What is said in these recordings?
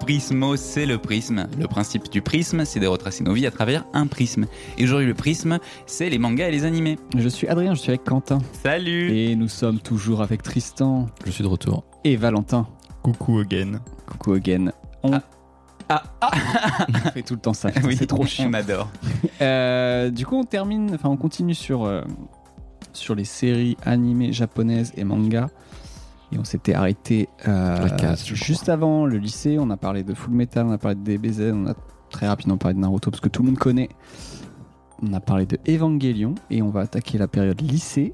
Prismo, c'est le prisme. Le principe du prisme, c'est de retracer nos vies à travers un prisme. Et aujourd'hui, le prisme, c'est les mangas et les animés. Je suis Adrien, je suis avec Quentin. Salut Et nous sommes toujours avec Tristan Je suis de retour. et Valentin. Coucou again. Coucou again. On... Ah. Ah, On fait tout le temps ça, putain, Oui, c'est trop chiant. On adore. Euh, du coup, on termine, enfin, on continue sur, euh, sur les séries animées japonaises et mangas. Et on s'était arrêté euh, La case, je juste avant le lycée. On a parlé de Full Metal, on a parlé de DBZ, on a très rapidement parlé de Naruto parce que tout le monde connaît. On a parlé de Evangelion et on va attaquer la période lycée.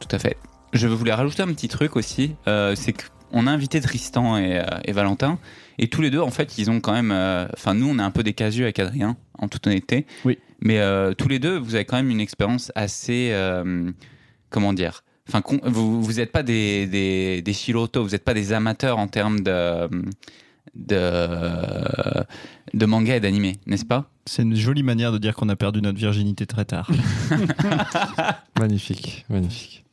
Tout à fait. Je voulais rajouter un petit truc aussi, euh, c'est qu'on a invité Tristan et, euh, et Valentin, et tous les deux, en fait, ils ont quand même... euh, Enfin, nous, on est un peu des casus avec Adrien, en toute honnêteté. Oui. Mais euh, tous les deux, vous avez quand même une expérience assez... euh, comment dire Enfin, con- vous vous n'êtes pas des, des, des Shiroto, vous n'êtes pas des amateurs en termes de... de de manga et d'animé, n'est-ce pas C'est une jolie manière de dire qu'on a perdu notre virginité très tard. Magnifique, magnifique.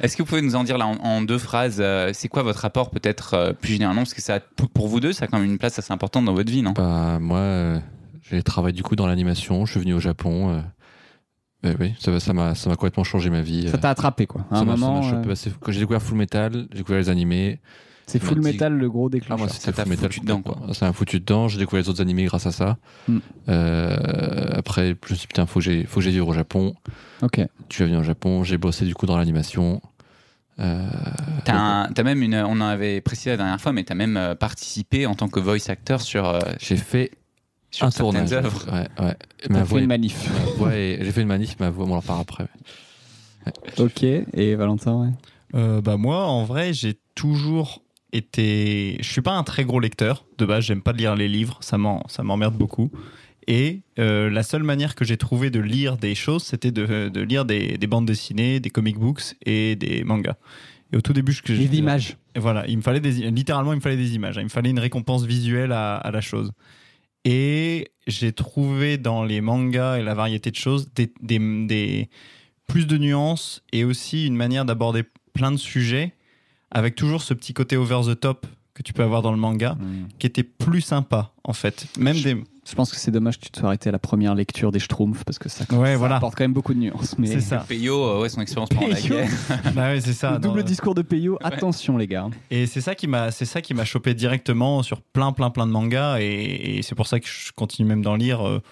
Est-ce que vous pouvez nous en dire là en, en deux phrases euh, C'est quoi votre rapport peut-être euh, plus généralement Parce que ça, pour pour vous deux, ça a quand même une place assez importante dans votre vie, non Bah moi, euh, j'ai travaillé du coup dans l'animation. Je suis venu au Japon. euh, bah oui, ça va- ça m'a ça m'a complètement changé ma vie. euh. Ça t'a attrapé quoi. À Ça un m'a- ça m'a moment, chopé. euh, Bah, c'est- quand j'ai découvert Full Metal, j'ai découvert les animés. c'est Full m'a dit- Metal le gros Ah, déclencheur. moi, ça c'était t'a Full Metal. foutu dedans, quoi. complètement. Ça m'a foutu dedans. J'ai découvert les autres animés grâce à ça. Hmm. Euh, après, je me suis dit, putain, faut que j'aille faut que j'aille vivre au Japon. Ok. Tu vas venir au Japon. J'ai bossé du coup dans l'animation. Euh, T'as un- t'as même une, euh, on en avait précisé la dernière fois, mais t'as même euh, participé en tant que voice actor sur, euh, j'ai fait sur un certaines tournage. œuvres. Ouais, ouais. T'as Ma fait voix une est manif. Ma voix est- J'ai fait une manif, ma voix, on en reparle après. ok. Et Valentin, ouais. Euh, bah moi, en vrai, j'ai toujours été. Je suis pas un très gros lecteur de base. J'aime pas lire les livres. Ça m'en- ça m'emmerde beaucoup. Et euh, la seule manière que j'ai trouvé de lire des choses, c'était de, de lire des, des bandes dessinées, des comic books et des mangas. Et au tout début, je que J'ai j'ai- l'image. Et voilà, il me fallait des, littéralement, il me fallait des images. hein. Il me fallait une récompense visuelle à, à la chose. Et j'ai trouvé dans les mangas et la variété de choses des, des- des- plus de nuances et aussi une manière d'aborder plein de sujets avec toujours ce petit côté over the top que tu peux avoir dans le manga qui était plus sympa en fait. Même des. Mmh. Je pense que c'est dommage que tu te sois arrêté à la première lecture des Schtroumpfs parce que ça, Ouais, ça voilà. apporte quand même beaucoup de nuances. Mais C'est ça. Peyo, euh, ouais, son expérience pendant la Peyo. guerre. Ah ouais, c'est ça. Le double Dans- discours de Peyo, attention les gars. Et c'est ça qui m'a, c'est ça qui m'a chopé directement sur plein, plein, plein de mangas, et, et c'est pour ça que je continue même d'en lire. euh,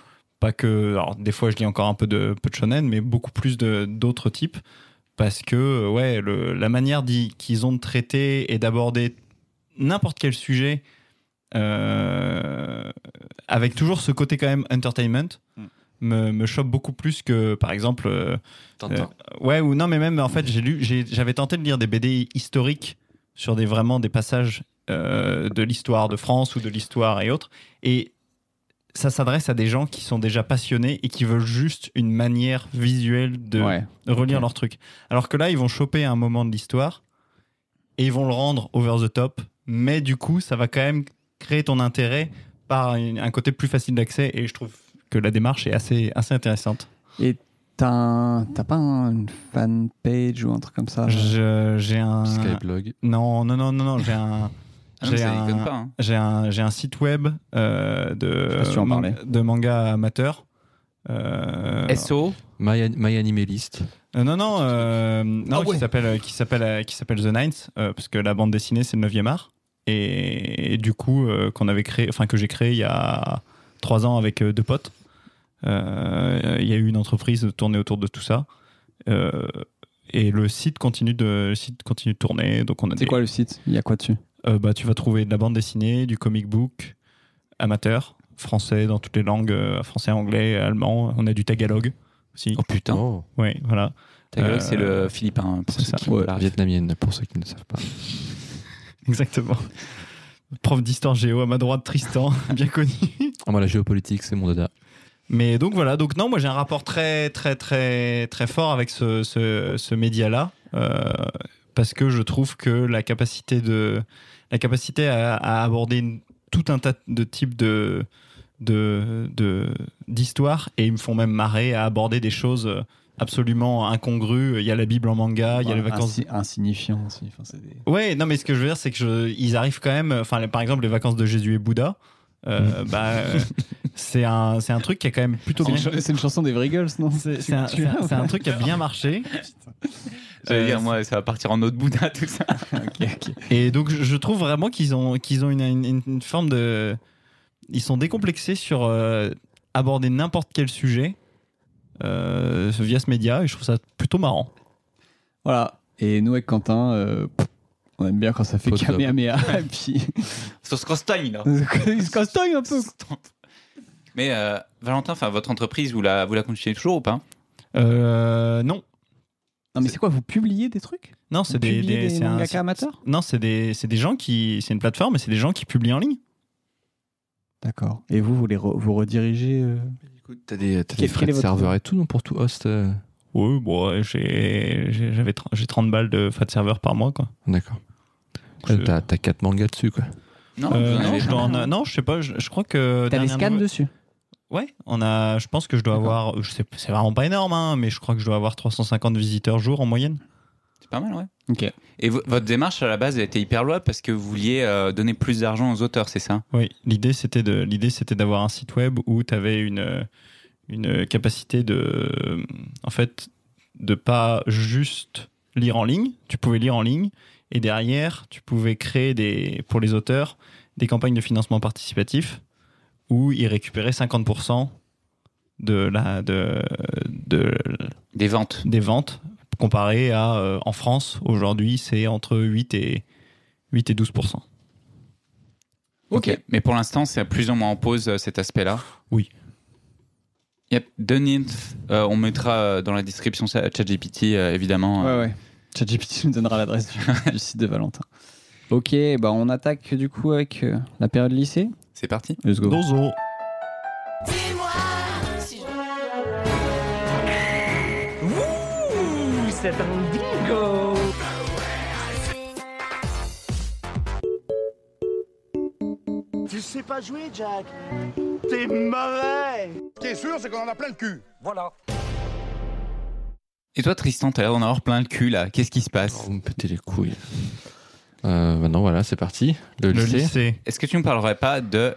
pas que, alors des fois je lis encore un peu de, peu de shonen, mais beaucoup plus de d'autres types, parce que euh, ouais, le- la manière d'y- qu'ils ont de traiter et d'aborder n'importe quel sujet, euh, avec toujours ce côté quand même entertainment, Mm. me, me chope beaucoup plus que par exemple. euh, Tintin. Ouais, ou non, mais même en fait, j'ai lu, j'ai- j'avais tenté de lire des BD historiques sur des vraiment des passages euh, de l'histoire de France ou de l'histoire et autres, et ça s'adresse à des gens qui sont déjà passionnés et qui veulent juste une manière visuelle de Ouais. relire ok. leur truc. Alors que là, ils vont choper un moment de l'histoire et ils vont le rendre over the top, mais du coup, ça va quand même créer ton intérêt par une- un côté plus facile d'accès, et je trouve que la démarche est assez, assez intéressante. T'as un- t'as pas un- une fan page ou un truc comme ça Je- J'ai un... Skyblog. Non, non, non, non, non, j'ai un, Ah non, J'ai ça un- déconne pas. hein. j'ai un, j'ai un site web euh, Je de, sais pas si on en man- parlait. de manga amateur. Euh, SO, My, My Anime List. euh, non, non, euh, non Ah ouais. qui s'appelle euh, qui s'appelle euh, qui s'appelle The Ninth, euh, parce que la bande dessinée c'est le 9e art, et, et du coup euh, qu'on avait créé, enfin que j'ai créé il y a trois ans avec euh, deux potes. Euh, Il y a eu une entreprise tournée autour de tout ça, Euh, et le site continue de le site continue de tourner, donc on a C'est des- quoi le site Il y a quoi dessus euh, bah, tu vas trouver de la bande dessinée, du comic book, amateur, français dans toutes les langues, euh, français, anglais, allemand. On a du tagalog aussi. Oh putain. Oh. Ouais, voilà. Tagalog, Euh, c'est le philippin. pour c'est ceux ça. qui ont Ouais, pas la ref. Vietnamienne, pour ceux qui ne savent pas. Exactement. Prof d'histoire géo à ma droite, Tristan, bien connu. Ah, moi, la géopolitique, c'est mon dada. Mais donc voilà, donc non, moi j'ai un rapport très très très très fort avec ce, ce, ce média-là, euh, parce que je trouve que la capacité de la capacité à, à aborder une- tout un tas de types de de de- d'histoires et ils me font même marrer à aborder des choses absolument incongru. Il y a la Bible en manga, Ah, il y a les Voilà, vacances. insi- Insignifiant aussi. Enfin, ah, c'est des- Ouais, non, mais ce que je veux dire, c'est que je- ils arrivent quand même. Enfin, les- par exemple, les vacances de Jésus et Bouddha, euh, bah, euh, c'est un, c'est un truc qui a quand même plutôt Mm. C'est bien. une cha- c'est une chanson des Vrigals, non C'est c'est un, c'est un- c'est un truc qui a bien marché. J'allais Euh, dire, moi, ça va partir en autre Bouddha, tout ça. Et donc, je- je trouve vraiment qu'ils ont, qu'ils ont une, une- une forme de. Ils sont décomplexés sur euh, aborder n'importe quel sujet euh, via ce média, et je trouve ça plutôt marrant. Voilà. Et nous, avec Quentin, euh, pff, on aime bien quand ça fait Pas de top. Kamehameha. Et puis, Sur ce castagne, là. il se castagne un peu. Mais euh, Valentin, enfin, votre entreprise, vous la, vous la continuez toujours ou pas Euh, non, Non, mais c'est quoi Vous publiez des trucs non, Vous c'est des, publiez des- c'est un- mangaka amateurs non, c'est des, c'est des gens qui, c'est une plateforme, et c'est des gens qui publient en ligne. D'accord. Et vous, vous les re- vous redirigez euh, T'as des, Quel- t'as des quel frais est de votre- serveur et tout, non, pour tout host euh, Oui, bon, euh, j'ai j'ai- j'avais tr- j'ai 30 balles de frais de serveur par mois. Quoi. ah, D'accord. Je- Euh, T'as 4 mangas dessus, quoi. Non, Euh, vous en non, avez je Ah, pas dois en- euh, non, je sais pas, je, je crois que. T'as des dernière scans nouvelle- dessus Ouais, on a, je pense que je dois avoir, je sais, c'est vraiment pas énorme, hein, mais je crois que je dois avoir 350 visiteurs jour en moyenne. C'est pas mal, ouais. Ok. Et vo- votre démarche, à la base, elle était hyper loin parce que vous vouliez euh, donner plus d'argent aux auteurs, c'est ça Oui, l'idée c'était de l'idée c'était d'avoir un site web où tu avais une une capacité de en fait de pas juste lire en ligne, tu pouvais lire en ligne et derrière, tu pouvais créer des pour les auteurs des campagnes de financement participatif où ils récupéraient 50 de la de, de Des ventes. des ventes comparé à euh, en France aujourd'hui, c'est entre 8 et 8 et 12 Mais pour l'instant, c'est plus ou moins en pause euh, cet aspect-là. Oui. Yep. Donne Inf, euh, on mettra euh, dans la description ça- ChatGPT, euh, évidemment. Ouais, ouais. ChatGPT nous donnera l'adresse du, du site de Valentin. Ok, bah on attaque du coup avec euh, la période lycée. C'est parti. Let's go. Dozo. Tu sais pas jouer, Jack T'es mauvais Ce qui est sûr, c'est qu'on en a plein le cul. Et toi, Tristan, t'as l'air d'en avoir plein le cul, là. Qu'est-ce qui se passe Vous Oh, me pétez les couilles. Euh, maintenant, voilà, c'est parti. Le, Le lycée, lycée. Est-ce que tu me parlerais pas de.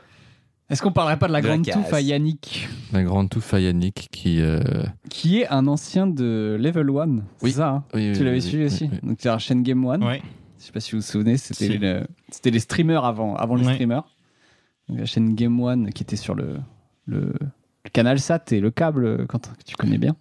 Est-ce qu'on parlerait pas de la De la grande casse. touffe à Yannick, la grande touffe à Yannick qui. euh, qui est un ancien de Level 1 Oui. ça, hein oui, Tu oui, l'avais oui, suivi oui, aussi. oui. Donc, tu as la chaîne Game One. Ouais. Je sais pas si vous vous souvenez, c'était Si. le- c'était les streamers avant, avant les Ouais. streamers. Donc, la chaîne Game One qui était sur le, le, le canal SAT et le câble, Quentin, que tu connais bien.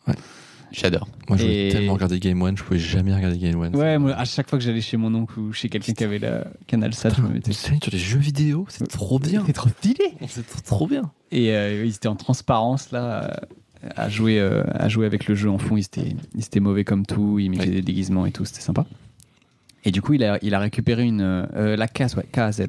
J'adore. Moi, je Et- voulais tellement regarder Game One, je pouvais jamais regarder Game One. Ouais, moi, à chaque fois que j'allais chez mon oncle ou chez quelqu'un qui avait le canal SAT, je me Putain, mettais. une série sur les jeux vidéo, c'est trop bien. C'était trop stylé! C'est trop, trop bien. Et euh, ils étaient en transparence là, euh, à jouer, euh, à jouer avec le jeu en fond. Ils étaient, ils étaient mauvais comme tout, ils mettaient Ouais. des déguisements et tout, c'était sympa. Et du coup, il a, il a récupéré une. euh, la case, ouais, KAZ, ouais.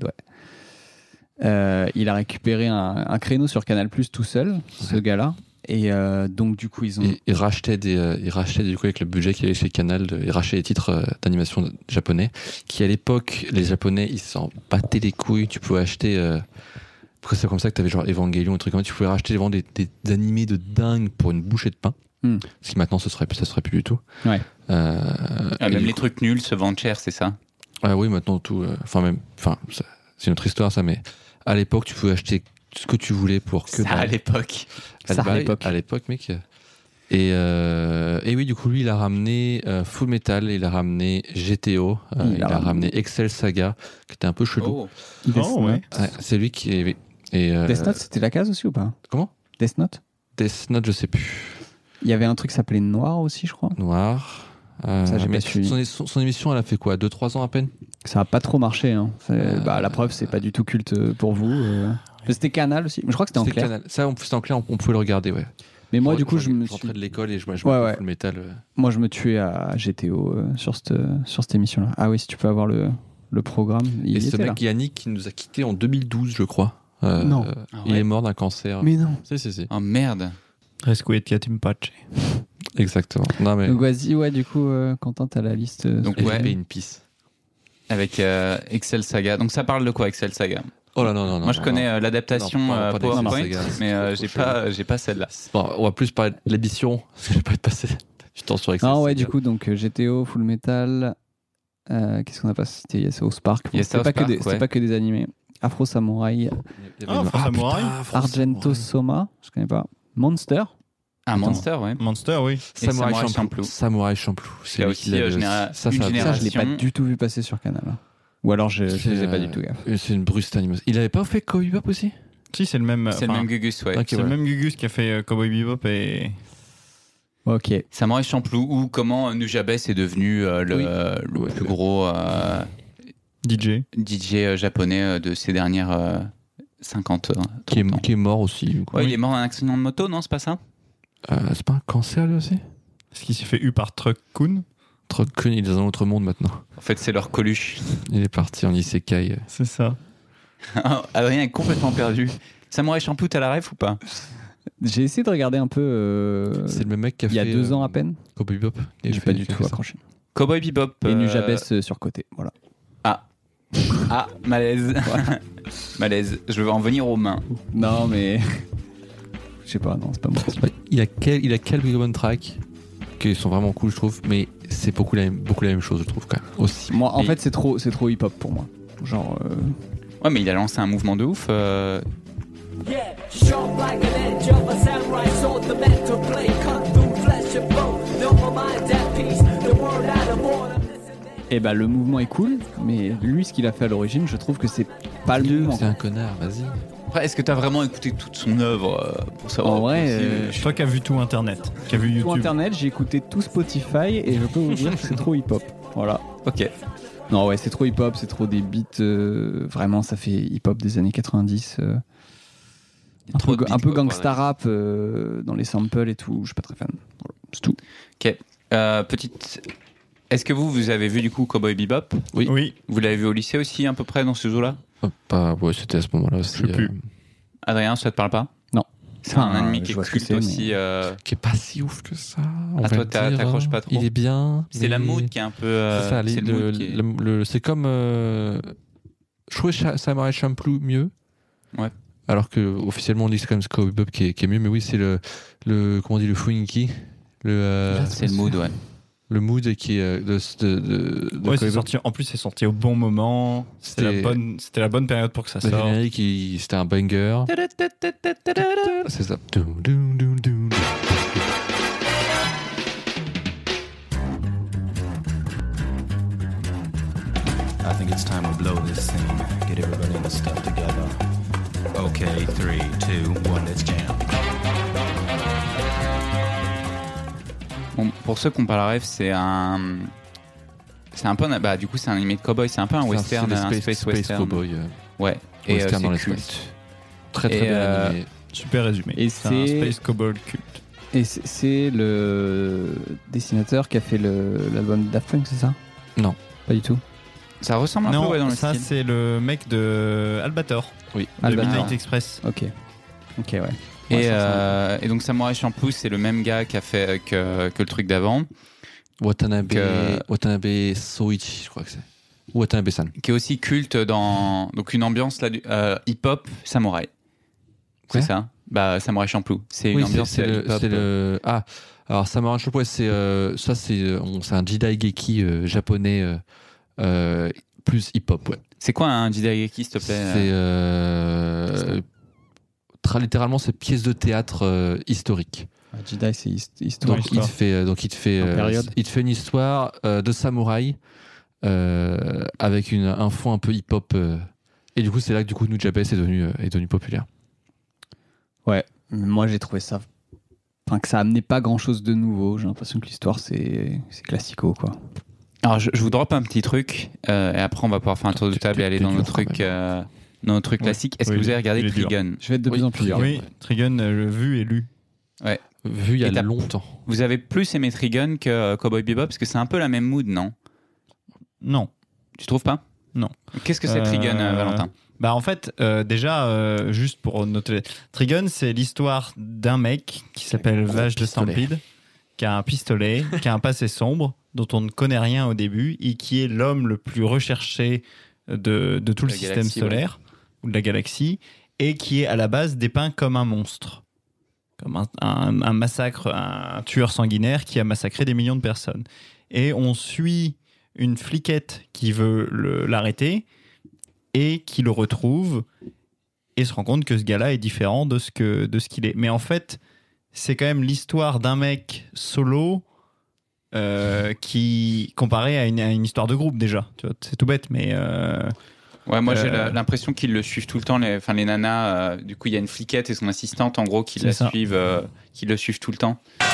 Euh, il a récupéré un, un créneau sur Canal Plus tout seul, ce gars-là. Et euh, donc, du coup, ils ont. Et ils rachetaient des, euh, ils rachetaient du coup avec le budget qu'il y avait chez Canal, de- ils rachetaient les titres euh, d'animation japonais. Qui à l'époque, les Japonais, ils s'en battaient les couilles. Tu pouvais acheter, euh, parce que c'est comme ça que t'avais genre Evangelion, un truc comme ça. Tu pouvais racheter vraiment des, des, des animés de dingue pour une bouchée de pain. Hmm. Ce qui maintenant, ce serait, ça serait plus du tout. Ouais. Euh, Ah, et même du les coup- trucs nuls se vendent cher, c'est ça Ah oui, maintenant tout. euh, Enfin même, enfin ça- c'est une autre histoire ça, mais à l'époque, tu pouvais acheter ce que tu voulais pour que Ça, dalle. à l'époque. Ça, à l'époque. À l'époque, mec. Et, euh, et oui, du coup, lui, il a ramené euh, Full Metal, il a ramené GTO, Il euh, a il, a ramené- ramené Excel Saga, qui était un peu chelou. Oh. Death Oh, ouais. Note. Ouais, c'est lui qui est. Et, euh, Death Note, c'était la case aussi ou pas? Comment Death Note? Death Note, je sais plus. Il y avait un truc qui s'appelait Noir aussi, je crois. Noir. Euh, Ça, j'ai mais pas suivi. son, son- son émission, elle a fait quoi 2-3 ans à peine Ça a pas trop marché. Hein. C'est- Euh, bah, la preuve, c'est pas du tout culte euh, pour vous. euh. Mais C'était Canal aussi. Mais Je crois que c'était en clair. Canal. Ça, on- c'était en clair, on, on pouvait le regarder, ouais. Mais moi, Je- du coup, je, je me, suis- rentrais de l'école et je jouais Ouais, à ouais. Full Metal. euh. moi, je me tuais à GTO euh, sur cette, sur cette émission-là. Ah oui, si tu peux avoir le, le programme. Il Et y ce était, là. mec, Yannick, qui nous a quittés en 2012, je crois. Euh, Non. euh, Ah Il ouais est mort d'un cancer. Mais Ah. non. Si, si, si. Oh merde. Rescuetia Timpache. Exactement. Non, mais. Donc vas-y, ouais, du coup, euh, Quentin, t'as la liste. euh, Donc, sur- ouais. FP in Peace. Avec euh, Excel Saga. Donc ça parle de quoi, Excel Saga Oh là non, non, non. Moi, je non, connais non. euh, l'adaptation Non, on euh, parle pas PowerPoint, d'Excel Saga, c'est mais euh, trop j'ai chelou. pas, j'ai pas celle-là. Bon, on va plus parler de l'addition, parce que je vais pas être passé. Je t'en sur Non, ouais, du coup, donc euh, GTO, Full Metal. euh, Qu'est-ce qu'on a pas cité Il y a South Park. Il y a C'était South pas, que Park, des- c'était ouais. pas que des animés. Afro Samurai, Ah, Force Samurai. Argento Soma, je connais pas. Monster, Ah, Monster, ouais. Monster, oui. Et Samurai Samurai Champloo. Champloo. Samurai Champloo. Il y C'est a lui aussi, qui l'avait- euh, généra- Ça, une ça, ça ça, je l'ai pas Génération. du tout vu passer sur Canal. hein. Ou alors je, je C'est, les ai pas euh, du tout gaffe. je- c'est une bruce d'animation. Il avait pas fait Cowboy Bebop aussi Si, c'est le même. C'est le enfin, même Gugus, ouais. Ok, c'est voilà. le même Gugus qui a fait euh, Cowboy Bebop et. Ok. Samurai Champloo ou comment euh, Nujabes est devenu euh, le, Oui. le plus gros euh, DJ. DJ euh, japonais euh, de ces dernières euh, 50 euh, 30 Qui ans. est, qui est mort aussi. quoi. Ouais, Il est mort d'un accident de moto, non C'est pas ça Euh, c'est pas un cancer lui aussi Est-ce qu'il s'est fait eu par Truck Kun Trop con, il est dans un autre monde maintenant. En fait, c'est leur coluche. Il est parti en isekai. euh. C'est ça. Ah, Adrien est complètement perdu. Samurai Champloo, t'as la ref ou pas J'ai essayé de regarder un peu. euh, C'est le même mec qui a il y fait. a deux euh, ans à peine. Cowboy Bebop. Il a J'ai fait- pas du il a tout fait ça. accroché. Cowboy Bebop. Et euh, Nujabes euh, surcoté. Voilà. Ah, malaise. malaise. Je vais en venir aux mains. Non, mais. Je sais pas, non, c'est pas moi. Ouais, Il a, quel, il a quelques bonnes tracks qui sont vraiment cool, je trouve, mais c'est beaucoup la, même, beaucoup la même chose, je trouve, quand même. Aussi. Moi, en Mais- fait, c'est trop, c'est trop hip-hop pour moi. Genre, euh, Ouais, mais il a lancé un mouvement de ouf. euh, Yeah, sharp like an edge of a samurai sword, the meant to play, cut through flesh and bone. Never mind that piece, the world out of order. Listen, then. eh ben, le mouvement est cool, mais lui, ce qu'il a fait à l'origine, je trouve que c'est pas le mouvement. C'est un connard, vas-y. Après, est-ce que t'as vraiment écouté toute son œuvre euh, pour savoir En vrai, si- euh, Toi qui as vu tout Internet, qui a vu tout YouTube. internet, j'ai écouté tout Spotify et je peux vous dire que c'est trop hip-hop. Voilà. Ok. Non, ouais, c'est trop hip-hop, c'est trop des beats. euh, vraiment, ça fait hip-hop des années 90. euh, un Trop peu, de un peu beatbox, gangsta rap euh, dans les samples et tout. Je suis pas très fan. Voilà, c'est tout. Euh, petite. Est-ce que vous, vous avez vu du coup Cowboy Bebop Oui, Vous l'avez vu au lycée aussi, à peu près, dans ce zoo-là Hop, ah, ouais, c'était à ce moment-là euh, aussi. sais plus. Adrien, ça te parle pas Non. C'est un Enfin, anime Ah, je qui est vois ce que culte c'est, mais- aussi. euh, qui est pas si ouf que ça. on Ah, va toi, le t'as- dire, t'accroches hein. pas trop. Il est bien. C'est la mais- mood qui est un peu. euh, C'est ça, les- c'est le le- mood qui est- le- le- c'est comme. euh, je trouvais Cha- Samurai Champloo mieux. Ouais. Alors que officiellement on dit que c'est quand même Cowboy Bebop qui est, qui est mieux, mais oui, c'est le, le. Comment on dit, le Fuinky. Le, euh, C'est le mood, ouais. le mood qui est euh, de, de, de, de Ouais, Cowboy c'est Bebop. sorti. En plus, c'est sorti au bon moment. C'était la C'était- bonne, c'était la bonne période pour que ça Le sorte. Bah, générique, il- c'était un banger. C'est ça. Doum, doum, doum, doum. I think it's time we blow this thing. Get everybody in the stuff together. Okay, three, two, one, let's jam. Bon, pour ceux qui n'ont pas la rêve, c'est un. C'est un peu. un- Bah, du coup, c'est un animé de cowboy. C'est un peu un C'est western, c'est un des space, western. Cowboy. euh, Ouais. Et euh, western dans c'est l'espace. culte. Très très Et, bien euh, animé. Super résumé. Et c'est c'est- un Space Cowboy culte. Et c'est- c'est le dessinateur qui a fait le- l'album de Daft Punk, c'est ça Non. Pas du tout. Ça ressemble un peu Non, ouais, dans le ça style. c'est le mec de Albator, Oui. de Albator. Midnight Express. Ok. Ok, ouais. Et, Ouais, ça ressemble. euh, et donc Samurai Champloo, c'est le même gars qui a fait euh, que, que le truc d'avant, Watanabe, que- Watanabe Soichi, je crois que c'est. Watanabe-san. qui est aussi culte dans donc une ambiance là du- euh, hip-hop samouraï. C'est Ouais. ça Bah Samurai Champloo, c'est une Oui, c'est- ambiance euh, c'est le, hip-hop. c'est le. Ah, alors Samurai Champloo, ouais, c'est euh, ça, c'est euh, on- c'est un Jidai Geki euh, japonais euh, euh, plus hip-hop, ouais. C'est quoi un Jidaigeki, s'il te plaît hein. C'est euh, tra- littéralement c'est pièce de théâtre euh, historique. Ah, Jedi, c'est his- histoire. Donc il te fait, donc il te fait, En euh, période. il te fait une histoire euh, de samouraï euh, avec une, un fond un peu hip-hop. euh. et du coup, c'est là que du coup Nujabes est devenu euh, est devenu populaire. Mais Moi, j'ai trouvé ça. Enfin, que ça amenait pas grand chose de nouveau. J'ai l'impression que l'histoire, c'est c'est classico, quoi. Alors je, je vous drop un petit truc euh, et après on va pouvoir faire un tour de T'es- table et t'es- aller t'es dans dur nos quand trucs même. euh, dans nos trucs Oui. classiques. Est-ce Oui, que vous avez regardé il est dur. Trigun Je vais être de Oui, plus en plus plus. dur. dur. Oui, Trigun, euh, le vu et lu. Vu il y Et a t'as- longtemps. Vous avez plus aimé Trigun que euh, Cowboy Bebop parce que c'est un peu la même mood, non Non. Tu trouves pas Non. Qu'est-ce que c'est Trigun, Euh, euh, Valentin Bah en fait, euh, déjà, euh, juste pour noter, Trigun, c'est l'histoire d'un mec qui s'appelle gros Vache de pistolet. Stampede, qui a un pistolet, qui a un passé sombre, dont on ne connaît rien au début, et qui est l'homme le plus recherché de, de tout De le la système galaxie, solaire, ou de la galaxie, et qui est à la base dépeint comme un monstre. comme un, un- un massacre, un tueur sanguinaire qui a massacré des millions de personnes. Et on suit une fliquette qui veut le- l'arrêter et qui le retrouve et se rend compte que ce gars-là est différent de ce que- de ce qu'il est. Mais en fait, c'est quand même l'histoire d'un mec solo euh, qui comparé à une, à une histoire de groupe déjà. Tu vois, c'est tout bête, mais euh, Ouais, moi j'ai Euh, la- l'impression qu'ils le suivent tout le temps, les, enfin, les nanas. euh, du coup, il y a une fliquette et son assistante, en gros, qui, C'est la ça. suivent, euh, qui le suivent tout le temps. Ah,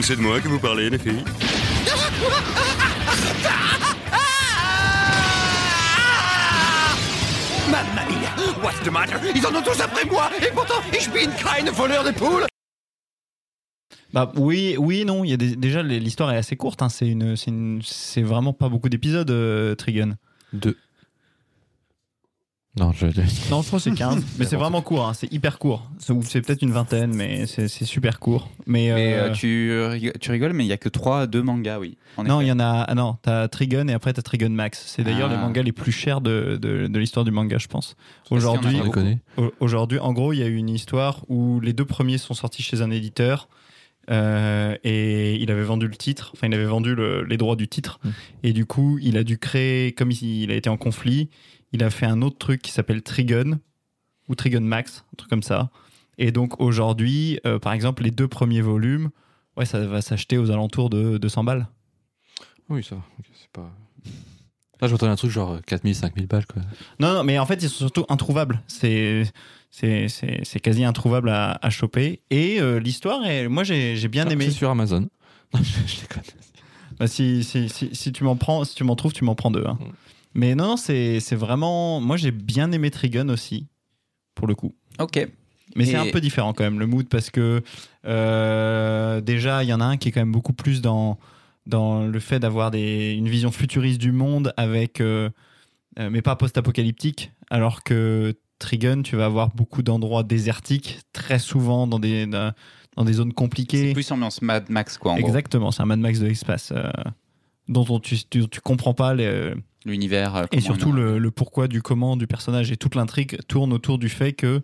c'est de moi que vous parlez, les filles. Mamma mia, what's the matter Ils en ont tous après moi Et pourtant, ich bin kein voleur de poules bah oui, oui, non. Il y a des- déjà les- l'histoire est assez courte. hein, c'est une, c'est une- c'est vraiment pas beaucoup d'épisodes. euh, Trigun. Deux. Non, je. Non, je crois que c'est 15. mais c'est vraiment court. hein, c'est hyper court. C'est, ou c'est peut-être une vingtaine, mais c'est, c'est super court. Mais, Mais euh, euh, tu, rig- tu rigoles, mais il y a que 3, 2 mangas, oui. En non, il effet. y en a. Ah non, t'as Trigun et après t'as Trigun Max. C'est d'ailleurs Ah. les mangas les plus chers de, de- de l'histoire du manga, je pense. qu'il y en a Aujourd'hui, pas beaucoup. Au- Aujourd'hui, en gros, il y a eu une histoire où les deux premiers sont sortis chez un éditeur euh, et il avait vendu le titre, enfin il avait vendu le- les droits du titre et du coup il a dû créer, comme il, il a été en conflit, il a fait un autre truc qui s'appelle Trigun ou Trigun Max, un truc comme ça. Et donc aujourd'hui, euh, par exemple, les deux premiers volumes, ouais, ça va s'acheter aux alentours de 200 balles. Oui, ça va. Ok, c'est pas. Là, je m'attendais à un truc genre euh, 4000, 5000 balles, quoi. Non, non, mais en fait, ils sont surtout introuvables. C'est, c'est, c'est, c'est quasi introuvable à, à choper. Et euh, l'histoire, est- moi, j'ai, j'ai bien Ah, aimé. C'est sur Amazon. Non, je, je déconne. Bah, si, si, si, si tu m'en prends, si tu m'en trouves, tu m'en prends deux. hein. Mm. Mais non, non, c'est, c'est vraiment. Moi, j'ai bien aimé Trigun aussi, pour le coup. Ok. Mais c'est Et- un peu différent quand même le mood parce que euh, déjà il y en a un qui est quand même beaucoup plus dans dans le fait d'avoir des une vision futuriste du monde avec euh, euh, mais pas post-apocalyptique alors que Trigun tu vas avoir beaucoup d'endroits désertiques très souvent dans des dans dans des zones C'est compliquées plus ambiance Mad Max, quoi, en gros. exactement c'est un Mad Max de l'espace euh, dont on, tu, tu tu comprends pas les, L'univers. euh, et comment surtout il- le, le pourquoi du comment du personnage et toute l'intrigue tourne autour du fait que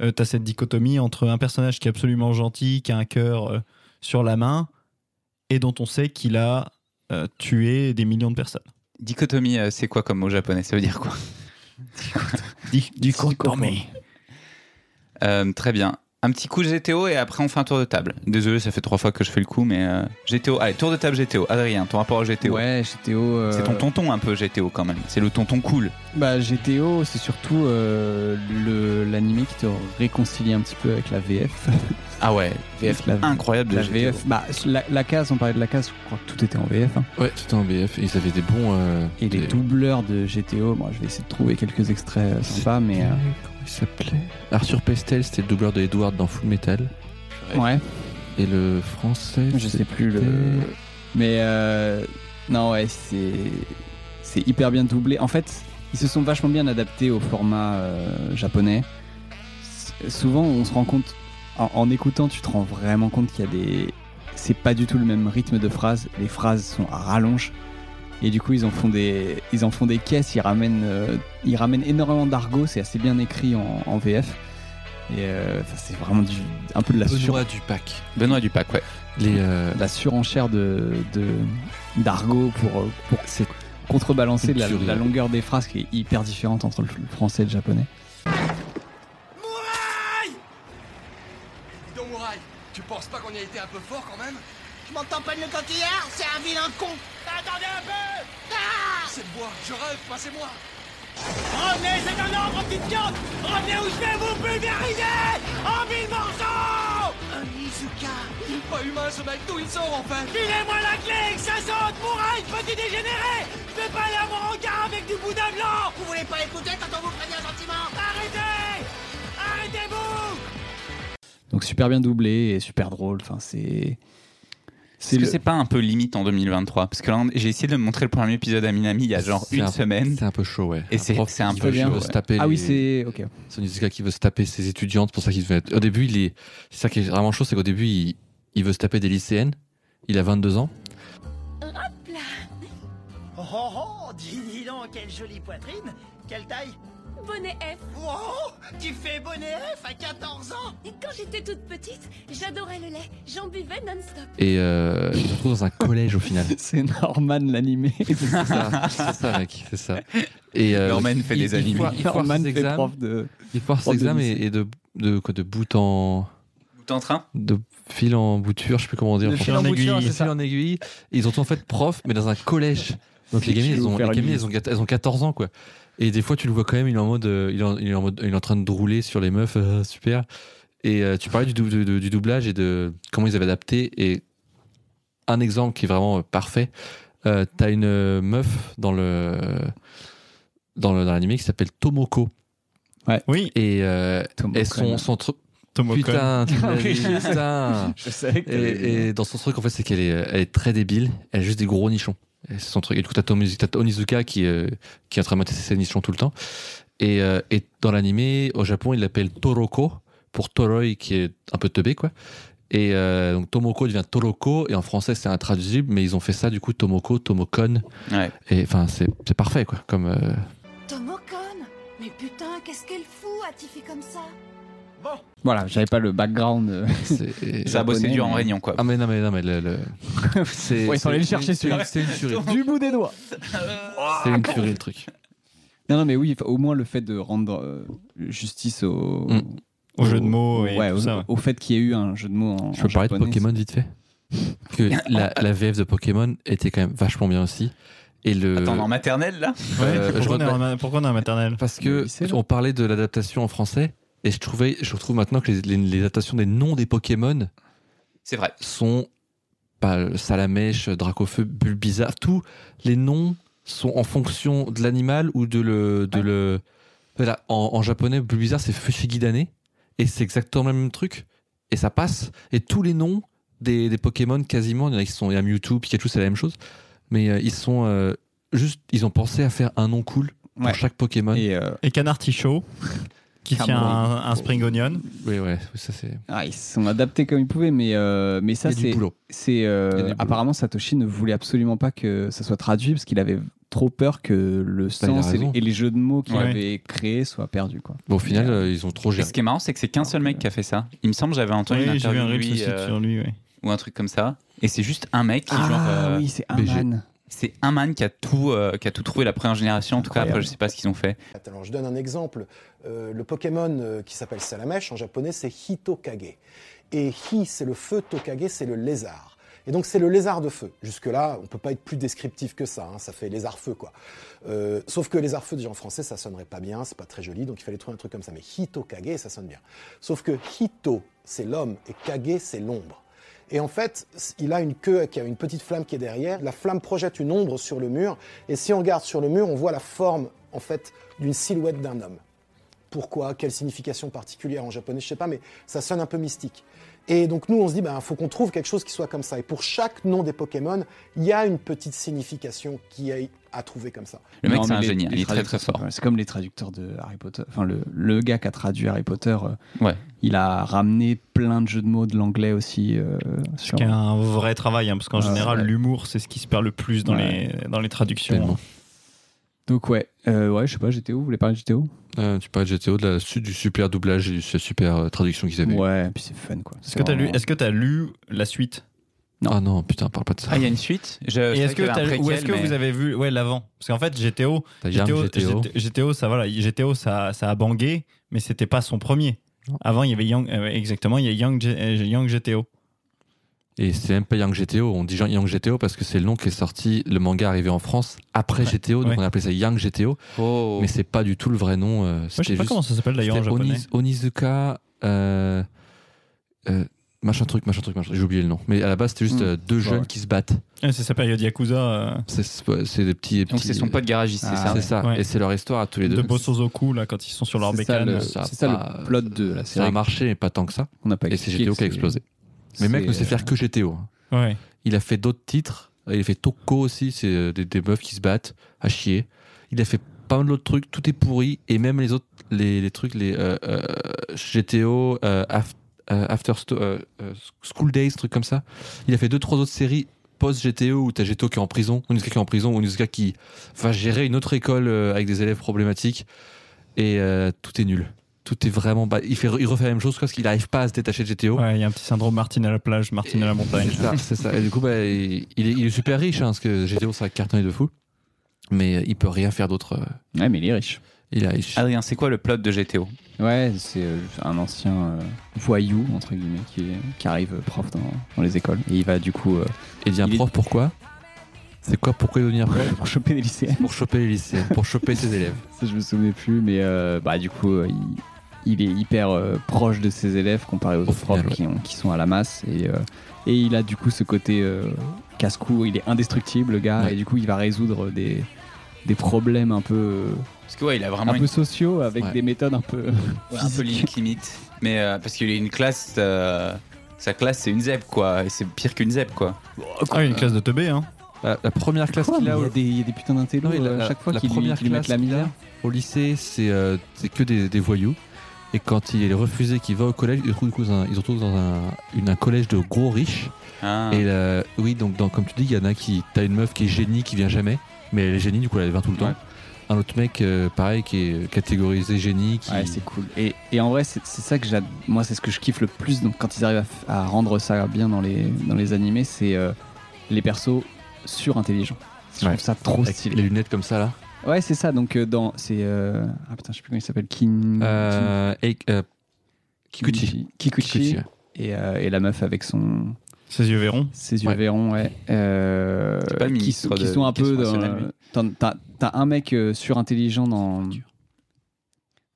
tu as cette dichotomie entre un personnage qui est absolument gentil, qui a un cœur euh, sur la main et dont on sait qu'il a euh, tué des millions de personnes. Dichotomie, euh, c'est quoi comme mot japonais Ça veut dire quoi Dichotomie. Euh, Très bien. Un petit coup de GTO et après on fait un tour de table. Désolé, ça fait trois fois que je fais le coup, mais euh, GTO. Allez, tour de table GTO. Adrien, ton rapport au GTO. Ouais, GTO. euh, C'est ton tonton un peu GTO quand même. C'est le tonton cool. Bah, GTO, c'est surtout euh, le- l'anime qui te réconcilie un petit peu avec la VF. Ah ouais, VF La- incroyable de La GTO. VF, bah, la, la case, on parlait de la case, je crois que tout était en VF. hein. Ouais, c'était en BF. Ils avaient des bons. euh, Et les des- doubleurs de GTO, moi je vais essayer de trouver quelques extraits euh, sympas, mais. hein. euh, Comment il s'appelait Arthur Pestel, c'était le doubleur de Edward dans Full Metal. ouais, Et le français. je sais plus le. c'était- Mais euh, non, ouais, c'est c'est hyper bien doublé. En fait, ils se sont vachement bien adaptés au format euh, japonais. S- souvent, on se rend compte, en, en écoutant, tu te rends vraiment compte qu'il y a des. C'est pas du tout le même rythme de phrase. Les phrases sont à rallonge. Et du coup, ils en font des, ils en font des caisses. Ils ramènent, euh, ils ramènent énormément d'argot. C'est assez bien écrit en, en VF. Et euh, enfin, c'est vraiment du, un peu de la, sur, Benoît Dupac. Benoît Dupac, ouais. Les. euh, la surenchère de de- d'argot pour, euh, pour c'est- contrebalancer la, Culturel. la longueur des phrases qui est hyper différente entre le français et le japonais. Dis donc, Mouraille, tu penses pas qu'on y a été un peu fort quand même Je m'entends pas de le coquillard, c'est un vilain con Attendez un peu C'est de bois, je rêve, passez-moi Revenez, c'est un ordre, petite viande Revenez ou je vais vous pulvériser En mille morceaux Un Izuka Il est pas humain ce mec, d'où il sort en fait Filez-moi la clé, que ça saute Mouraille, petit dégénéré Je vais pas aller à mon hangar avec du boudin blanc Vous voulez pas écouter quand on vous prévient gentiment Arrêtez Arrêtez-vous Donc super bien doublé et super drôle. Enfin, c'est Est-ce c'est que le- c'est pas un peu limite en 2023 Parce que là, on- j'ai essayé de montrer le premier épisode à Minami il y a genre c'est une un- semaine. C'est un peu chaud, ouais. Et c'est- prof c'est un qui peu veut- qui bien, veut ouais. se taper ah oui les- c'est ok. Son Izuka qui veut se taper ses étudiantes, c'est pour ça qu'il veut être. Au début, il est. C'est ça qui est vraiment chaud, c'est qu'au début, il... il veut se taper des lycéennes. Il a 22 ans. Oh oh oh dis, dis donc, quelle jolie poitrine Quelle taille bonnet F. Wow Tu fais bonnet F à 14 ans Et quand j'étais toute petite, j'adorais le lait. J'en buvais non-stop. Et euh, il se retrouve dans un collège au final. C'est Norman l'animé. C'est ça, c'est ça, mec, c'est ça. Et euh, Norman fait il- des il animés. foire- Il foire Norman ses fait examens, prof de. il foire ses prof de examens et, lycée. et de, de, quoi, de bout en. Tout en train de fil en bouture, je sais plus comment dire. De en fil en français. aiguille, De c'est fil en aiguille. Et ils ont en fait prof, mais dans un collège. Donc les Je gamines, vais ils vous ont, les faire une gamines, idée. elles ont, quat- elles ont 14 ans, quoi. Et des fois, tu le vois quand même, il est en mode, euh, il est en, il est en mode- il est en train de drouler sur les meufs, euh, super. Et euh, tu parlais du, dou- du- du doublage et de comment ils avaient adapté. Et un exemple qui est vraiment euh, parfait, euh, t'as une euh, meuf dans le dans le- dans l'anime qui s'appelle Tomoko. Oui, Et euh, Tomoko, elles sont, ouais. sont trop- Tomoko. Putain, tu Ah m'as Oui. dit, putain. Je sais que. Et, et dans son truc, en fait, c'est qu'elle est, euh, elle est très débile. Elle a juste des gros nichons. Et C'est son truc. Et du coup, t'as Tomi- t'as Onizuka qui, euh, qui est en train de mater ses nichons tout le temps. Et, euh, et dans l'animé, au Japon, il l'appelle Toroko pour Toroi qui est un peu teubé, quoi. Et euh, donc Tomoko devient Toroko et en français c'est intraduisible, mais ils ont fait ça du coup Tomoko, Tomokon. Ouais. Et enfin, c'est c'est parfait, quoi. Comme. euh, Tomocon Mais putain, qu'est-ce qu'elle fout à tiffer comme ça Voilà, j'avais pas le background. euh, c'est- Ça a bossé Japonais, dur en mais- réunion, quoi. Ah, mais non, mais non, mais le. le- c'est- Ouais, ils sont allés le c'est- chercher, c'est- celui-là. C'est une tuerie. du bout des doigts. C'est une tuerie, le truc. Non, non, mais oui, enfin, au moins le fait de rendre euh, justice au. Mm. Au jeu de mots et ouais, tout au, ça. ouais. au fait qu'il y ait eu un jeu de mots en. Je peux en parler de japonais, Pokémon vite fait que la, la VF de Pokémon était quand même vachement bien aussi. Et le, euh, Attends, en maternelle, là Ouais, euh, je pourquoi, on est regrette- en- pourquoi on est en maternelle parce Le que lycée, là on parlait de l'adaptation en français et je trouvais, je trouve maintenant que les, les- les adaptations des noms des Pokémon C'est vrai. sont pas Salamèche, Dracofeu, Bulbizarre, tous les noms sont en fonction de l'animal ou de le de le voilà, en, en japonais Bulbizarre c'est Fushigidane et c'est exactement le même truc et ça passe et tous les noms des, des Pokémon quasiment il y en a qui sont il y a Mewtwo, Pikachu c'est la même chose mais euh, ils sont euh, juste ils ont pensé à faire un nom cool pour Ouais. chaque Pokémon. Et, euh, Et Canard Tichot, qui tient un, un spring onion. Oui ouais, oui, ça c'est ah, ils se sont adaptés comme ils pouvaient, mais, euh, mais ça, il y a du c'est. boulot. c'est euh, Il y a du boulot. apparemment, Satoshi ne voulait absolument pas que ça soit traduit parce qu'il avait trop peur que le Bah, il a sens et, raison. et les jeux de mots qu'il Ouais. avait créés soient perdus. Quoi. Bon, au final euh, ils ont trop Et géré. ce qui est marrant, c'est que c'est qu'un seul mec qui a fait ça. Il me semble, j'avais entendu une Oui, j'ai vu interview un de reel lui, aussi euh, sur lui. ouais. ou un truc comme ça. Et c'est juste un mec qui, genre, Ah euh, oui, c'est un BG. man. c'est un man qui a tout, euh, qui a tout trouvé la première génération. En tout cas, après, Incroyable. je sais pas ce qu'ils ont fait. Alors je donne un exemple. Euh, le Pokémon euh, qui s'appelle Salamèche en japonais c'est Hitokage. Et Hi c'est le feu, Tokage c'est le lézard. Et donc c'est le lézard de feu. Jusque-là, on peut pas être plus descriptif que ça, hein, ça fait lézard feu quoi. Euh, sauf que lézard feu déjà en français ça sonnerait pas bien, c'est pas très joli, donc il fallait trouver un truc comme ça. Mais Hitokage ça sonne bien. Sauf que Hito c'est l'homme et Kage c'est l'ombre. Et en fait, il a une queue qui a une petite flamme qui est derrière. La flamme projette une ombre sur le mur. Et si on regarde sur le mur, on voit la forme, en fait, d'une silhouette d'un homme. Pourquoi Quelle signification particulière en japonais Je sais pas, mais ça sonne un peu mystique. Et donc, nous, on se dit, ben, faut qu'on trouve quelque chose qui soit comme ça. Et pour chaque nom des Pokémon, il y a une petite signification qui est à trouver comme ça. Le mec, Non, c'est mais un les- hein. génie. hein. les Il est très très traducteurs sont fort. pas mal. C'est comme les traducteurs de Harry Potter. Enfin, le, le gars qui a traduit Harry Potter, euh, Ouais. il a ramené plein de jeux de mots de l'anglais aussi. euh, sur... Qui a un vrai travail, hein, parce qu'en Ah, général, ouais. l'humour, c'est ce qui se perd le plus dans, Ouais. les, dans les traductions. Tellement. Donc, ouais, Euh, ouais je sais pas, GTO, vous voulez parler de GTO Euh, tu parlais de GTO, de la, su- du super doublage et de la super euh, traduction qu'ils avaient. eu. Ouais, et puis c'est fun quoi. Est-ce que tu as, lu- est-ce que t'as lu la suite Ah non, putain, parle pas de ça. Ah, il y a une suite Je- je Et est-ce savais que, qu'il y avait un t'as- ou préquel, est-ce que mais- vous avez vu ouais, l'avant Parce qu'en fait, GTO, T'as Yam, GTO, GTO. GT- GTO, ça, voilà, GTO ça, ça a bangué, mais c'était pas son premier. Non. Avant, il y avait Young, euh, exactement, il y a Young, G- euh, Young GTO. Et c'est même pas Yang GTO, on dit Yang Yang GTO parce que c'est le nom qui est sorti, le manga est arrivé en France après GTO, donc Ouais. on appelait ça Yang GTO, Oh. mais c'est pas du tout le vrai nom. euh, Moi, je sais c'était pas juste- comment ça s'appelle d'ailleurs en c'était japonais. Oniz- Onizuka, euh, euh, machin truc, machin truc, machin truc, j'ai oublié le nom. Mais à la base, c'était juste Hmm. euh, deux jeunes ouais. qui se battent. Ouais, c'est sa période Yakuza euh, C'est c'est des petits. Donc, c'est son pote garagiste, c'est Ah, ça C'est ça, Ouais. et c'est leur histoire à tous les deux. de Bosozoku, là, quand ils sont sur leur C'est ça, bécane. le, ça a c'est ça pas- le plot de la Ça a série marché, mais pas tant que ça. qu'on n'a pas Et c'est expliqué, GTO qui a c'est- explosé. Mais le mec ne c'est- sait faire que GTO. hein. Ouais. Il a fait d'autres titres. Il a fait Toko aussi, c'est euh, des, des meufs qui se battent à chier. Il a fait pas mal d'autres trucs, tout est pourri. Et même les autres, les, les trucs, les euh, euh, GTO, euh, Af- euh, After Sto- euh, euh, School Days, trucs comme ça. Il a fait deux, trois autres séries post-GTO où t'as GTO qui est en prison, Onizuka qui est en prison, Onizuka qui va gérer une autre école euh, avec des élèves problématiques. et euh, tout est nul. Tout est vraiment bas. Il, fait, il refait la même chose parce qu'il n'arrive pas à se détacher de GTO. Ouais, il y a un petit syndrome Martine à la plage, Martine à la montagne. C'est ça, c'est ça. Et du coup, bah, il, il est, il est super riche, hein, parce que GTO, ça cartonné de fou. Mais euh, il peut rien faire d'autre. euh, Ouais, mais il est riche. Il est Ah, riche. Adrien, Ah hein, c'est quoi le plot de GTO Ouais, c'est euh, un ancien euh, voyou, entre guillemets, qui, est- qui arrive euh, prof dans, dans les écoles. Et il va du coup euh, Et devient il est- prof, pourquoi C'est quoi Pourquoi il veut devenir prof choper des lycéens. Pour choper les lycéens, pour choper ses élèves. Ça, je me souvenais plus, mais euh, bah, du coup, euh, il, il est hyper euh, proche de ses élèves comparé aux Au autres profs final, ouais. qui, ont- qui sont à la masse. Et, euh, et il a du coup ce côté euh, casse-cou, il est indestructible, le gars, Ouais. et du coup, il va résoudre des, des problèmes un peu, euh, Parce que ouais, il a vraiment un une, peu sociaux avec Ouais. des méthodes un peu. ouais, un peu limite limite. Mais euh, parce qu'il a une classe, euh, sa classe c'est une zèbre quoi, et c'est pire qu'une zèbre quoi. Ah, une classe de teubé, hein. La, la première classe qu'il il, y a au, a des, il y a des putains d'intello Non, il a- euh, à la- chaque fois la qu'ils lui, première qu'ils lui mettent classe la misère. au lycée, c'est euh, c'est que des, des voyous. Et quand il est refusé qu'il va au collège, il se retrouve, du coup dans un- il se retrouve dans un, une- un collège de gros riches. Ah. Et là, oui, donc dans- comme tu dis, il y en a qui. T'as une meuf qui est génie qui vient jamais, mais elle est génie, du coup elle vient tout le Ouais. temps. Un autre mec, euh, pareil, qui est catégorisé génie, qui. Ouais, c'est cool. Et, et en vrai, c'est c'est ça que j'ad- moi, c'est ce que je kiffe le plus. Donc, quand ils arrivent à f- à, rendre ça bien dans les, dans les animés, c'est euh, les persos surintelligents. Je Ouais. trouve ça trop avec les stylé. lunettes comme ça là. Ouais, c'est ça. Donc, euh, dans. C'est. euh, Ah putain, je sais plus comment il s'appelle. Kin... Euh, et, euh, Kikuchi. Mm. Kikuchi. Kikuchi. Kikuchi, ouais. Et, euh, et la meuf avec son, Ses yeux verrons. ses yeux Ouais. verrons, ouais. Euh, C'est pas le qui, ministre sont- qui de sont un peu l'Éducation dans. nationale, lui. t'en- T'as t'as un mec euh, surintelligent dans.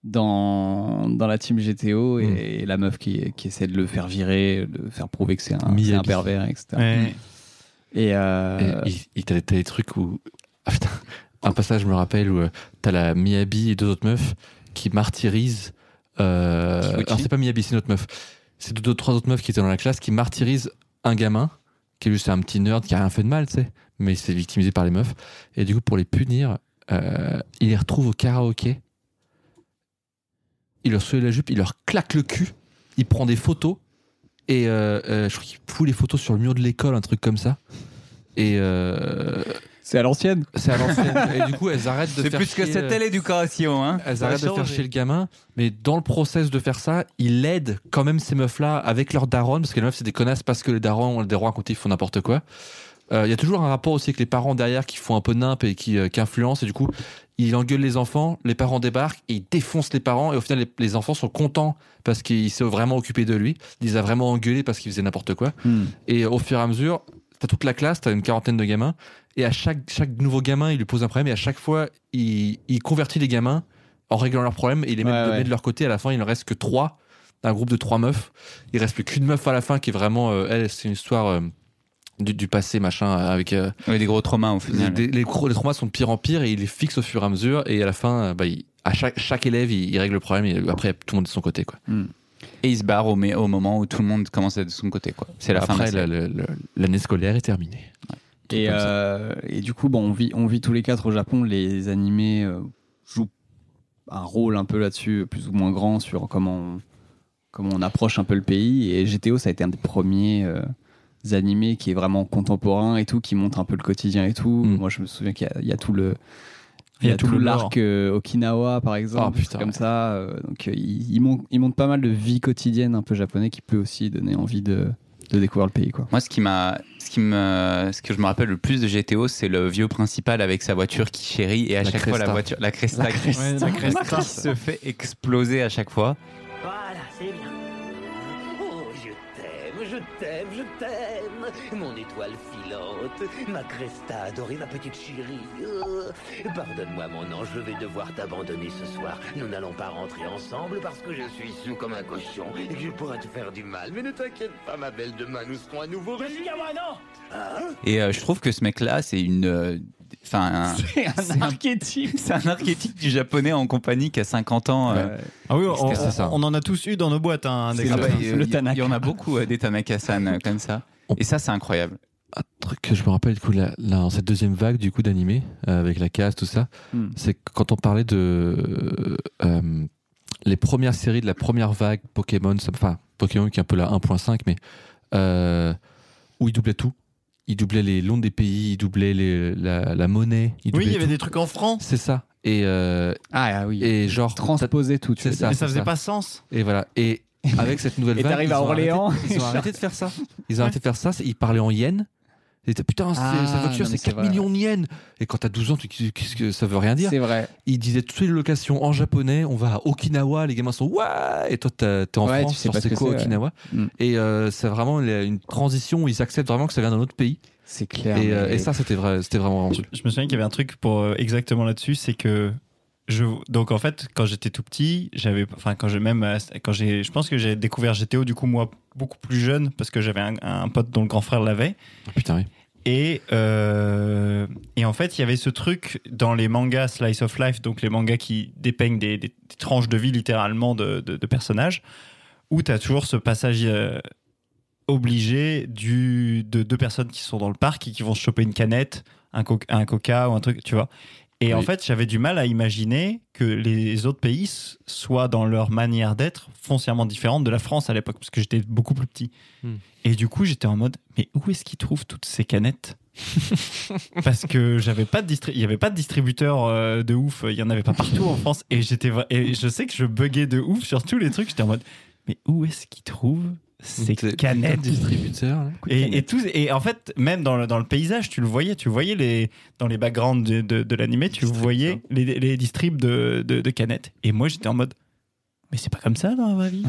Dans, dans la team GTO et, Mm. et la meuf qui, qui essaie de le faire virer, de faire prouver que c'est un, Miyabi. c'est un pervers, etc. Ouais. Et, euh, Et il- il t'a t'as des trucs où. Ah putain, un passage, je me rappelle, où euh, t'as la Miyabi et deux autres meufs qui martyrisent. euh, Kikuchi. Alors, c'est pas Miyabi, c'est une autre meuf. C'est deux, deux, trois autres meufs qui étaient dans la classe qui martyrisent un gamin qui est juste un petit nerd qui a rien fait de mal, tu sais, mais c'est victimisé par les meufs. Et du coup, pour les punir, euh, il les retrouve au karaoké. Il leur soulève la jupe, il leur claque le cul, il prend des photos et euh, euh, je crois qu'il fout les photos sur le mur de l'école, un truc comme ça. Et euh, c'est à l'ancienne. c'est à l'ancienne. et du coup, elles arrêtent de C'est faire plus que chier, cette euh, telle éducation hein. Elles Ça arrêtent a de faire changé. chez le gamin, mais dans le process de faire ça, il aide quand même ces meufs-là avec leurs darons, parce que les meufs, c'est des connasses parce que les darons, les rois, quand ils font n'importe quoi. Euh, Il y a toujours un rapport aussi avec les parents derrière qui font un peu nimp et qui, euh, qui influencent, et du coup, il engueule les enfants, les parents débarquent, et il défonce les parents, et au final, les, les enfants sont contents parce qu'il s'est vraiment occupé de lui, il les a vraiment engueulés parce qu'ils faisaient n'importe quoi. Et au fur et à mesure, t'as toute la classe, t'as une quarantaine de gamins, et à chaque, chaque nouveau gamin, il lui pose un problème, et à chaque fois, il, il convertit les gamins en réglant leurs problèmes, et il les met, Ouais, de- ouais. met de leur côté. À la fin, il ne reste que trois, un groupe de trois meufs. Il reste plus qu'une meuf à la fin qui est vraiment, euh, elle, c'est une histoire euh, du, du passé, machin, avec. euh, Ouais, des gros traumas au les, final. les, les cro- les traumas sont de pire en pire, et il les fixe au fur et à mesure, et à la fin, euh, bah, il- à chaque, chaque élève, il, il règle le problème, et après, tout le monde est de son côté, quoi. Et il se barre au, mais- au moment où tout le monde commence à être de son côté quoi. C'est la fin de la après, série. la- le- le- l'année scolaire est terminée. Tout Et, comme ça. euh, et du coup, bon, on vit, on vit tous les quatre au Japon. Les animés euh, jouent un rôle un peu là-dessus, plus ou moins grand, sur comment on, comment on approche un peu le pays. Et GTO, ça a été un des premiers euh, animés qui est vraiment contemporain et tout, qui montre un peu le quotidien et tout. Mm. Moi, je me souviens qu'il y a- il y, a tout le. Il y a tout, le lore. l'arc euh, Okinawa, par exemple, Ah, des trucs putain, comme ouais. ça. euh, donc, euh, il, il montre, il montre pas mal de vie quotidienne un peu japonais qui peut aussi donner envie de, de découvrir le pays. Quoi. Moi, ce qui m'a, ce qui me, ce que je me rappelle le plus de GTO, c'est le vieux principal avec sa voiture qui chérit et à La chaque fois la Cresta. voiture, la Cresta, qui- Ouais, la Cresta. qui se fait exploser à chaque fois. Voilà, c'est bien. Oh, je t'aime, je t'aime, je t'aime. Mon étoile filante, ma cresta adorée, ma petite chérie. Euh, Pardonne-moi, mon ange, je vais devoir t'abandonner ce soir. Nous n'allons pas rentrer ensemble parce que je suis sous comme un cochon et que je pourrais te faire du mal. Mais ne t'inquiète pas, ma belle, demain nous serons à nouveau réunis. Et euh, je trouve que ce mec-là, c'est une, euh, enfin, C'est un archétype. un- c'est un archétype du japonais en compagnie qui a 50 ans. euh, Ah oui, on, C'est ça. on- on en a tous eu dans nos boîtes, hein, des C'est ah bah, gars. et, euh, le il y- Tanaka. Il y en a beaucoup euh, des Tanaka-san euh, comme ça. Et ça, c'est incroyable. un truc que je me rappelle du coup là, là, dans cette deuxième vague du coup d'animé euh, avec la case tout ça Hmm. c'est que quand on parlait de euh, euh, les premières séries de la première vague Pokémon ça- enfin Pokémon qui est un peu la 1.5 mais euh, où ils doublaient tout ils doublaient les noms des pays ils doublaient les- la, la monnaie Oui, ils il y doublaient avait tout. des trucs en francs. c'est ça Et, euh, Ah, ah oui. et genre, Transposer tout, tu c'est veux ça. dire. Mais ça faisait pas sens. Et voilà. Et avec cette nouvelle Et vague, t'arrives ils à ont arrêté- Orléans. ils ont arrêté de faire ça. Ils ont arrêté de faire ça. c'est- Ils parlaient en yens. Ils étaient, putain, c'est- Ah, sa voiture, non, mais c'est c'est 4 vrai. millions de yens. Et quand t'as 12 ans, tu, qu'est-ce que ça veut rien dire C'est vrai. Ils disaient toutes les locations en japonais. On va à Okinawa. Les gamins sont ouais. Et toi, t'as- t'es en Ouais, France. tu sais genre, pas ce c'est que quoi c'est, ouais. Okinawa Mm. Et euh, c'est vraiment la- une transition où ils acceptent vraiment que ça vient d'un autre pays. C'est clair. et, euh, mais- et ça, c'était vrai, c'était vraiment Je, rendu. je me souviens qu'il y avait un truc pour euh, exactement là-dessus, c'est que je donc en fait quand j'étais tout petit, j'avais enfin quand j'ai même euh, quand j'ai je pense que j'ai découvert GTO du coup moi beaucoup plus jeune parce que j'avais un, un pote dont le grand frère l'avait Ah, Putain, oui. et euh, et en fait il y avait ce truc dans les mangas slice of life donc les mangas qui dépeignent des, des- des tranches de vie littéralement de, de- de personnages où tu as toujours ce passage euh, obligé du, de deux personnes qui sont dans le parc et qui vont se choper une canette, un, co- un coca ou un truc, tu vois. Et en fait, j'avais du mal à imaginer que les autres pays s- soient dans leur manière d'être foncièrement différente de la France à l'époque, parce que j'étais beaucoup plus petit. Hmm. Et du coup, j'étais en mode, mais où est-ce qu'ils trouvent toutes ces canettes Parce que j'avais pas de distri- il n'y avait pas de distributeur euh, de ouf, il y en avait pas partout en France. Et j'étais, vra- et je sais que je buguais de ouf sur tous les trucs. J'étais en mode, mais où est-ce qu'ils trouvent ces Putain, canettes distributeur. là. et, et, tous- et en fait, même dans le, dans le paysage, tu le voyais, tu voyais les, dans les backgrounds de, de, de l'animé, tu hein. voyais les, les distribs de, de, de canettes. Et moi, j'étais en mode, mais c'est pas comme ça dans la vraie vie.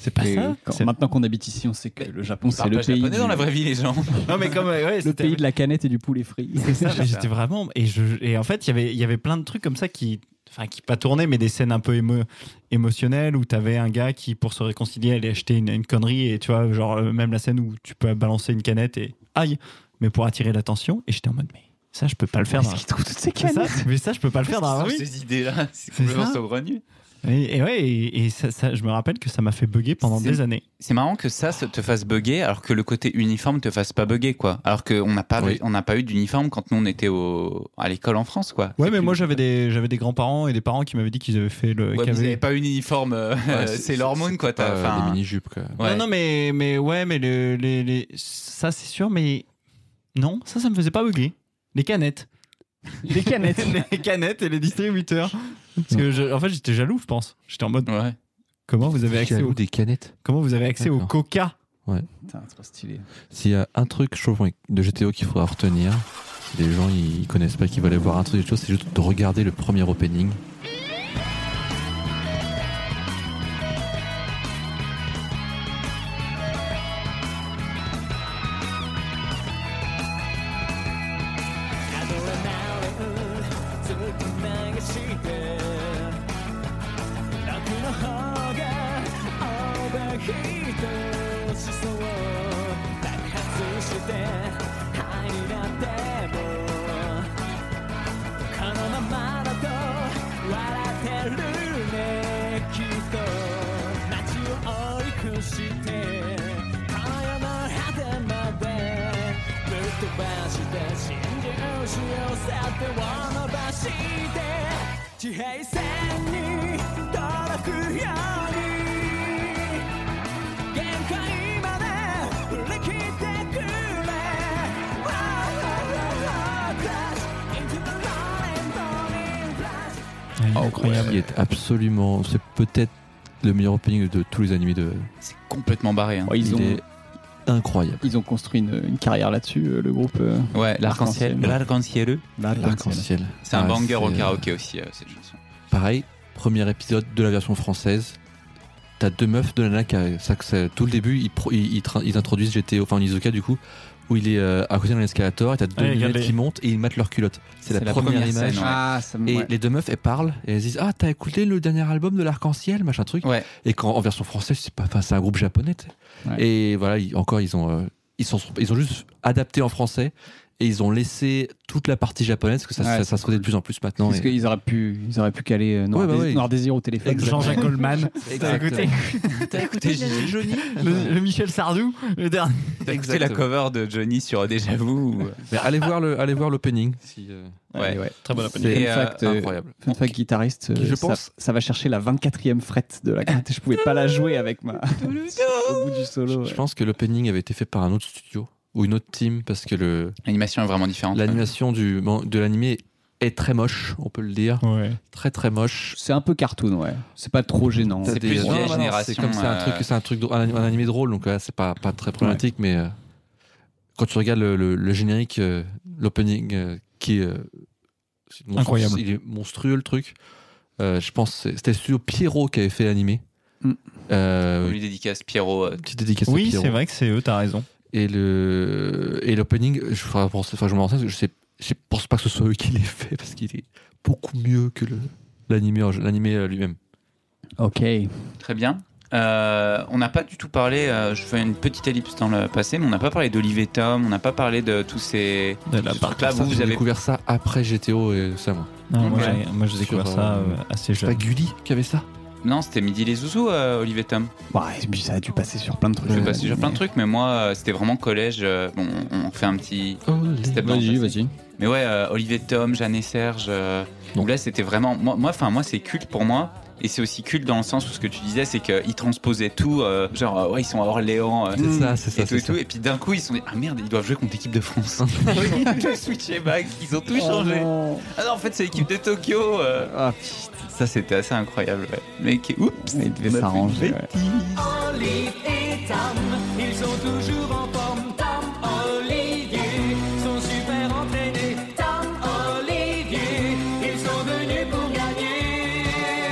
C'est pas Et ça. quand- C'est- maintenant qu'on habite ici, on sait que le Japon, c'est Parle le pas pays, japonais du- dans la vraie vie, les gens. Non, mais comme, ouais, le c'était- pays de la canette et du poulet frit. C'est ça, mais j'étais vraiment. Et, je, et en fait, il y avait- il y avait plein de trucs comme ça qui. Enfin, qui pas tournaient, mais des scènes un peu émo- émotionnelles où t'avais un gars qui, pour se réconcilier, allait acheter une, une connerie. Et tu vois, genre, euh, même la scène où tu peux balancer une canette et aïe, mais pour attirer l'attention. Et j'étais en mode, mais ça, je peux pas le faire. Dans... Est-ce qu'ils trouvent toutes ces Mais ça, canettes mais ça, je peux pas le faire dans la Ils ont rue. Ces idées-là, c'est C'est complètement ça. saugrenu. Et, et ouais, et, et ça, ça- je me rappelle que ça m'a fait bugger pendant C'est- des années. C'est marrant que ça se- te fasse bugger alors que le côté uniforme te fasse pas bugger quoi. Alors qu'on n'a pas Oui. on n'a pas eu d'uniforme quand nous on était au, à l'école en France quoi. Ouais, C'est mais plus- moi, j'avais des, j'avais des grands-parents et des parents qui m'avaient dit qu'ils avaient fait le. Ouais, qu'ils mais vous avaient- n'avez pas eu d'uniforme, euh, Ouais, c'est l'hormone quoi. pas, t'as- euh, enfin, des mini-jupes, quoi. ouais. Non, non, mais, mais ouais, mais le- les, les- ça c'est sûr, mais non, ça, ça me faisait pas bugger. Les canettes. Des canettes. les canettes et les distributeurs. Parce que, je- en fait, j'étais jaloux, je pense. J'étais en mode, Ouais. comment vous avez accès au, des canettes. comment vous avez accès au D'accord. coca Putain, c'est pas stylé. S'il y a un truc chauvin de GTO qu'il faudra retenir, si les gens ils connaissent pas, qu'ils veulent aller voir un truc, des choses, c'est juste de regarder le premier opening. Ah, Oh. Qui est absolument. C'est peut-être le meilleur opening de tous les animés de. C'est complètement barré. hein. Ouais, ils, il ont, est incroyable. ils ont construit une, une carrière là-dessus, euh, le groupe. euh, Ouais, l'arc-en-ciel. L'arc-en-ciel. L'arc-en-ciel. L'arc-en-ciel. C'est un Ah, banger au c'est, euh, karaoké aussi euh, cette chanson. Pareil, premier épisode de la version française. T'as deux meufs de nana qui arrivent. Ça, que c'est- tout le début, ils, pro- ils, ils tra- ils introduisent GTO, enfin Nizuka du coup, où il est euh, à côté d'un escalator et t'as deux Ouais, lunettes regardez. qui montent et ils mettent leur culotte. C'est la, première, image. scène, ouais. Ah, ça me. Et ouais. les deux meufs, elles parlent et elles disent Ah, t'as écouté le dernier album de l'Arc-en-Ciel, machin truc. Ouais. Et quand en version française, c'est pas, enfin, c'est un groupe japonais. tu sais. Ouais. Et voilà, ils- encore, ils ont, euh, ils sont, ils ont juste adapté en français et ils ont laissé toute la partie japonaise, parce que ça, Ouais, ça, ça se connaît de plus en plus maintenant. Parce et- qu'ils auraient pu, ils auraient pu caler euh, Noir, Ouais, bah Dés- oui. Noir Désir au téléphone. Exactement. Jean-Jacques Goldman, T'as écouté, T'as écouté Gigi Johnny le, le Michel Sardou, le dernier. T'as écouté la cover de Johnny sur euh, Déjà Vu Mais allez voir le, allez voir l'opening. si, euh, Ouais. Très bonne C'est Et, Fun euh, fact, euh, incroyable. fun fact guitariste, euh, Qui, je ça, pense- ça va chercher la 24e frette de la canette. Je pouvais pas la jouer avec ma. au bout du solo. Je ouais. pense que l'opening avait été fait par un autre studio ou une autre team parce que le L'animation est vraiment différente. hein. l'animation du man- de l'animé est très moche, on peut le dire. Ouais. Très très moche. C'est un peu cartoon, ouais. C'est pas trop gênant. C'est T'as plus euh, vieille non, non, non, C'est génération, comme c'est un euh, truc, c'est un truc, dr- un, anim- un animé drôle, donc euh, c'est pas, pas très problématique, mais euh, quand tu regardes le, le- le générique, euh, l'opening, euh, qui est, euh, c'est monstru- Incroyable. il est monstrueux le truc. Euh, je pense que c'est- c'était le studio Pierrot qui avait fait l'animé. Mm. On Euh, lui dédicace Pierrot. euh, petite dédicace à Oui, Pierrot. c'est vrai que c'est eux, t'as raison. Et le et l'opening, je ferai penser- enfin je me renseigne, parce que je sais, je pense pas que ce soit eux qui l'aient fait parce qu'il est beaucoup mieux que le l'animé en- l'animé euh, lui-même. Ok. Très bien. Euh, on n'a pas du tout parlé, euh, je fais une petite ellipse dans le passé, mais on n'a pas parlé d'Olivier Tom, on n'a pas parlé de tous ces, De la ces trucs-là. Ça, Bah, Vous, vous j'ai avez découvert ça après GTO et ça moi. Non, moi, Ouais. j'ai- moi, j'ai découvert Sur, ça euh, euh, assez C'est pas jeune. Gulli qui avait ça Non, c'était Midi les Zouzous, euh, Olivier Tom. Bah, et puis ça a dû passer sur plein de trucs. Je vais passer sur plein de trucs, mais moi, euh, c'était vraiment collège. euh, bon, on on fait un petit. C'était pas Vas-y, en passé. vas-y. Mais ouais, euh, Olivier Tom, Jeanne et Serge. euh, Non. où là, c'était vraiment. Moi, moi, enfin, moi, c'est culte pour moi. Et c'est aussi culte dans le sens où ce que tu disais, c'est qu'ils transposaient tout. euh, genre, euh, ouais, ils sont à Orléans. euh, C'est ça, c'est ça. et tout c'est et ça. tout. Et puis d'un coup, ils se sont dit Ah merde, ils doivent jouer contre l'équipe de France. ils ont tout switché back, ils ont tout changé. ah non, en fait, c'est l'équipe de Tokyo. euh. Oh Ah putain, Ça, c'était assez incroyable. ouais. Mais qui... oups, il on devait a fait s'arranger. une ouais. Olive et Tam, ils sont toujours en forme. Tam, Olivier, sont super entraînés. Tam, Olivier, ils sont venus pour gagner.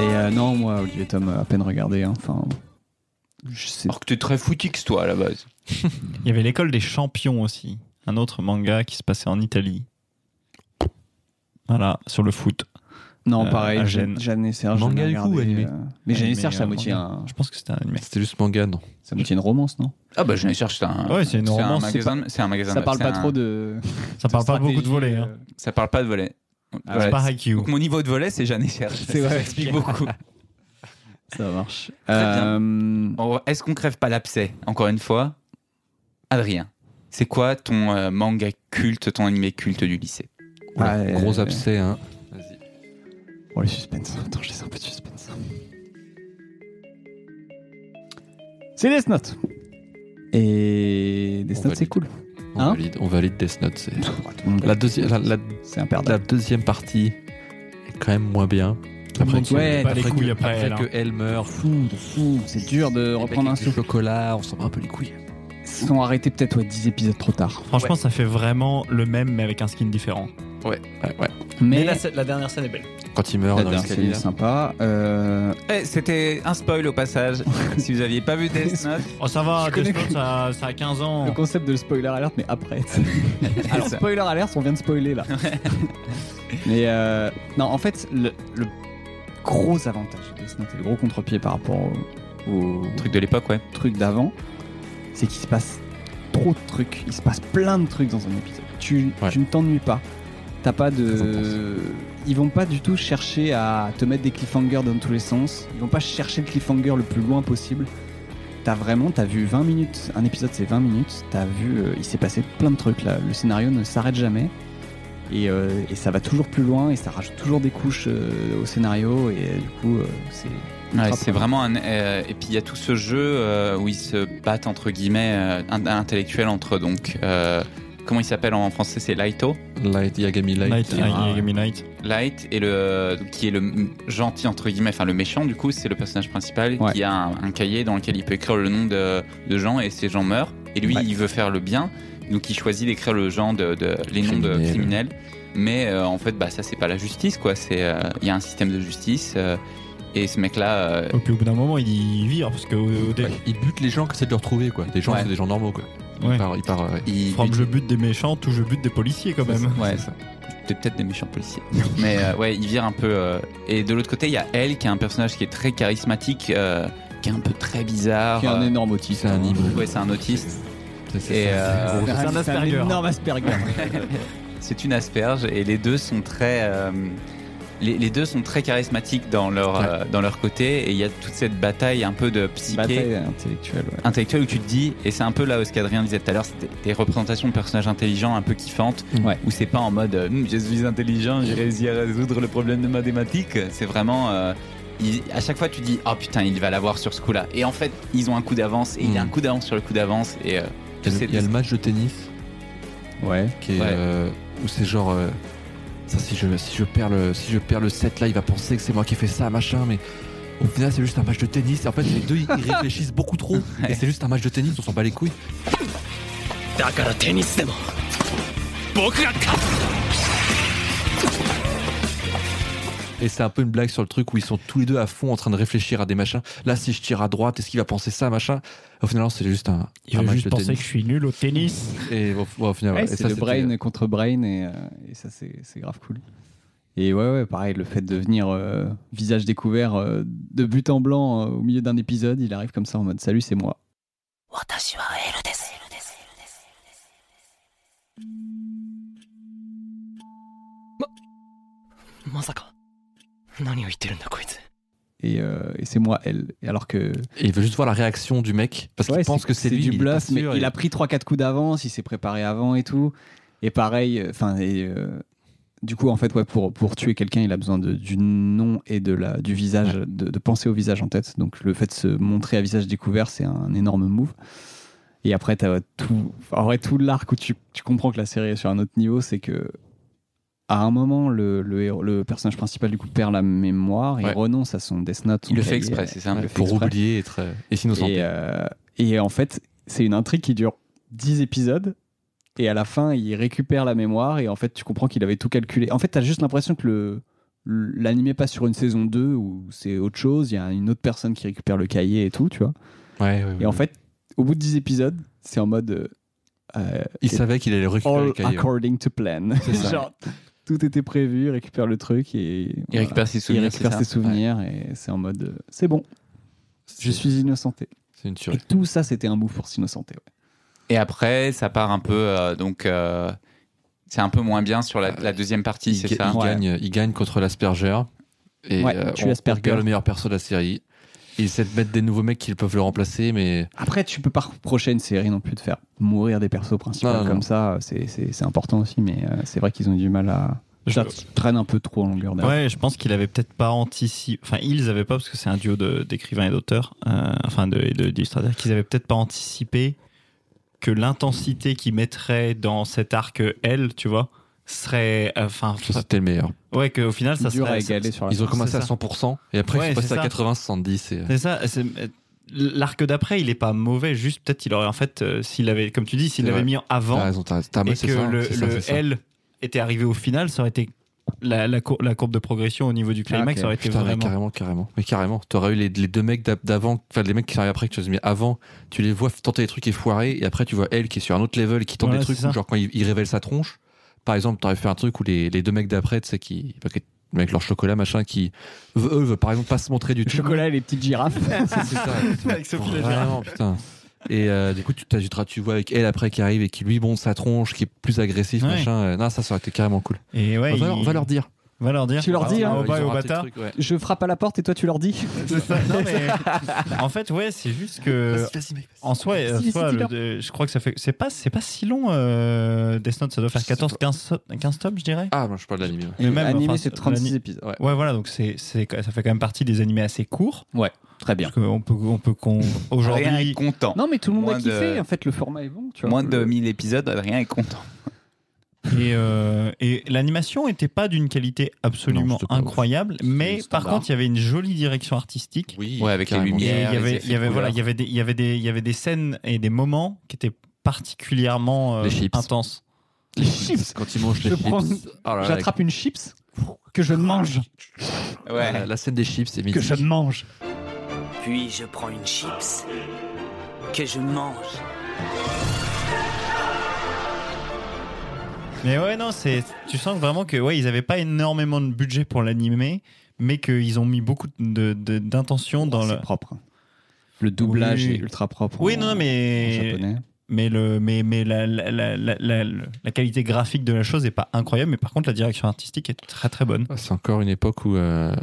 Et euh, non, moi, Olivier Tom, à peine regardé. hein. Enfin, je sais. Alors que t'es très footix, toi, à la base. Il y avait l'école des champions aussi, un autre manga qui se passait en Italie. Voilà, sur le foot. Non, Euh, pareil. à Jeanne Gênes. Jeanne et Serge. Manga, j'en ai du coup, ou regardé, animé euh, Mais Jeanne et Animé, Serge, c'est à euh, moitié un. Je pense que c'était un animé. C'était juste manga, non C'est à moitié une romance, non Ah bah, je cherche. C'est un, Ouais, c'est une un romance, c'est magasin de- C'est un magasin. Ça de- parle c'est pas un- trop de. Ça parle pas stratégie, beaucoup de volets. euh, Hein. Ça parle pas de volet. euh, Voilà. C'est pas Haikyuu. Donc, mon niveau de volet, c'est Jeanne et Serge. C'est Ça vrai. explique beaucoup. Ça marche. Très bien. Euh, Bon, Est-ce qu'on crève pas l'abcès Encore une fois, Adrien, c'est quoi ton euh, manga culte, ton animé culte du lycée Oula, Ouais. Gros abcès, hein. Oh, le suspense. Attends, je laisse un peu de suspense. C'est Death Note. Et Death Note, On c'est valide. cool. On, Hein valide, on valide Death Note. c'est- La, La- deuxième, la, la- C'est imperdable. la deuxième partie est quand même moins bien. Après, monde pète après les que- couilles après elle, après hein. que elle meurt. Fou, de fou. C'est dur de reprendre un avec du souffle. chocolat, on s'en bat un peu les couilles. Ils se sont arrêtés peut-être ouais, 10 épisodes trop tard. Franchement, ça fait vraiment le même, mais avec un skin différent. Ouais, ouais. Mais, dernière scène est belle. Quand il meurt dans J'adore, l'escalier. c'est sympa. Euh, Eh, C'était un spoil au passage. si vous aviez pas vu Death Note, Oh, ça va, Je connais Death Note, ça, ça a 15 Le ans. concept de spoiler alert, mais après. Alors, Ça. spoiler alert, on vient de spoiler là. mais euh, non, en fait, le, le gros avantage de Death Note et le gros contre-pied par rapport au, au truc de l'époque, ouais. truc d'avant, c'est qu'il se passe trop de trucs. Il se passe plein de trucs dans un épisode. Tu, Ouais. tu ne t'ennuies pas. T'as pas Très de. intense. Ils vont pas du tout chercher à te mettre des cliffhangers dans tous les sens. Ils vont pas chercher le cliffhanger le plus loin possible. T'as vraiment, t'as vu 20 minutes, un épisode c'est 20 minutes, t'as vu, euh, il s'est passé plein de trucs là, le scénario ne s'arrête jamais, et, euh, et ça va toujours plus loin, et ça rajoute toujours des couches euh, au scénario, et euh, du coup, euh, c'est... Ouais, ultra c'est prenant. vraiment un. euh, et puis il y a tout ce jeu euh, où ils se battent entre guillemets euh, un- intellectuels entre eux, donc. euh, comment il s'appelle en français C'est Laito. Light, Yagami Light. Night, euh, Ah, ouais. Yagami Night. Light et le qui est le m- gentil entre guillemets, enfin le méchant du coup, c'est le personnage principal Ouais. qui a un, un cahier dans lequel il peut écrire le nom de, de gens et ces gens meurent. Et lui, Ouais. il veut faire le bien, donc il choisit d'écrire le genre de, de- les noms de Criminel. criminels. Mais euh, en fait, bah ça c'est pas la justice quoi. C'est euh, il y a un système de justice euh, et ce euh, mec là, Et puis au bout d'un moment, il vire parce que au, au dé- Ouais, Il bute les gens que c'est de le retrouver, quoi. Des gens, Ouais. c'est des gens normaux, quoi. Ouais. Il part, il part, ouais. il From je bute des méchants, tout je bute des policiers quand même. ouais, C'est ça. T'es peut-être des méchants policiers. Mais euh, ouais, il vire un peu. euh, Et de l'autre côté, il y a elle qui est un personnage qui est très charismatique, euh, qui est un peu très bizarre. Qui est un euh, énorme autiste. C'est un hein. hybride. Ouais, c'est un autiste. C'est- c'est- Et, c'est- euh, C'est un c'est Asperger. énorme Asperger. C'est une asperge et les deux sont très. euh, les, les deux sont très charismatiques dans leur, Ouais. euh, dans leur côté et il y a toute cette bataille un peu de psyché Bataille intellectuelle, ouais. intellectuelle où tu te dis, et c'est un peu là où ce qu'Adrien disait tout à l'heure, c'était des représentations de personnages intelligents un peu kiffantes Ouais. où c'est pas en mode euh, Hum, je suis intelligent, j'ai réussi à résoudre le problème de mathématiques. C'est vraiment. euh, il- à chaque fois, tu dis oh putain, il va l'avoir sur ce coup-là. Et en fait, ils ont un coup d'avance et il a Mm. un coup d'avance sur le coup d'avance. Et euh, Il y a le- c'est- il y a le match de tennis Ouais. Qui est, Ouais. euh, où c'est genre. euh, ça, si je, si, je perds le, si je perds le set là, il va penser que c'est moi qui ai fait ça, machin, mais. Au final, c'est juste un match de tennis. Et en fait, les deux, ils réfléchissent beaucoup trop. Et c'est juste un match de tennis, on s'en bat les couilles. だからテニスでも僕が勝つ Et c'est un peu une blague sur le truc où ils sont tous les deux à fond en train de réfléchir à des machins. Là, si je tire à droite, est-ce qu'il va penser ça, machin Au final, c'est juste un, Il un veut match juste de penser tennis. que je suis nul au tennis. Et au, au final, Ouais, voilà. Et c'est ça, le c'était- brain contre brain et, euh, et ça c'est c'est grave cool. Et ouais, ouais, pareil, le fait de venir euh, visage découvert euh, de but en blanc euh, au milieu d'un épisode, il arrive comme ça en mode salut, c'est moi. «まさか何を言ってるんだこいつ Et, euh, et c'est moi, elle. Et alors que. Et il veut juste voir la réaction du mec parce Ouais, qu'il pense que c'est lui. du mais il est bluff, pas mais sûr, il et- a pris 3-4 coups d'avance, il s'est préparé avant et tout. Et pareil, euh, enfin, du coup, en fait, ouais, pour, pour tuer quelqu'un, il a besoin de- du nom et de la, du visage, de, de penser au visage en tête. Donc, le fait de se montrer à visage découvert, c'est un énorme move. Et après, t'as euh, tout, en vrai, tout l'arc où tu, tu comprends que la série est sur un autre niveau, c'est que à un moment, le, le, héros- le personnage principal du coup perd la mémoire, il Ouais. renonce à son Death Note. son Il le fait cahier, exprès, c'est ça, il le pour fait exprès. oublier et être- et sinon s'en Et, paie. euh, et en fait, c'est une intrigue qui dure 10 épisodes. Et à la fin, il récupère la mémoire et en fait, tu comprends qu'il avait tout calculé. En fait, t'as juste l'impression que le l'animé passe sur une saison 2 où c'est autre chose, il y a une autre personne qui récupère le cahier et tout, tu vois. Ouais, ouais, et Mhm. en fait, au bout de 10 épisodes, c'est en mode. euh, euh, Il c'est savait qu'il allait récupérer all le hein. cahier, ouais. according to plan. C'est ça. Genre, tout était prévu, il récupère le truc et. Il récupère ses souvenirs, Il récupère c'est ses ça souvenirs et c'est en mode. euh, c'est bon. Je suis innocenté. C'est une tuerie. Et tout ça, c'était un move pour s'innocenter. ouais. Et après, ça part un peu. euh, donc, euh, c'est un peu moins bien sur la, la deuxième partie, il, c'est ga- ça il gagne, il gagne contre l'Asperger. Et Ouais, euh, tu on, Asperger. on perd le meilleur perso de la série. Il essaie de mettre des nouveaux mecs qui peuvent le remplacer, mais Après, tu peux pas reprocher à une série non plus de faire mourir des persos principaux Non, non, comme non. ça. C'est- C'est c'est important aussi, mais euh, c'est vrai qu'ils ont eu du mal à. Ça traîne un peu trop en longueur d'année. Ouais, je pense qu'il avait peut-être pas anticipé. Enfin, ils avaient pas, parce que c'est un duo de- d'écrivains et d'auteurs, euh, enfin de- et de- d'illustrateurs, qu'ils avaient peut-être pas anticipé que l'intensité qu'ils mettraient dans cet arc, euh, elle, tu vois, serait. euh, Enfin, ça, c'était le meilleur. ouais, qu'au final, ça Dur serait. à égaler sur la Ils ont fin. commencé c'est à ça. 100% et après Ouais, ils sont c'est passés à ça. 80, 70. Et... C'est ça. c'est- euh, L'arc d'après, il est pas mauvais. Juste peut-être, il aurait en fait, euh, s'il avait, comme tu dis, s'il C'est l'avait vrai. mis avant, T'as raison, t'as- t'as- et ouais, c'est que ça, le, c'est ça, le c'est ça. L était arrivé au final, ça aurait été la, la, cour- la courbe de progression au niveau du climax, ok. ça aurait été Ah, Putain, mais vraiment. carrément, carrément. Mais carrément, t'aurais eu les, les deux mecs d'ab- d'avant, enfin les mecs qui arrivent après, que tu as mis avant, tu les vois tenter des trucs et foirer, et après tu vois elle qui est sur un autre level, qui tente Voilà, des trucs, c'est ça. où, genre quand il, il révèle sa tronche. Par exemple, t'aurais fait un truc où les, les deux mecs d'après, tu sais, qui, avec leur chocolat, machin, qui eux, eux veulent par exemple pas se montrer du Le tout. chocolat et les petites girafes. C'est- c'est ça. Avec Sophie Ledger. Vraiment, putain. Et euh, du coup, tu, t'as- tu, te- tu vois avec elle après qui arrive et qui lui monte sa tronche, qui est plus agressif, Ouais. machin. Euh, Non, ça, ça aurait été carrément cool. Et ouais, on, va leur, il- on va leur dire. va leur dire. Tu leur dis, hein. Au bas et Bah, Ils Ah, ont au raté le bâtard. truc, ouais. Je frappe à la porte et toi, tu leur dis. C'est ça. Non, mais en fait, ouais, c'est juste que en soi, en Vas-y, soi, vas-y, le- dis-leur. euh, je crois que ça fait c'est pas c'est pas si long euh, Death Note, ça doit faire Je sais 14 15 so- 15 tomes, je dirais. Ah, moi, je parle de l'anime. ouais. Mais même, Animé, enfin, c'est l'ani- 36 épisodes. Ouais, voilà, donc c'est c'est ça fait quand même partie des animés assez courts. Ouais, très bien. Parce qu'on peut on peut qu'on Rien est aujourd'hui content. Non, mais tout le monde a Moins de- kiffé. En fait, le format est bon. Tu vois. Moins de Le- 1000 épisodes, rien est content. Et, euh, et l'animation était pas d'une qualité Non, absolument c'était pas ouf. incroyable, mais par standard. contre il y avait une jolie direction artistique. Oui, Ouais, avec les carrément. Et il y lumières, les avait, effets il y avait de voilà, couleurs. il y avait des, il y avait des, il y avait des scènes et des moments qui étaient particulièrement euh, Les chips. intenses. Les chips. Quand ils mangent Je les prends- chips. Oh là là, J'attrape une chips que je mange. Ouais. la- La scène des chips, c'est Que mythique. je mange. Puis je prends une chips que je mange. Mais ouais, non, c'est, tu sens vraiment que ouais, ils avaient pas énormément de budget pour l'animer, mais qu'ils ont mis beaucoup de, de- d'intention dans C'est le. propre. Le doublage Oui. est ultra propre. Oui, en- non, non, en mais japonais. mais le mais mais la la, la, la, la- la qualité graphique de la chose est pas incroyable, mais par contre la direction artistique est très très bonne. Ah, C'est encore une époque où euh,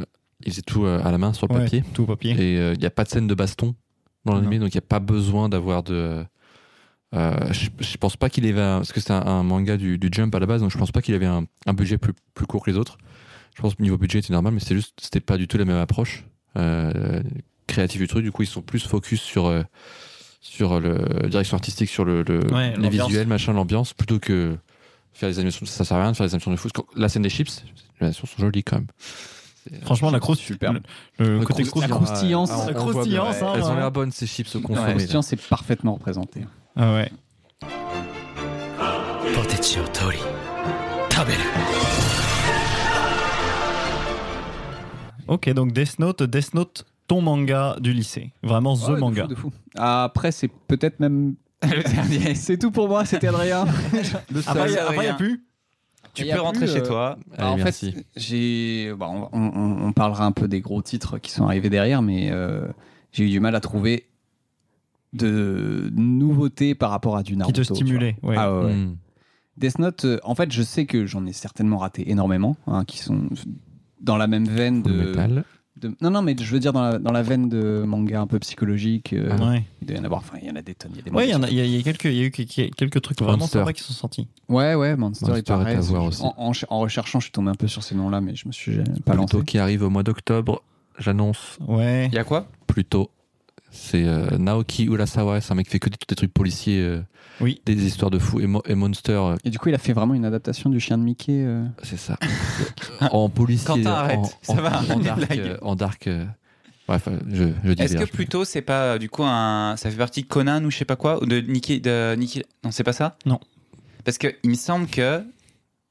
ils faisaient tout euh, à la main sur le Ouais, papier. tout au papier. Et euh, il n'y a pas de scène de baston dans Ah l'anime, donc il n'y a pas besoin d'avoir de. euh, je, je pense pas qu'il avait. un- parce que c'est un, un manga du, du Jump à la base, donc je pense pas qu'il avait un, un budget plus, plus court que les autres. Je pense que niveau budget était normal, mais c'est juste c'était pas du tout la même approche euh, créative du truc. Du coup, ils sont plus focus sur. euh, sur le direction artistique, sur le, le- Ouais, les l'ambiance. visuels, machin, l'ambiance, plutôt que Faire des animations, ça sert à rien de faire des animations de fou. La scène des chips, les animations sont jolies quand même. C'est- Franchement, la croustille, superbe. le La côté croustille- croustillant. La croustillance. Ah, on- La on voit bien. croustillance, hein, Elles ont ouais. l'air bonnes, ces chips au La confort. Christian, c'est parfaitement représenté. Ah ouais. ポテチを取り食べる Ok, donc Death Note, Death Note, ton manga du lycée. Vraiment The Ah Ouais, de Manga. fou, de fou. Ah, Après, c'est peut-être même. Eh, Le dernier. C'est tout pour moi, c'était Adrien. Le seul. Après, il n'y Ah, bah, a plus Tu Il y a peux rentrer plus, chez euh, toi. Bah, en Allez, merci. fait, j'ai. bah, on, on- on parlera un peu des gros titres qui sont arrivés derrière, mais euh, j'ai eu du mal à trouver de nouveautés par rapport à du qui Naruto. te tu vois. stimulait. Ouais. Mm. Ah ouais, ouais. Hmm. Death Note, euh, en fait, je sais que j'en ai certainement raté énormément, hein, qui sont dans la même veine Full de, Metal. de- Non, non, mais je veux dire dans la, dans la veine de manga un peu psychologique. euh, Ah, Ouais. Il doit y en avoir, enfin, il y en a des tonnes. Il y a des Ouais, il y, en mangas a- il y a- il y a quelques- il y a eu que- quelques trucs vraiment Monster. sympas qui sont sortis. Ouais, ouais, Monster, Monster il paraît. est à voir aussi. En, en ch- en recherchant, je suis tombé un peu sur ces noms-là, mais je me suis pas lancé. Pluto qui arrive au mois d'octobre, j'annonce Ouais. Il y a quoi Pluto. C'est euh, Naoki Urasawa, c'est un mec qui fait que des, des trucs policiers, euh, Oui. des, des histoires de fous et, mo- et monster, euh, Et du coup, il a fait vraiment une adaptation du chien de Mickey. euh. c'est ça. en policier, Quentin, en- arrête, en, ça va, en les dark, blagues. euh, en dark, euh, bref, euh, je, je dis. Est-ce que plutôt c'est pas euh, du coup un ça fait partie de Conan ou je sais pas quoi ou de Nicky de Nicky non c'est pas ça Non. parce que il me semble que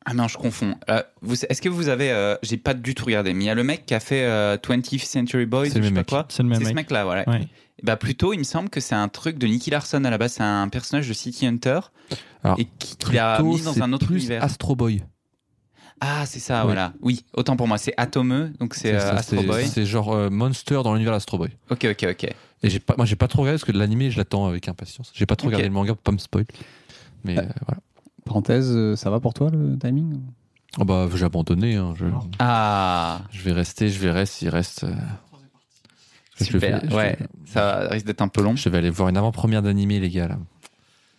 ah non je confonds Euh, vous- est-ce que vous avez euh, j'ai pas du tout regardé mais il y a le mec qui a fait euh, 20th Century Boys ou C'est je le sais même pas mec. quoi C'est le même c'est ce mec. mec là voilà Ouais. Et bah plutôt il me semble que c'est un truc de Nicky Larson à la base c'est un personnage de City Hunter Alors, et qui- qu'il a mis dans un autre plus univers Astro Boy. ah c'est ça Oui. voilà oui autant pour moi c'est Atomeux donc c'est ça, euh, Astro Boy C'est genre euh, monster dans l'univers d'Astro Boy. ok ok ok Et j'ai pas, moi j'ai pas trop regardé parce que l'animé je l'attends avec impatience. J'ai pas trop Ok. regardé le manga pour pas me spoil. Mais euh, voilà. Parenthèse, euh, ça va pour toi le timing Oh bah j'ai abandonné. hein, je, ah je vais rester, je verrai s'il reste. euh, je le super fais- je- ouais ça risque d'être un peu long Je vais aller voir une avant-première d'animé les gars là.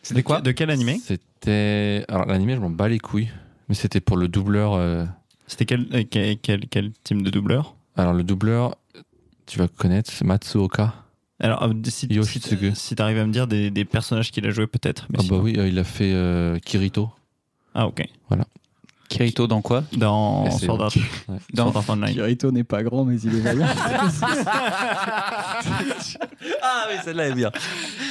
c'était quoi De quel animé C'était alors l'animé je m'en bats les couilles. Mais c'était pour le doubleur. euh, C'était quel, euh, quel, quel, quel team de doubleur Alors le doubleur, tu vas connaître c'est Matsuoka. Alors, euh, si, Yoshitsugu. si t'arrives à me dire des, des personnages qu'il a joué peut-être. mais Ah bah sinon- oui, euh, il a fait euh, Kirito. Ah ok. Kirito dans quoi Dans Et c'est- Sword Art, Ouais. Dans- Sword Art Online. Kirito n'est pas grand, mais il est vaillant. Ah oui, celle-là est bien.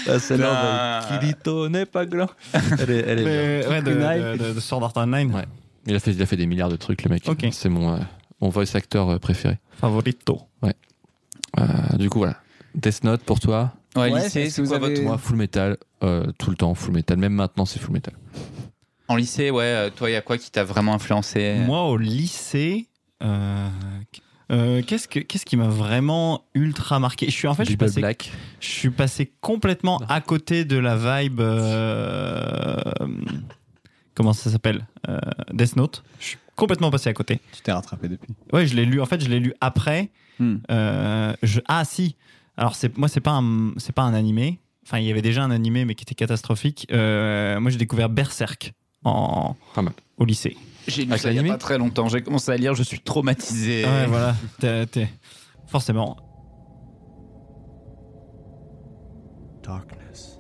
celle-là, on va- Bah, Kirito n'est pas grand. Elle est, elle est bien. Mais- ouais, de, Kunai. de- de- de Sword Art Online. Ouais. Il a, fait, il a fait des milliards de trucs, le mec. Ok. C'est mon, euh, mon voice acteur euh, préféré. Favorito. Euh, du coup, voilà. Death Note pour toi. Ouais, Ouais, lycée, est-ce que c'est vous quoi votre avez- Moi, Full Metal, euh, tout le temps, Full Metal. Même maintenant, c'est Full Metal. En lycée, ouais, euh, toi, il y a quoi qui t'a vraiment influencé Moi, au lycée, euh, euh, qu'est-ce que- qu'est-ce qui m'a vraiment ultra marqué Je suis en fait, je suis Bible passé Black. Je suis passé complètement à côté de la vibe. euh, comment ça s'appelle Euh, Death Note. Je suis complètement passé à côté. tu t'es rattrapé depuis. Ouais, je l'ai lu. En fait, je l'ai lu après. Hmm. Euh, je- ah si. Alors c'est moi, c'est pas un, c'est pas un animé. Enfin, il y avait déjà un animé, mais qui était catastrophique. Euh, moi, j'ai découvert Berserk en Pas mal. au lycée. J'ai lu Avec ça il y a l'animé pas très longtemps. J'ai commencé à lire, je suis traumatisé. Ah Ouais, voilà. T'es- t'es- forcément. Darkness.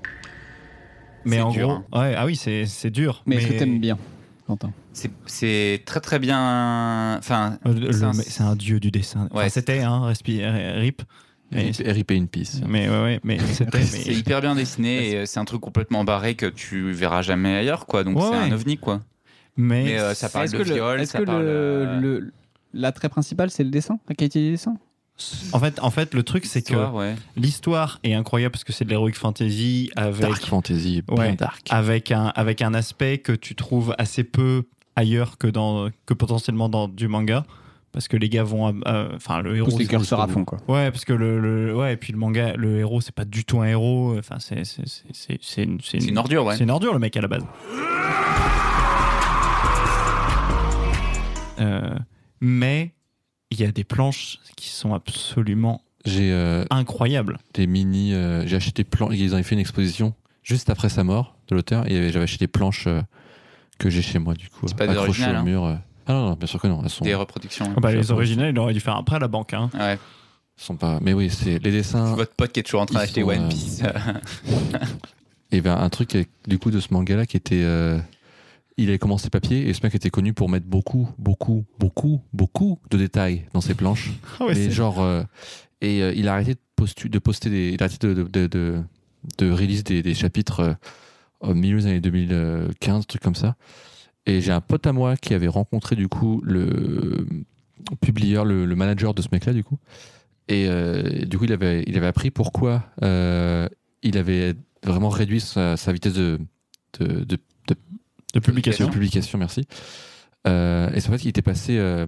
Mais C'est en dur, hein. gros, ouais, ah oui, c'est c'est dur. Mais, est-ce que t'aimes bien, Quentin C'est- C'est très très bien. Enfin, Euh, le- C'est un- mais C'est un dieu du dessin. Enfin, Ouais, c'était un rip. Mais, RIP in Peace. mais ouais, ouais, mais c'était. c'est mais- hyper bien dessiné et euh, c'est un truc complètement barré que tu verras jamais ailleurs, quoi. Donc Ouais, c'est ouais. un ovni, quoi. mais Mais euh, ça parle Est-ce de que le- viol, Est-ce ça que parle. le- euh, le- l'attrait principal, c'est le dessin La qualité du dessin en fait, en fait, le truc c'est que d'histoire, ouais. l'histoire est incroyable parce que c'est de l'heroic fantasy avec Dark Fantasy, bien Ouais. Ah. dark. avec un avec un aspect que tu trouves assez peu ailleurs que dans que potentiellement dans du manga parce que les gars vont à- à- enfin le héros Pousse les curseurs à fond, quoi. Ouais, parce que le, le- ouais, et puis le manga, le héros, c'est pas du tout un héros. Enfin, c'est c'est c'est- c'est c'est une, c'est C'est une ordure, ouais. C'est une ordure le mec à la base. Euh, mais il y a des planches qui sont absolument J'ai euh, incroyables. des mini. euh, j'ai acheté des planches. Ils avaient fait une exposition juste après sa mort de l'auteur. Et j'avais acheté des planches euh, que j'ai chez moi, du coup. C'est pas des accrochées originales, au hein. mur. euh. Ah non, non, bien sûr que non. Elles sont, Des elles reproductions. hein. Ah ouais. bah, j'ai les appris. originels, il aurait dû faire un prêt à la banque. Hein. Ouais. sont pas. Mais oui, c'est les dessins. Votre pote qui est toujours en train Ils d'acheter sont, One euh, Piece. Et ben un truc avec- du coup de ce manga là qui était euh, il avait commencé papier et ce mec était connu pour mettre beaucoup, beaucoup, beaucoup, beaucoup de détails dans ses planches. Ah ouais, et c'est- genre, euh, et euh, il a arrêté de, postu- de poster des, il a arrêté de, de, de, de- de release des, des chapitres euh, au milieu des années 2015, truc comme ça. Et j'ai un pote à moi qui avait rencontré du coup le publieur, le, le manager de ce mec-là du coup. Et euh, du coup, il avait, il avait appris pourquoi euh, il avait vraiment réduit sa, sa vitesse de, de, de, de- De publication. de publication, merci. Euh, et c'est en fait qu'il était passé. euh,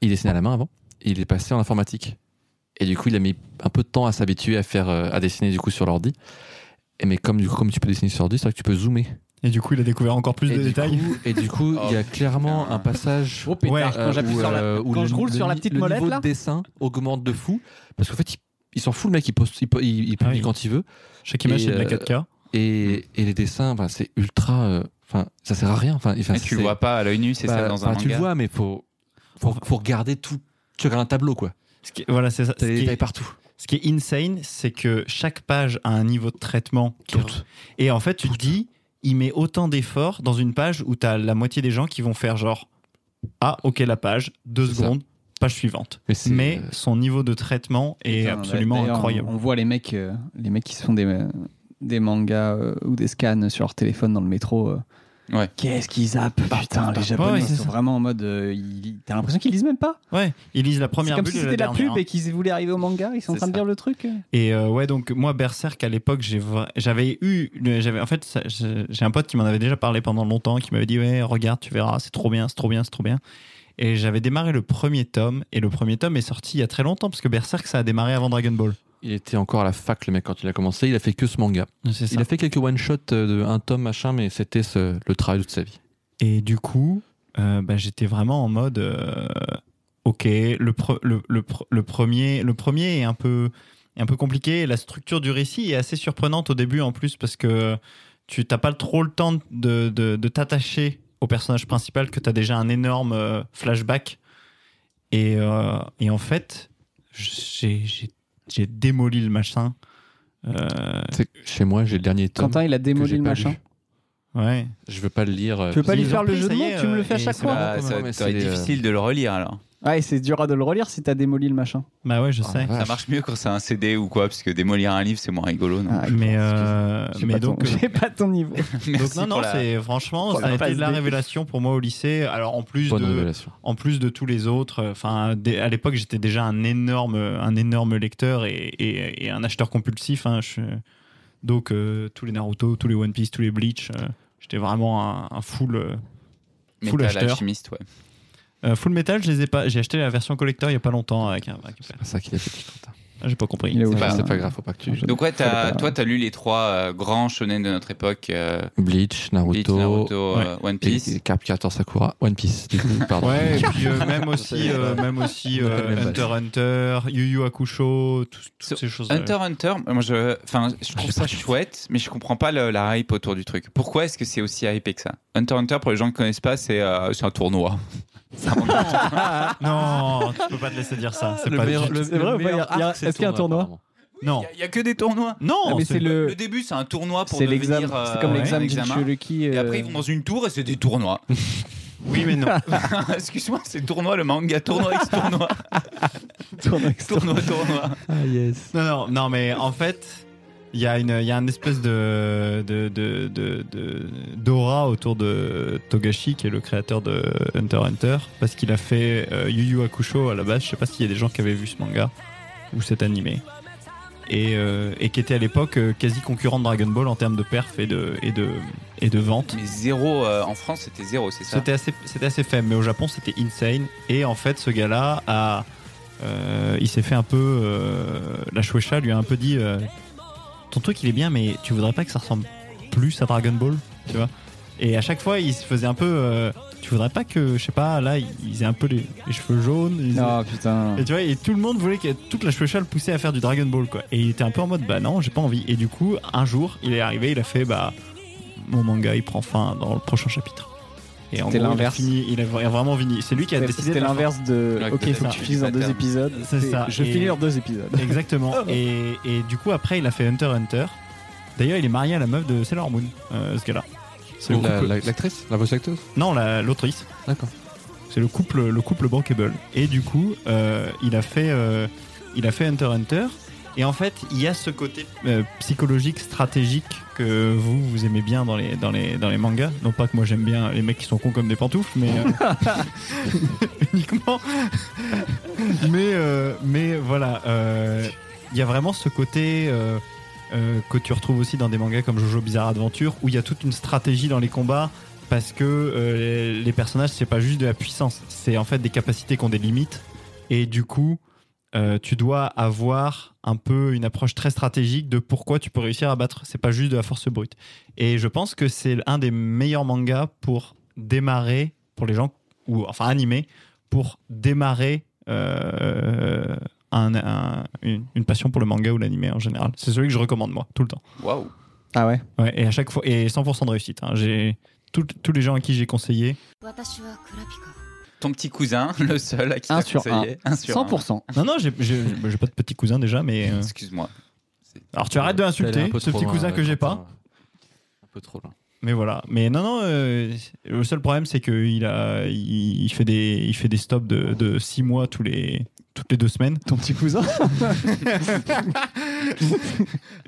il dessinait à la main avant. et il est passé en informatique. Et du coup, il a mis un peu de temps à s'habituer à faire, euh, à dessiner du coup sur l'ordi. Et mais comme du coup, comme tu peux dessiner sur l'ordi, c'est vrai que tu peux zoomer. Et du coup, il a découvert encore plus Et de du détails. coup- et du coup, il y a clairement un passage Oh pétard, Ouais, quand j'appuie où, sur la- euh, où quand le- je roule le sur la ni- petite le molette niveau là. de dessin augmente de fou parce qu'en fait, il, il s'en fout le mec, il poste, il, po- il- il publie Ah oui. quand il veut. Chaque image, Et, c'est de la euh, 4K. Et, et les dessins, enfin, c'est ultra, euh, enfin, ça sert à rien. Enfin, enfin, Mais tu le c'est- vois pas à l'œil nu, c'est ça bah, dans un bah, manga. Tu le vois, mais faut, faut, faut regarder tout. Tu regardes un tableau, quoi. Ce qui- voilà, c'est ça. T'as Ce des qui, détails est, partout. ce qui est insane, c'est que chaque page a un niveau de traitement. qui est- Toutes. Et en fait, tu te dis, il met autant d'efforts dans une page où t'as la moitié des gens qui vont faire genre Ah, ok, la page, deux C'est ça. secondes, page suivante. Mais c'est- euh, Mais son niveau de traitement est Putain, absolument d'ailleurs, incroyable. On, on voit les mecs, euh, les mecs qui se font des, euh, des mangas euh, ou des scans sur leur téléphone dans le métro. euh. Ouais. Qu'est-ce qu'ils zappent Putain, les Japonais ouais, c'est ils sont ça. vraiment en mode. euh, ils- T'as l'impression qu'ils lisent même pas Ouais, ils lisent la C'est première comme bulle si et c'était de la pub dernière, hein. et qu'ils voulaient arriver au manga, ils sont en C'est train de ça. lire le truc. Et euh, ouais, donc moi, Berserk, à l'époque, j'ai vra- j'avais eu. le- j'avais En fait, ça- j'ai j'ai un pote qui m'en avait déjà parlé pendant longtemps, qui m'avait dit Ouais, regarde, tu verras, c'est trop bien, c'est trop bien, c'est trop bien. Et j'avais démarré le premier tome, et le premier tome est sorti il y a très longtemps, parce que Berserk, ça a démarré avant Dragon Ball. Il était encore à la fac, le mec, quand il a commencé. Il a fait que ce manga. C'est ça. Il a fait quelques one-shots euh, de un tome, machin, mais c'était ce- le travail de toute sa vie. Et du coup, euh, bah, j'étais vraiment en mode euh, OK, le, pre- le, le pre- le premier, le premier est un peu, est un peu compliqué. La structure du récit est assez surprenante au début en plus parce que tu n'as pas trop le temps de, de- de t'attacher au personnage principal que tu as déjà un énorme euh, flashback. Et, euh, et en fait, j'ai j'ai- j'ai démoli le machin. Euh, Tu sais que Chez moi, j'ai le dernier tome. Quentin, il a que démoli j'ai le pas machin. lu. ouais. Je veux pas le lire. euh, Tu veux pas parce lui que- faire le pris, jeu de ça y mots est, euh, Tu me le fais à et chaque c'est fois Bah, comment- ça, mais ça va c'est, être euh, difficile de le relire alors. Ouais, c'est dur à de le relire si t'as démoli le machin. Bah ouais, je Ah, sais. la Ça vache. marche mieux quand c'est un CD ou quoi, parce que démolir un livre c'est moins rigolo. Non Ah, mais excuse- euh, j'ai mais pas ton- donc j'ai pas ton niveau. Merci Donc non, non, pour la- c'est franchement, pour la ça a été passe de la D. révélation pour moi au lycée. Alors en plus Bonne de, révélation. en plus de tous les autres, euh, enfin à l'époque j'étais déjà un énorme, un énorme lecteur et, et- et un acheteur compulsif. hein. Je- donc euh, tous les Naruto, tous les One Piece, tous les Bleach, euh, j'étais vraiment un, un full. euh, Mais full t'as acheteur. l'alchimiste, ouais. euh, full metal, je les ai pas. J'ai acheté la version collector il y a pas longtemps avec un. avec un père. C'est ça qu'il a fait, Quentin. Ah, J'ai pas compris. Il est pas- ouvert. C'est pas grave, faut pas que tu. Donc ouais, Faudrait t'as- pas- toi t'as lu les trois euh, grands shonen de notre époque, euh, Bleach, Bleach, Naruto, Naruto, euh, One et- Piece. et Cap 14 Sakura, One Piece. Du coup, pardon. Ouais, et puis euh, même aussi, euh, même aussi euh, On a la même Hunter base. Hunter, Yu Yu Hakusho, tout- So, toutes ces choses. euh, Hunter x Hunter, euh, moi je, enfin, je J'ai trouve ça pas chouette, mais je comprends pas le- la hype autour du truc. Pourquoi est-ce que c'est aussi hypé que ça Hunter x Hunter, pour les gens qui connaissent pas, c'est euh, c'est un tournoi. C'est un manga. Non, tu peux pas te laisser dire ça. C'est Le pas meilleur- du- le- Ah, C'est le vrai ou pas, meilleur il y a- il y a- arc, c'est est-ce qu'il y a un tournoi Ah, apparemment. Non, Il y, a que des tournois. non. mais c'est le, Le début, c'est un tournoi pour Euh, c'est devenir. l'examen, euh, c'est comme ouais, l'examen un du Shuriken, Et euh, après, ils vont dans une tour et c'est des tournois. Oui, mais non. Excuse-moi, c'est tournoi, le manga, tournoi X tournoi, tournoi externe. tournoi, tournoi. Ah yes. non, non, non, mais en fait, il y a une, il y a une espèce de de- de- de- de- d'aura autour de Togashi, qui est le créateur de Hunter x Hunter, parce qu'il a fait euh, Yu Yu Hakusho à la base. Je sais pas s'il y a des gens qui avaient vu ce manga ou cet animé. Et, euh, et qui était à l'époque euh, quasi concurrent de Dragon Ball en termes de perf et de, et de, et de vente. Mais zéro, euh, en France, c'était zéro, c'est ça C'était assez, c'était assez faible, mais au Japon c'était insane. Et en fait, ce gars-là a, euh, il s'est fait un peu, euh, la Shueisha lui a un peu dit, euh, ton truc il est bien, mais tu voudrais pas que ça ressemble plus à Dragon Ball, tu vois Et à chaque fois, il se faisait un peu, euh, tu voudrais pas que, je sais pas, là, ils aient un peu les, les cheveux jaunes. ils aient- Oh putain. Et tu vois, et tout le monde voulait que toute la Shueisha le poussait à faire du Dragon Ball, quoi. Et il était un peu en mode, bah non, j'ai pas envie. Et du coup, un jour, il est arrivé, il a fait, bah, mon manga, il prend fin dans le prochain chapitre. Et en C'était gros, il a, l'inverse. fini, il a vraiment fini. C'est lui qui a décidé. de C'était la fin. l'inverse de. Ouais, Ok, il faut c'est que ça. tu finisses en deux C'est épisodes. C'est ça. Je Et- finis en deux épisodes. Exactement. et, et du coup, après, il a fait Hunter x Hunter. D'ailleurs, il est marié à la meuf de Sailor Moon, euh, ce gars-là. C'est le La- couple- la- L'actrice La voice acteuse Non, la- l'autrice. D'accord. C'est le couple, le couple bankable. Et du coup, euh, il a fait, euh, il a fait Hunter x Hunter. Et en fait, il y a ce côté euh, psychologique, stratégique que vous vous aimez bien dans les dans les dans les mangas. Non pas que moi j'aime bien les mecs qui sont cons comme des pantoufles, mais euh, uniquement. mais euh, mais voilà, euh, il y a vraiment ce côté. euh, euh, que tu retrouves aussi dans des mangas comme Jojo Bizarre Adventure où il y a toute une stratégie dans les combats parce que euh, les, les personnages c'est pas juste de la puissance c'est en fait des capacités qui ont des limites et du coup euh, tu dois avoir un peu une approche très stratégique de pourquoi tu peux réussir à battre c'est pas juste de la force brute et je pense que c'est un des meilleurs mangas pour démarrer pour les gens ou enfin animé pour démarrer euh, un- un- une, une passion pour le manga ou l'animé en général. C'est celui que je recommande moi tout le temps. Waouh. Ah ouais. Ouais, et à chaque fois et 100% de réussite. hein. J'ai tout- tous les gens à qui j'ai conseillé. Ton petit cousin, le seul à qui t'as Un sur un. conseillé. Un sur un. 100%. Non non, j'ai j'ai- j'ai pas de petit cousin déjà, mais euh, Excuse-moi. alors tu arrêtes de T'es allé insulter un peu ce trop petit loin, cousin euh, que j'ai Quentin. pas. Un peu trop loin. Mais voilà. Mais non non, euh, le seul problème c'est que il a il, il fait des il fait des stops de de 6 mois tous les toutes les deux semaines. Ton petit cousin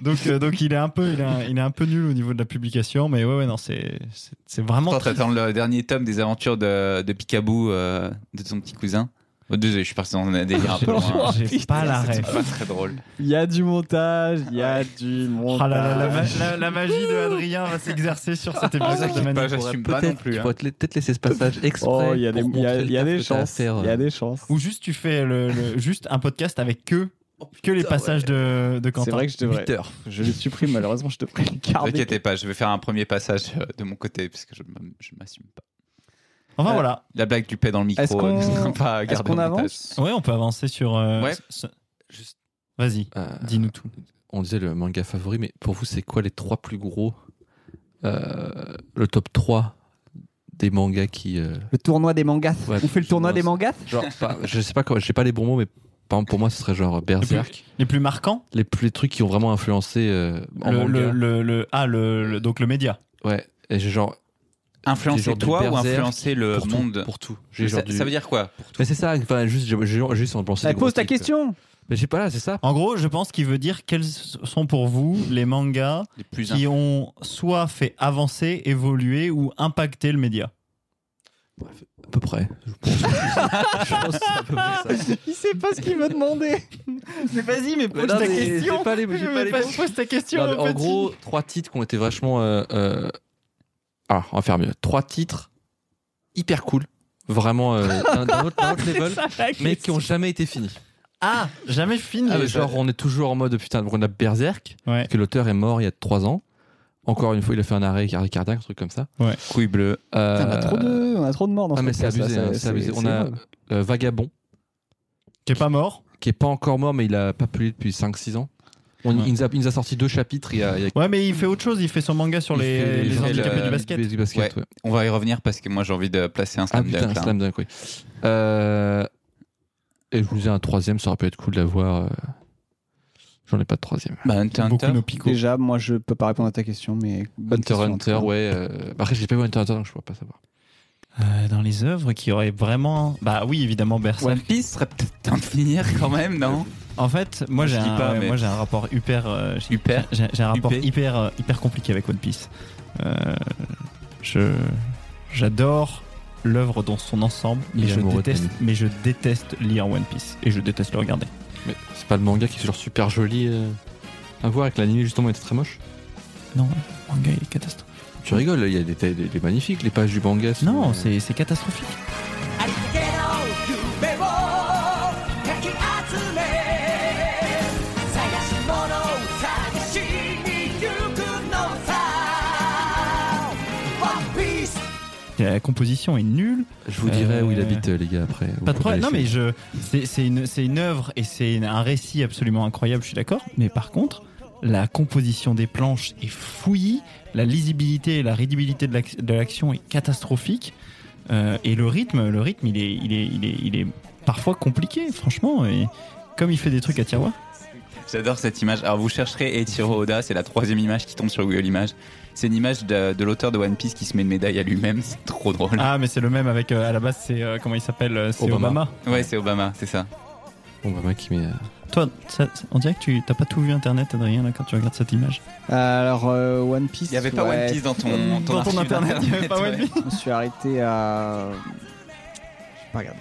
donc euh, donc il est un peu il est un, il est un peu nul au niveau de la publication, mais ouais ouais non c'est c'est- c'est vraiment Attends, t'attends le dernier tome des aventures de, de Picaboo euh, de ton petit cousin. Oh, désolé, je suis parti dans un délire un peu loin. J'ai pas la C'est ref. pas très drôle. Il y a du montage, il y a du montage. Ah là là, la, ma- la- la magie de Adrien va s'exercer sur cet Ah, épisode de pas, manière. j'assume pas non Peut-être plus. tu hein. pourrais te la- peut-être laisser ce passage exprès. Oh, il y a des, pour il y a- montrer il y a le des taf que t'as à chances. faire, Il y a euh. des chances. Ou juste tu fais le, le- juste un podcast avec que, que les passages de, de Quentin. C'est vrai que je devrais. Je les supprime, malheureusement, je devrais les Ne garder. t'inquiétez pas, je vais faire un premier passage euh, de mon côté parce que je m- je m'assume pas. Enfin Euh, voilà. La blague du paix dans le micro, euh, Est-ce qu'on- ne sera pas à est-ce garder qu'on en montage. avance Ouais, on peut avancer sur. euh, Ouais. ce- Juste, Vas-y, euh, dis-nous tout. on disait le manga favori, mais pour vous, c'est quoi les trois plus gros euh, Le top 3 des mangas qui. euh, Le tournoi des mangas. Ouais, On fait le tournoi des plus ou moins, mangas genre, pas- je sais pas, comment- j'ai pas les bons mots, mais par exemple, pour moi, ce serait genre Berserk. Les plus marquants. Les, plus- les trucs qui ont vraiment influencé euh, en Le, manga. le, le- le- ah le, le- donc le média. Ouais, et j'ai genre. j'ai Influencer genre du toi ou Berserk influencer le pour tout, monde Pour tout. J'ai Mais genre ça, du- ça veut dire quoi pour tout Mais c'est ça, enfin, juste, j'ai- j'ai- juste en pensant. Eh, Pose ta question Mais j'ai pas là, c'est ça. En gros, je pense qu'il veut dire quels sont pour vous les mangas Les plus qui ont soit fait avancer, évoluer ou impacter le média. À peu près. Je pense que je pense que c'est à peu près ça. Il sait pas ce qu'il veut demander. Mais vas-y, mais pose non, ta mais question. j'ai pas les- j'ai Mais pas les pas- mots. Pose ta question. Non, mais en gros, trois titres qui ont été vachement. euh, euh, Alors, on va faire mieux. Trois titres hyper cool, vraiment euh, d'un d'un autre, d'un autre level, mais qui ont jamais été finis. Ah, jamais fini. Et genre, on est toujours en mode putain, on a Berserk, Ouais. parce que l'auteur est mort il y a trois ans. Encore une fois, il a fait un arrêt cardiaque, un truc comme ça. couille bleue. Euh, on, a trop de, on a trop de morts dans Ah, ce mais c'est podcast, là, abusé, ça- hein, c'est abusé. On c'est a énorme. euh, Vagabond, T'es pas mort. qui est pas encore mort, mais il a pas publié depuis 5-6 ans. On- Ouais. il, nous a, il nous a sorti deux chapitres il y a, il y a- Ouais, mais il fait autre chose. Il fait son manga sur il les, fait- les il fait handicapés le- du basket. Du basket ouais. On va y revenir parce que moi j'ai envie de placer un Ah slam putain, dunk, là. Slam Dunk, oui. Euh, et je vous ai un troisième, ça aurait pu être cool d'avoir. euh, J'en ai pas de troisième. Bah, Hunter, Beaucoup Hunter. nos picots. Déjà, moi, je peux pas répondre à ta question, mais. bonne Hunter question, en tout Hunter, cas. ouais. euh, Après, j'ai pas vu Hunter Hunter, donc je pourrais pas savoir. Euh, dans les œuvres qui auraient vraiment. Bah oui, évidemment, Berserk. One Piece serait peut-être temps de finir quand même, non En fait, moi Je j'ai dis un, pas, ouais, mais- moi, j'ai un rapport hyper, euh, j'ai- Hyper. j'ai j'ai un rapport Hyper. hyper, euh, hyper compliqué avec One Piece. Euh, je j'adore l'œuvre dans son ensemble, Il mais est je amoureux de déteste, Penny. mais je déteste lire One Piece et je déteste le regarder. Mais c'est pas le manga qui est genre super joli euh, à voir avec l'anime justement était très moche. Non, le manga il est catastrophique. Tu rigoles, il y a des, des, des magnifiques, les pages du manga. sont- euh, Non, c'est c'est catastrophique. ありけの夢をかき集め探し物を探しに行くのさ One Piece La composition est nulle. Je vous dirai où il Euh, habite, euh, les gars, après. Vous Pas de pourrez problème. Non, aller mais chez- je, c'est, c'est une, c'est une œuvre et c'est une- un récit absolument incroyable, je suis d'accord. Mais par contre, la composition des planches est fouillie, la lisibilité et la ridibilité de, l'ac- de l'action est catastrophique, euh, et le rythme, le rythme, il est, il est, il est, il est parfois compliqué, franchement. Et comme il fait des trucs à tiroir. J'adore cette image. Alors vous chercherez Eiichiro Oda, c'est la troisième image qui tombe sur Google Images. C'est une image de, de l'auteur de One Piece qui se met une médaille à lui-même, c'est trop drôle. Ah, mais c'est le même avec, euh, à la base, c'est euh, comment il s'appelle euh, C'est Obama. Ouais, c'est Obama, c'est ça. Obama qui met. Toi, ça- ça- on dirait que tu t'as pas tout vu Internet, Adrien, là, quand tu regardes cette image. Alors, euh, One Piece. Il y avait pas ouais, One Piece dans ton, ton Dans archive ton Internet, il y avait pas One Piece. Je me suis arrêté à. J'ai pas regardé.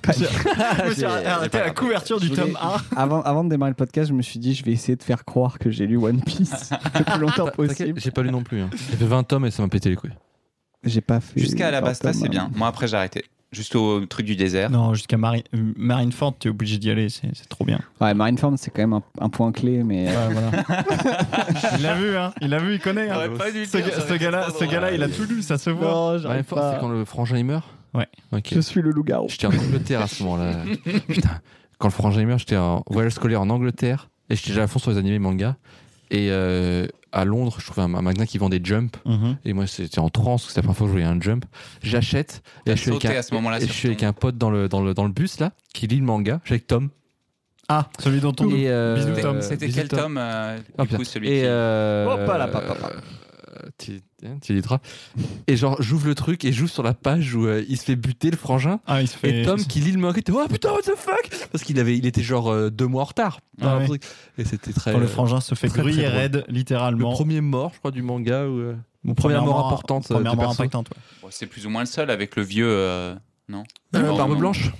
Je me suis arrêté à la couverture du Je voulais- tome 1. Avant, avant de démarrer le podcast, je me suis dit, je vais essayer de faire croire que j'ai lu One Piece le plus longtemps possible. J'ai pas lu non plus. hein. J'ai fait 20 tomes et ça m'a pété les couilles. J'ai pas fait. Jusqu'à Alabasta, Phantom, c'est hein. bien. Moi, après, j'ai arrêté. Juste au truc du désert. Non, jusqu'à Mari- euh, Marineford, t'es obligé d'y aller, c'est c'est trop bien. Ouais, Marineford, c'est quand même un, un point clé, mais. Ouais, voilà. il l'a vu, hein, il l'a vu, il connaît. Hein. J'aurais pas dû le Ce, dire, gars- j'aurais ce été gars-là, trop ce drôle. gars-là, il a tout lu, ça se voit. Non, j'arrive Ouais, fort, pas. c'est quand le frangin il meurt Ouais. Ok. Je suis le loup-garou. J'étais en Angleterre à ce moment-là. Putain. Quand le frangin il meurt, j'étais en voyage scolaire en Angleterre et j'étais déjà à fond sur les animés manga. Et euh, à Londres, je trouvais un, un magasin qui vendait Jump. Mhm. Et moi, c'était en transe, c'était la première fois que je voyais un jump. J'achète. Et T'as je suis avec sauté un- à ce moment-là et sur je suis avec ton- un pote dans le, dans, le, dans le bus, là, qui lit le manga. Je suis avec Tom. Ah, celui dont on. Et, euh, Bisous, Tom. euh, C'était bisous, quel tome, euh, Ah, du coup, putain. celui et qui... euh, Hop là, papa, papa. euh, tu, hein, tu liras. Et genre, j'ouvre le truc et j'ouvre sur la page où euh, il se fait buter le frangin. Ah, il se fait. Et Tom qui lit le manga, il était, oh putain, what the fuck Parce qu'il avait, il était genre euh, deux mois en retard. Ah Un ouais. truc. Et c'était très. Quand le euh, frangin se fait très, très griller drôle. raide, le littéralement. premier mort, je crois, du manga. Ou, euh, Mon première mort importante, euh, Première du mort perso. impactante, ouais. Bon, c'est plus ou moins le seul avec le vieux. euh, Non Euh, Mort, Barbe non. Blanche.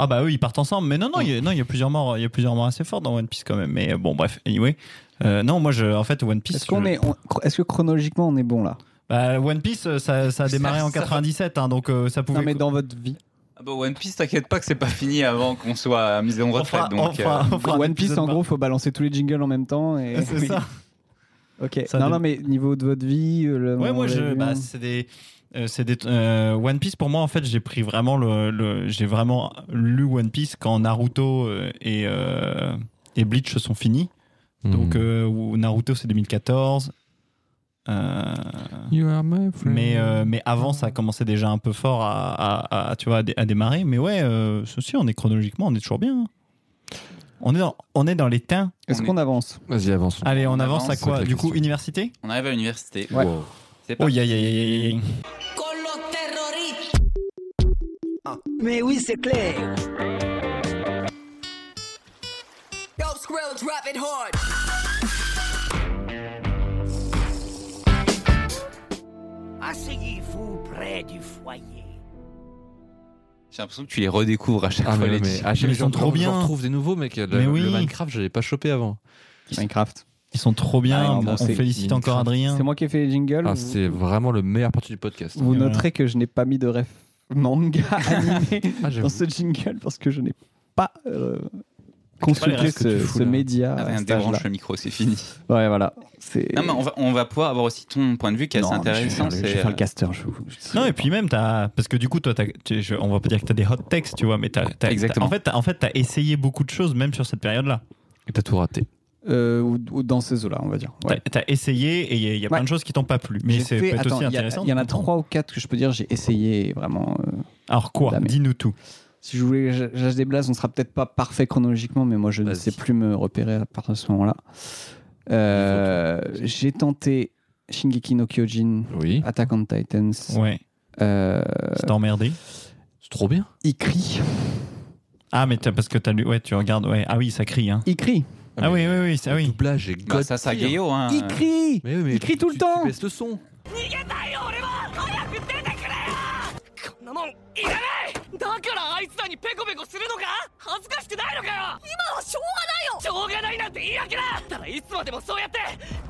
Ah bah eux ils partent ensemble, mais non non il y a, non, il y a plusieurs morts, il y a plusieurs morts assez fortes dans One Piece quand même. Mais euh, bon bref, anyway. Euh, non moi je, en fait One Piece. Est-ce qu'on je- est, on- est-ce que chronologiquement on est bon là Bah, One Piece euh, ça, ça a démarré en 97, hein, donc euh, ça pouvait. Non, mais dans votre vie. Ah bah, One Piece, t'inquiète pas que c'est pas fini avant qu'on soit mis en On retraite. fera- donc, on fera- euh, on fera un One Piece, épisode en gros, faut balancer tous les jingles en même temps. par- Et... Ah, C'est Oui. ça. Ok. Ça non, dé- non, mais niveau de votre vie. euh, Le... Ouais, on moi, l'a je, vu, bah, hein. c'est des, euh, c'est des euh, One Piece pour moi. En fait, j'ai pris vraiment le, le- j'ai vraiment lu One Piece quand Naruto euh, et euh, et Bleach sont finis. Donc Mhm. euh, où Naruto c'est 2014. Euh, You are my friend. mais euh, mais avant ça commençait déjà un peu fort à, à- à- tu vois à, dé- à démarrer. Mais ouais, euh, ceci on est chronologiquement on est toujours bien. hein. On est dans, on est dans les teints. Est-ce on qu'on avance Vas-y, avance. Allez, on, On avance, avance, à quoi c'est la Du coup, question. université. euh, On arrive à l'université. Ouais. C'est pas- Oh yeah, yeah, yeah, yeah, yeah. Mais oui, c'est clair. Asseyez-vous près du foyer. J'ai l'impression que tu les redécouvres à chaque Ah, fois. mais, les non, mais, titres. ah, Mais ils j'en sont trouve- trop bien. J'en retrouve des nouveaux, mec. Le, Mais oui. le Minecraft, je l'avais pas chopé avant. Minecraft. Ils sont trop bien. Ah, on bon, c'est- félicite encore Adrien. C'est moi qui ai fait les jingles. Ah, vous- c'est vraiment le meilleur partie du podcast. Vous Et voilà. noterez que je n'ai pas mis de ref manga animé Ah, j'avoue. dans ce jingle parce que je n'ai pas euh, pas les consulté refs que tu ce, fous, ce là. média. Ah, à rien, cet âge-là. débranche le micro, c'est fini. Ouais, voilà. C'est. Non, mais on va, on va pouvoir avoir aussi ton point de vue qui est assez Non, mais je vais intéressant. faire le- Je c'est, vais faire le euh, caster. je vous- je- Non, et puis même, t'as- parce que du coup, toi, t'as- tu- je- on va pas dire que tu as des hot texts, tu vois, mais t'as, t'as- Exactement. t'as- en fait, t'as, en fait, t'as essayé beaucoup de choses, même sur cette période-là. Et t'as tout raté. Euh, ou, ou dans ces eaux-là, on va dire. Ouais. T'as, t'as essayé et il y a, y a plein Ouais. de choses qui t'ont pas plu. Mais J'ai c'est fait- peut-être attends, aussi il y a- intéressant. Il y en de a comprendre. trois ou quatre que je peux dire j'ai essayé vraiment. euh, Alors quoi Là, mais- Dis-nous tout. si je voulais que j'âche des blases, on sera peut-être pas parfait chronologiquement, mais moi je ne Vas-y. sais plus me repérer à partir de ce moment-là. Euh, j'ai tenté Shingeki no Kyojin, Oui. Attack on Titans, Ouais, euh, c'est emmerdé. C'est trop bien. Ikri. Ah, mais t'as- parce que t'as lu, ouais, tu regardes, ouais. Ah oui, ça crie, hein. Ikri. Ah, oui, oui, oui, ça Le oui. doublage est bah, god. ça, ça tier. Gaillot, hein. Ikri Mais oui, mais Il crie tout le tu- temps. Tu baisses le son. こんなもんいらないだからあいつらにペコペコするのか恥ずかしくないのかよ今はしょうがないよしょうがないなんて言い訳だただいつまでもそうやって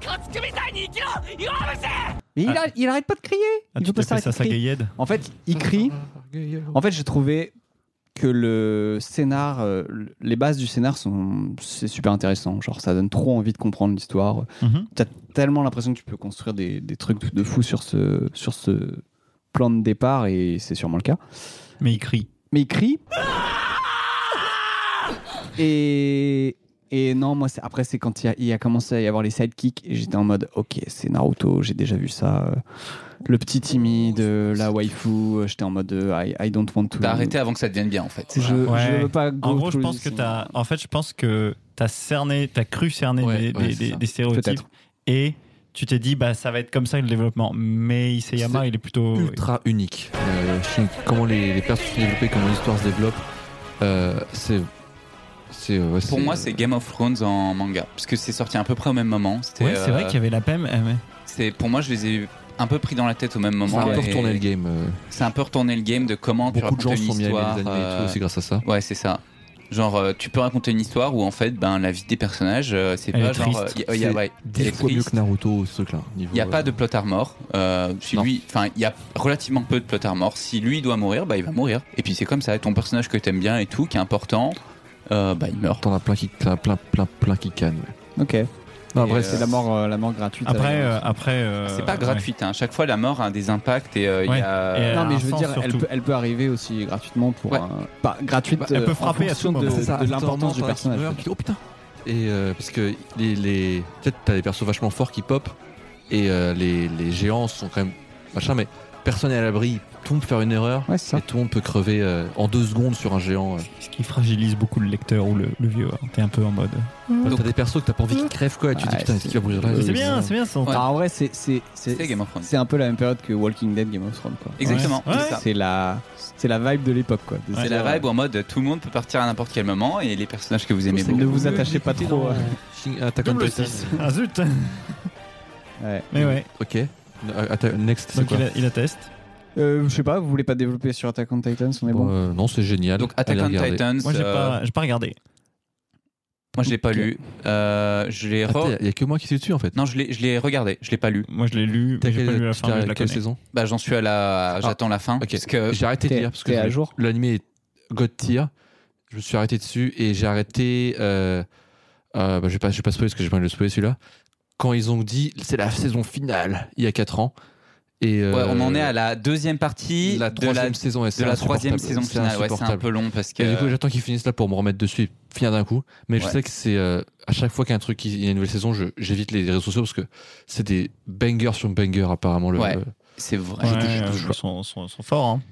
家畜みたいに生きろ弱虫 Mais il, a- il arrête pas de crier Ah, Il tu veut pas t'es fait s'arrêter ça, de ça crier. Gayed En fait, Ikri, En fait, j'ai trouvé que le scénar, euh, les bases du scénar sont c'est super intéressant. Genre, ça donne trop envie de comprendre l'histoire. Mhm. T'as tellement l'impression que tu peux construire des, des trucs de, de fou sur ce sur ce plan de départ et c'est sûrement le cas. Mais il crie. Mais il crie. Et et non, moi, c'est- après, c'est quand il y a, il y a commencé à y avoir les sidekicks et j'étais en mode, ok, c'est Naruto, j'ai déjà vu ça. euh, Le petit timide, euh, la waifu, euh, j'étais en mode, euh, I, I don't want to. T'as arrêté avant que ça devienne bien, en fait. Je, Ouais. je veux pas En go gros, je through pense this. que t'as. En fait, je pense que t'as cerné, t'as cru cerner Ouais, des, ouais, des- c'est des- ça. des stéréotypes Peut-être. et tu t'es dit bah ça va être comme ça le développement. Mais Isayama, C'est il est plutôt ultra unique. Euh, Shin- comment les, les persos sont développés, comment l'histoire se développe, euh, c'est. c'est, ouais, Pour moi, c'est Game of Thrones en manga, parce que c'est sorti à peu près au même moment. C'était, Ouais, c'est vrai euh, qu'il y avait la PEM. eh, mais- c'est- Pour moi, je les ai un peu pris dans la tête au même Ça moment. a un peu et retourné le game. euh. C'est un peu retourné le game de comment tu Beaucoup de gens racontes se sont une mis à aimer les histoire. animés et euh, tout aussi grâce à ça. Ouais, c'est ça. Genre, euh, tu peux raconter une histoire où en fait, ben, la vie des personnages, euh, c'est Elle pas est genre. triste. euh, y a- y a- C'est ouais, elle Dix est fois mieux triste. que Naruto, ce truc-là. niveau, Il n'y a pas euh, de plot armor. Euh, si Non. lui, enfin, il y a relativement peu de plot armor. Si lui doit mourir, bah il va mourir. Et puis c'est comme ça. Ton personnage que t'aimes bien et tout, qui est important, euh, bah il meurt. T'en as plein qui, t'en as plein, plein, plein qui cannent. ouais. Ok. Non, après, après, c'est euh, la mort, euh, la mort gratuite. Après, euh, euh, après. euh, C'est pas ouais. gratuit. Hein. Chaque fois, la mort a des impacts et euh, il Ouais. y a. Et- elle a non, mais un je veux sens dire, elle surtout. peut, elle peut arriver aussi gratuitement pour Ouais. un- pas gratuite. Bah, elle euh, peut en frapper à fonction tout moment. de, Ah bah, C'est ça, de l'importance du t'en as qui personnage. meurt, qui dit, oh putain Et euh, parce que les, les peut-être t'as des persos vachement forts qui pop et euh, les, les géants sont quand même machin, mais personne n'est à l'abri. Tout le monde peut faire une erreur Ouais, c'est ça. et tout le monde peut crever euh, en deux secondes sur un géant. euh. Ce qui fragilise beaucoup le lecteur ou le, le viewer. T'es un peu en mode. Bah, t'as des persos que t'as pas envie qu'ils crèvent quoi. Et tu te dis Ouais, putain, est-ce qu'il va mourir là Mais Euh, c'est bien, c'est bien. c'est- Ouais. Ah, en vrai, c'est c'est C'est Game of Thrones. c'est un peu la même période que Walking Dead, Game of Thrones. quoi. Exactement. Ouais. C'est ça. C'est la c'est la vibe de l'époque quoi. De C'est dire, la vibe en mode tout le monde peut partir à n'importe quel moment et les personnages que vous aimez Ne beaucoup. vous attachez pas T'es trop. dans, euh, euh, Shin- Attack on Double Titan. six. Ah zut ouais. Mais ouais, Ok. Euh, atta- Next, c'est donc quoi il, a- il atteste. Euh, Je sais pas, vous voulez pas développer sur Attack on Titans, on est Bon, bon. euh, Non, c'est génial. Donc Attack Allez on regarder. Titans. Moi j'ai euh, pas, j'ai pas regardé. Moi, je l'ai pas Ok. lu. Euh, je l'ai. Attends, re- Il y a que moi qui suis dessus en fait. Non, je l'ai, je l'ai regardé. Je l'ai pas lu. Moi je l'ai lu, T'as mais j'ai pas quelle- lu la fin, mais je t'as la quelle connais. saison Bah, j'en suis à la. J'attends la fin. Ah. ok. Parce que J'ai arrêté de Euh, T'es- lire parce que t'es à je- jour l'animé est God tier. Je me suis arrêté dessus et j'ai arrêté. Euh, euh, bah, je vais pas, je vais pas spoiler parce que j'ai pas envie de le spoiler celui-là. Quand ils ont dit c'est la saison finale il y a 4 ans. Et, euh, Ouais, on en est à la deuxième partie la de la, troisième saison. et c'est de la troisième insupportable. saison C'est finale. Ouais, c'est un insupportable. peu long parce que. Et du coup, j'attends qu'ils finissent là pour me remettre dessus et finir d'un coup. Mais je Ouais. sais que c'est euh, à chaque fois qu'il y a un truc, qui- il y a une nouvelle saison, je- j'évite les réseaux sociaux parce que c'est des bangers sur bangers apparemment. Le, Ouais. le- c'est vrai. Ouais, touche, je euh, touche pas. sont, sont, sont forts, hein.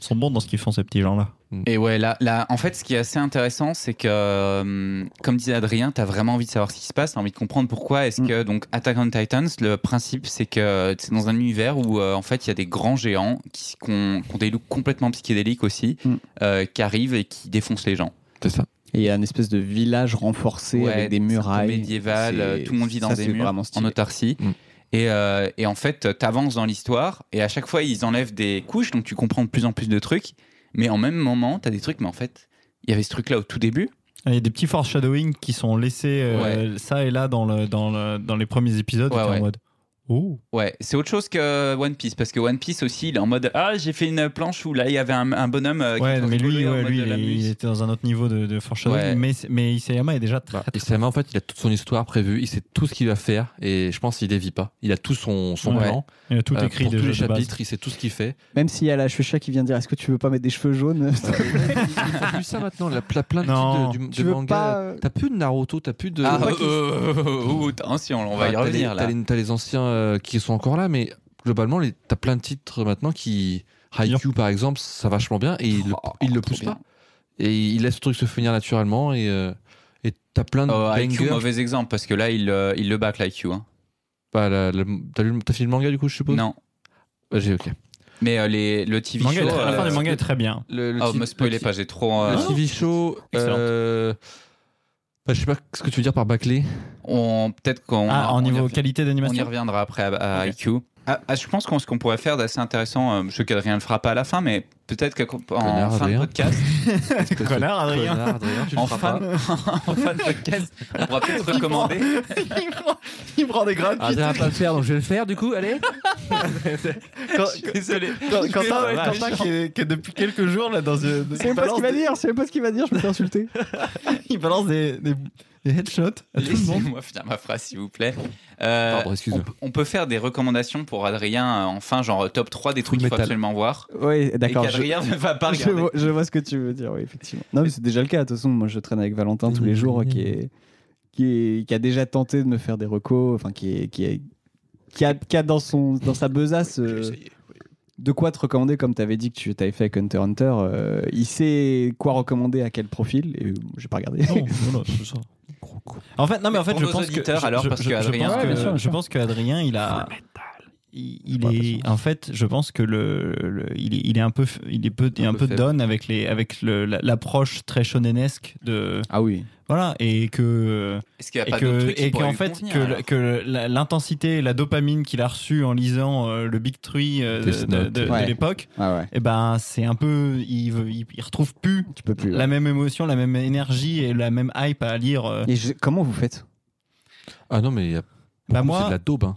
Ils sont bons dans ce qu'ils font ces petits gens-là. Et ouais, là, là, en fait, ce qui est assez intéressant, c'est que, hum, comme disait Adrien, t'as vraiment envie de savoir ce qui se passe, t'as envie de comprendre pourquoi. Est-ce Mm. que, donc, Attack on Titans, le principe, c'est que c'est dans un univers où, euh, en fait, il y a des grands géants qui, qui ont, qui ont des looks complètement psychédéliques aussi, Mm. euh, qui arrivent et qui défoncent les gens. c'est ça. Et il y a une espèce de village renforcé Ouais, avec des c'est un peu murailles. médiéval, euh, C'est- tout le monde vit dans ça, des c'est murs vraiment stylé. en autarcie. Mm. Et, euh, et en fait, t'avances dans l'histoire et à chaque fois, ils enlèvent des couches, donc tu comprends de plus en plus de trucs. Mais en même moment, t'as des trucs, mais en fait, il y avait ce truc-là au tout début. Il y a des petits foreshadowing qui sont laissés euh, ça et là dans, le, dans, le, dans les premiers épisodes. Ouais, t'es ouais. en mode Oh Ouais, c'est autre chose que euh, One Piece, parce que One Piece aussi, il est en mode Ah, j'ai fait une planche où là, il y avait un, un bonhomme euh, qui Ouais, mais lui, transvolait en ouais, mode lui de il, la est- il muse. était dans un autre niveau de, de foreshadowing. Ouais. Mais, c'est- mais Isayama est déjà très. très- Isayama, Bah, en fait, il a toute son histoire prévue, il sait tout ce qu'il va faire et je pense qu'il dévie pas. Il a tout son, son Ouais. plan. il a tout euh, écrit pour déjà. tous les de base. chapitres, il sait tout ce qu'il fait. Même s'il y a la Shueisha qui vient dire Est-ce que tu veux pas mettre des cheveux jaunes il fait plus ça maintenant, la, la plein de Non. types de, du- Tu de veux manga. pas, euh, T'as plus de Naruto, t'as plus de. Ah, T'as euh, euh, euh, euh, attention, on va y les- revenir là. T'as les, t'as les anciens euh, qui sont encore là, mais globalement, les- t'as plein de titres maintenant qui. Haikyuu, par exemple, ça va vachement bien et il, le- Oh, il le trop pousse bien. pas. Et il laisse le truc se finir naturellement et euh, et t'as plein de. Euh, IQ, bangers. mauvais exemple, parce que là, il, euh, il le bat, l'IQ. Hein. Bah, la- la- T'as lu- t'as fini le manga du coup, je suppose Non, Bah, J'ai ok. mais euh, les, le TV Le manga est show. très- la fin euh, du manga est très bien. Le, le Oh, ti- me le spoilez ti- pas, j'ai trop. euh, Le TV show. Excellente. euh, bah, je sais pas ce que tu veux dire par bâclé. on peut-être qu'on. Ah, on en y niveau rev- qualité On y d'animation reviendra après à, à Ok. IQ. Ah, ah, je pense qu'on ce qu'on pourrait faire d'assez intéressant. euh, je sais qu'Adrien ne le fera pas à la fin, mais peut-être qu'en en Connard, fin de Adrien. podcast, Connard, Adrien. Connard, Adrien, tu le en fin, feras pas. en fin de podcast, on pourra peut-être recommander. il, prend, il prend des grades. Adrien va pas le faire, donc je vais le faire du coup, allez. Je suis désolé. Quentin, Je vais pas être Quentin qui, est, qui est depuis quelques jours là dans euh, une. C'est même pas ce qu'il va dire, c'est même pas ce qu'il va dire, je me fais insulter. Il balance des, des, des headshots à tout le monde. Laissez-moi finir ma phrase, s'il vous plaît. Euh, Pardon, excuse-moi. on, on peut faire des recommandations pour Adrien, euh, enfin, genre top 3 des trucs qu'il faut metal. absolument voir. Oui, Et d'accord. je- qu'Adrien ne va pas Je regarder. vois, je vois ce que tu veux dire, oui, effectivement. Non, mais c'est déjà le cas. De toute façon, moi, je traîne avec Valentin tous les jours, qui, est, qui, est- qui a déjà tenté de me faire des recos, enfin, qui, est, qui, est- qui, a, qui a dans, son, dans sa besace euh, de quoi te recommander, comme tu avais dit que tu avais fait avec Hunter x Hunter. euh, il sait quoi recommander à quel profil, et euh, j'ai pas regardé. Non, non, non, c'est ça. gros con. En fait, non, mais en fait, Pour je nos pense auditeurs, que. je- alors, je- parce je- que je pense Adrien- que- Ouais, bien sûr, bien Je pense qu'Adrien, il a. Il, il est. En fait, je pense que le, le- il, est, il est un peu, f- il est peu, il est Un un peu peu faible. down avec les, avec le- la- l'approche très shonenesque de. Ah oui. Voilà, et que. Est-ce qu'il y a et pas que- d'autres trucs qui Et pourraient qu'en lui fait, convenir, que, alors le- que le- la- l'intensité, et la dopamine qu'il a reçue en lisant euh, le Big Three euh, de, Death de- Note. de- de Ouais. l'époque, Ah ouais. et ben, c'est un peu, il, veut- il, il retrouve plus Tu peux plus. la même émotion, la même énergie et la même hype à lire. euh, Et je- comment vous faites Ah non, mais il y a Bah beaucoup, moi- c'est de la daube. hein.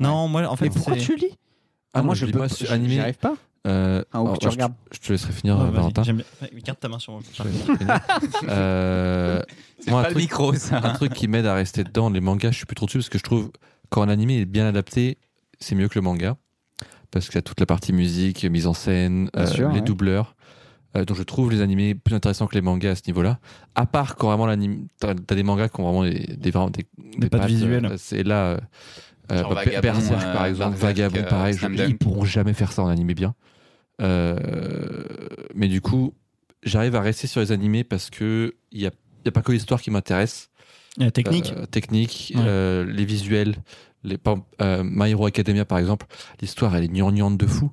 Non, moi, en fait, Mais pourquoi c'est- tu lis Ah, moi non, je lis peux pas pas- sur j'y animé. arrive pas. Euh, Ah, ou que alors, tu je- regardes. Je te laisse finir, Ouais, euh, Ah, vas-y, Valentin. j'aime bien. Ouais, Garde ta main sur moi. Euh, C'est moi, un pas le truc- micro, ça. un truc qui m'aide à rester dedans, les mangas, je suis plus trop dessus parce que je trouve quand l'anime est bien adapté, c'est mieux que le manga. Parce qu'il y a toute la partie musique, mise en scène, Bien euh, sûr, les ouais. doubleurs. Euh, donc je trouve les animés plus intéressants que les mangas à ce niveau-là. À part quand vraiment l'anime. T'as t'as des mangas qui ont vraiment des, des, vraiment des, des pattes visuelles. euh, C'est là. euh, euh, Genre bah, Vagabond, Berserk, euh, par exemple, Berserk, Vagabond, euh, pareil. je- Slam ils Dunk. pourront jamais faire ça en animé bien. Euh, mais du coup, j'arrive à rester sur les animés parce que il n'y a, il y a pas que l'histoire qui m'intéresse. La technique. Euh, technique, Ouais. euh, les visuels. Les, par exemple, euh, My Hero Academia, par exemple, l'histoire, elle est gnangnante de fou.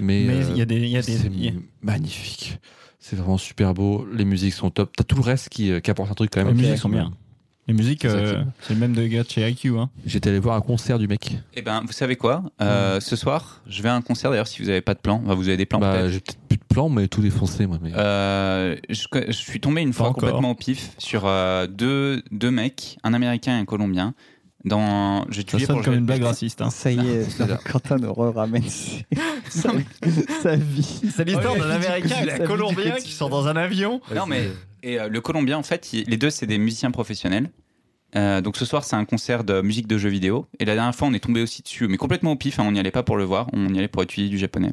Mais, mais euh, il y a des. il Y a des c'est il y a- magnifique. C'est vraiment super beau. Les musiques sont top. T'as tout le reste qui, euh, qui apporte un truc quand Les même. musiques sont bien. Les musiques, C'est ça euh, qui- c'est le même de gars de chez IQ. Hein. J'étais allé voir un concert du mec. Eh ben, vous savez quoi Euh, Hmm. Ce soir, je vais à un concert. D'ailleurs, si vous n'avez pas de plan, enfin, vous avez des plans peut-être. Bah, j'ai peut-être plus de plan, mais tout défoncé, moi. Mais... Euh, je, je suis tombé une fois encore. complètement au pif sur euh, deux, deux mecs, un américain et un colombien. Dans, j'ai Ça tué sonne pour comme le- une blague raciste. Hein. Ça y est, là. Quentin nous ramène sa, sa vie. C'est l'histoire Ouais, d'un Américain et d'un ça me Colombien dit- hein, qui sont dans un avion. Non, mais et, euh, le colombien, en fait, il- les deux, c'est des musiciens professionnels. Euh, donc ce soir, c'est un concert de musique de jeux vidéo. Et la dernière fois, on est tombé aussi dessus, mais complètement au pif. hein, on n'y allait pas pour le voir, on y allait pour étudier du japonais.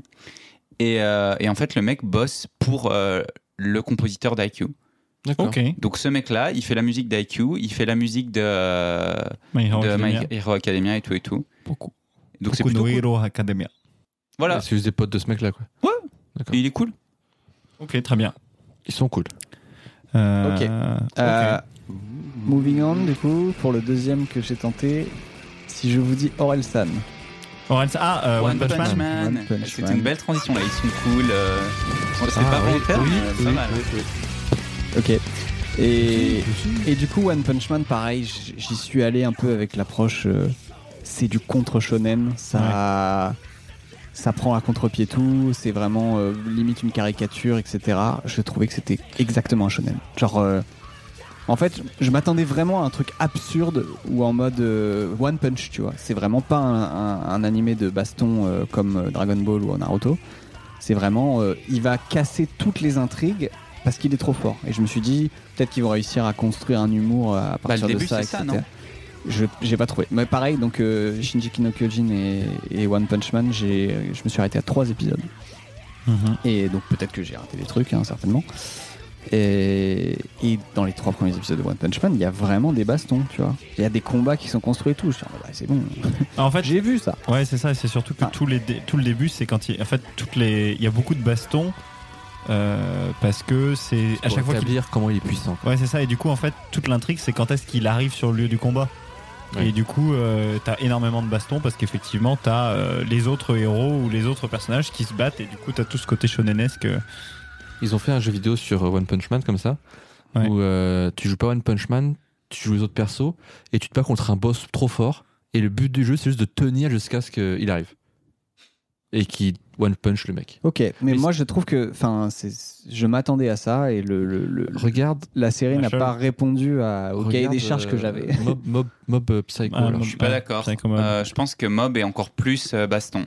Et, euh, et en fait, le mec bosse pour euh, le compositeur d'IQ. D'accord. Ok. Donc ce mec-là, il fait la musique d'IQ, il fait la musique de. euh, My Hero de My Academia. Hero Academia et tout et tout. Beaucoup. Donc c'est Beaucoup plutôt de cool. Hero Academia. Voilà, C'est juste des potes de ce mec-là, quoi. Et il est cool. Ok, très bien. Ils sont cool. Euh, Ok. ok. Euh, Moving on, du coup, pour le deuxième que j'ai tenté, si je vous dis Orelsan. Orange- Ah, euh, One, Punch Man. Man. One Punch C'était Man. une belle transition là, ils sont cool. euh, on sait Ah, pas oui, volontaire, oui, mais pas oui, mal. Ok. Et, et du coup, One Punch Man, pareil, j- j'y suis allé un peu avec l'approche. euh, c'est du contre-shonen. Ça, ça prend à contre-pied tout. C'est vraiment euh, limite une caricature, etc. Je trouvais que c'était exactement un shonen. Genre. euh, en fait, je m'attendais vraiment à un truc absurde ou en mode euh, One Punch, tu vois. C'est vraiment pas un, un- un animé de baston euh, comme euh, Dragon Ball ou Naruto. C'est vraiment, euh, il va casser toutes les intrigues parce qu'il est trop fort. Et je me suis dit, peut-être qu'ils vont réussir à construire un humour à Bah, le partir début, de ça, c'est ça, etc. non je j'ai pas trouvé. Mais pareil, donc euh, Shinji Kino Kyojin et, et One Punch Man, j'ai, euh, je me suis arrêté à trois épisodes. Mhm. Et donc peut-être que j'ai raté des trucs, hein, certainement. Et, et dans les trois premiers épisodes de One Punch Man, il y a vraiment des bastons, tu vois. Il y a des combats qui sont construits et tout. Je suis en mode, Ah, c'est bon. En fait, J'ai vu ça. Ouais, c'est ça, et c'est surtout que Ah. tout, les dé- tout le début, c'est quand il, en fait, toutes les, il y a beaucoup de bastons euh, parce que c'est à Pour chaque fois qu'il. établir comment il est puissant. Ouais, c'est ça, et du coup, en fait, toute l'intrigue, c'est quand est-ce qu'il arrive sur le lieu du combat. Ouais. Et du coup, euh, t'as énormément de bastons parce qu'effectivement, t'as euh, les autres héros ou les autres personnages qui se battent, et du coup, t'as tout ce côté shonenesque. euh, Ils ont fait un jeu vidéo sur euh, One Punch Man comme ça, Ouais. où euh, tu joues pas One Punch Man, tu joues les autres persos et tu te bats contre un boss trop fort. Et le but du jeu, c'est juste de tenir jusqu'à ce qu'il arrive et qu'il One Punch le mec. Ok, mais Et moi je trouve que, enfin, c'est- je m'attendais à ça et le, le- le- Regarde, la série n'a Rachel. pas répondu à, au cahier regarde, Ah, des charges que euh, j'avais. Mob, mob, mob, euh, Psycho. Ah, là. Mob- Je suis pas Ah, d'accord. Psycho Mob. Euh, je pense que Mob est encore plus euh, baston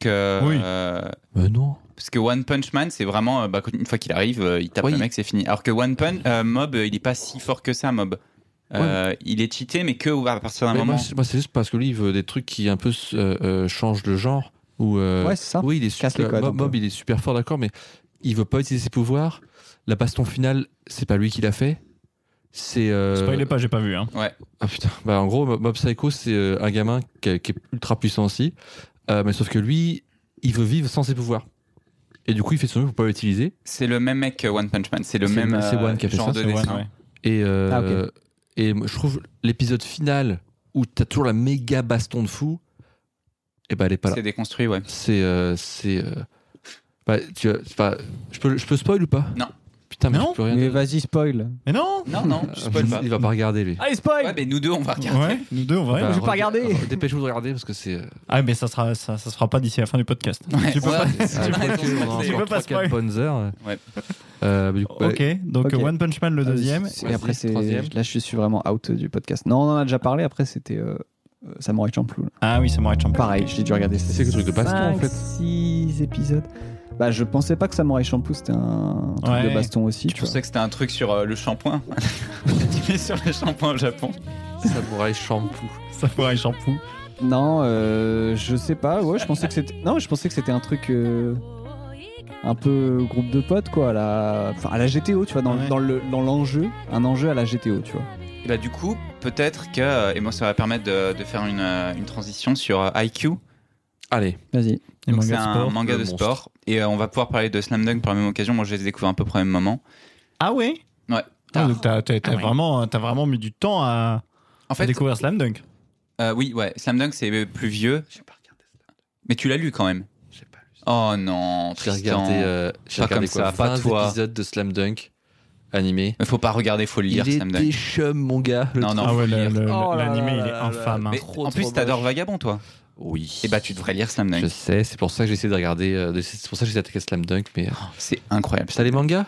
que. Oui. euh, Mais Bah, non. parce que One Punch Man, c'est vraiment euh, bah, quand- une fois qu'il arrive, euh, il tape Oui. le mec, c'est fini. Alors que One Punch euh, Mob, euh, il est pas si fort que ça, Mob. Euh, Il est cheaté, mais que à partir d'un Mais moment. moi, c'est- moi, c'est juste parce que lui, il veut des trucs qui un peu euh, euh, changent le genre. Ou, euh, ouais, c'est ça. Oui, il est Hein Casse super, les codes, Mob, un peu. Mob, il est super fort, d'accord, mais il veut pas utiliser ses pouvoirs. La baston finale, c'est pas lui qui l'a fait. C'est. euh, Spoiler pas, j'ai pas vu. Hein. Ah putain. Bah, en gros, Mob Mob Psycho, c'est euh, un gamin qui, est- qui est ultra puissant aussi. Euh, mais sauf que lui, il veut vivre sans ses pouvoirs. Et du coup, il fait son mieux pour pas l'utiliser. C'est le même mec que One Punch Man. C'est le C'est- même c'est euh, One qui a fait genre ça, de C'est dessin. ouais, ouais. Et, euh, Ah, ok. Et moi, je trouve l'épisode final où t'as toujours la méga baston de fou, et ben elle est pas là. C'est déconstruit, ouais. C'est. euh, c'est euh, bah, tu vois, c'est pas- je, peux, je peux spoil ou pas Non. Putain, mais Non. je peux rien Mais dire. Euh, vas-y, spoil. Mais non Non, non, je spoil pas. Il va pas regarder, lui. Allez, spoil Ouais, mais nous deux, on va regarder. Ouais, nous deux, on va. Bah, je vais pas regarder. rega- Dépêchez-vous de regarder parce que c'est. euh, Ah, mais ça sera, ça, ça se fera pas d'ici la fin du podcast. Ouais, tu peux ouais, pas. ouais, c'est Ah, tu vrai, peux- c'est on a vrai. tu encore peux pas 3-4 spoil. bonnes heures. Ouais. Euh, bah, du coup, bah, Ok, donc Ok. One Punch Man le deuxième. Et après, c'est. troisième. Là, je suis vraiment out du podcast. Non, on en a déjà parlé. Après, c'était euh, euh, Samurai Champloo. là. Ah oui, ça m'aurait champion. Pareil, j'ai dû regarder. C'est que le truc de baston, en fait. 6 épisodes. Bah, je pensais pas que Samurai Champloo c'était un truc Ouais. de baston aussi. Je Tu vois. pensais que c'était un truc sur euh, le shampoing. tu mets sur le shampoing au Japon. Samouraï Shampoo. Ça pourrait shampoo. Non, euh, je sais pas. Ouais, je pensais que c'était. Non, je pensais que c'était un truc euh, un peu groupe de potes quoi, à la, enfin, à la GTO, tu vois, dans, Ouais. dans le dans l'enjeu, un enjeu à la GTO, tu vois. Et bah, du coup, peut-être que. euh, Et moi, ça va permettre de, de faire une, euh, une transition sur euh, IQ. Allez, Vas-y. Et Donc, manga C'est un sport. manga le de monstre. sport. Et euh, on va pouvoir parler de Slam Dunk par la même occasion. Moi, je les ai découverts un peu au même moment. Ah ouais Ouais. Ah, donc t'as t'as- t'as Ah ouais. vraiment, t'as vraiment mis du temps à, En à fait, découvrir Slam Dunk. euh, oui, ouais, Slam Dunk, c'est plus vieux. j'ai pas regardé ça. Mais tu l'as lu quand même. J'ai pas lu ça. Oh non, J'ai Tristan. regardé, euh, j'ai Pas regardé comme quoi, ça, pas 20 toi. épisodes de Slam Dunk animé. Mais faut pas regarder, faut lire il est Slam Dunk. déchum, mon gars. le Non, truc. non, Ah ouais, faut le- lire. le- Oh là l'animé, là il est là là infâme. hein. Mais trop, en trop plus, t'adores moche. Vagabond, toi. Oui. Et bah, tu devrais lire Slam Dunk. Je sais, c'est pour ça que j'essaie de regarder. euh, de- c'est pour ça que j'ai attaqué Slam Dunk, mais. Oh, C'est incroyable. T'as les mangas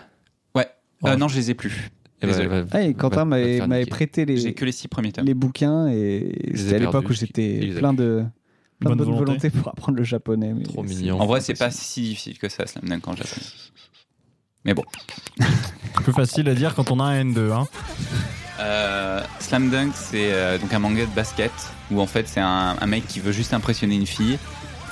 Euh, Oh. non, je les ai plus. Eh ben, Désolé. va- Ah, et va- Quentin va te m'avait faire m'avait niquer. prêté J'ai les que les six premiers tomes. les bouquins et les ai c'était à l'époque où perdus, je- il j'étais les a plein de plein de Bonne bonne volonté. volonté pour apprendre le japonais. mais Trop c'est- mignon. En vrai, c'est pas si difficile que ça, Slam Dunk en japonais. Mais bon. Plus facile à dire quand on a un N2. Hein. Euh, Slam Dunk, c'est euh, donc un manga de basket où en fait, c'est un, un mec qui veut juste impressionner une fille.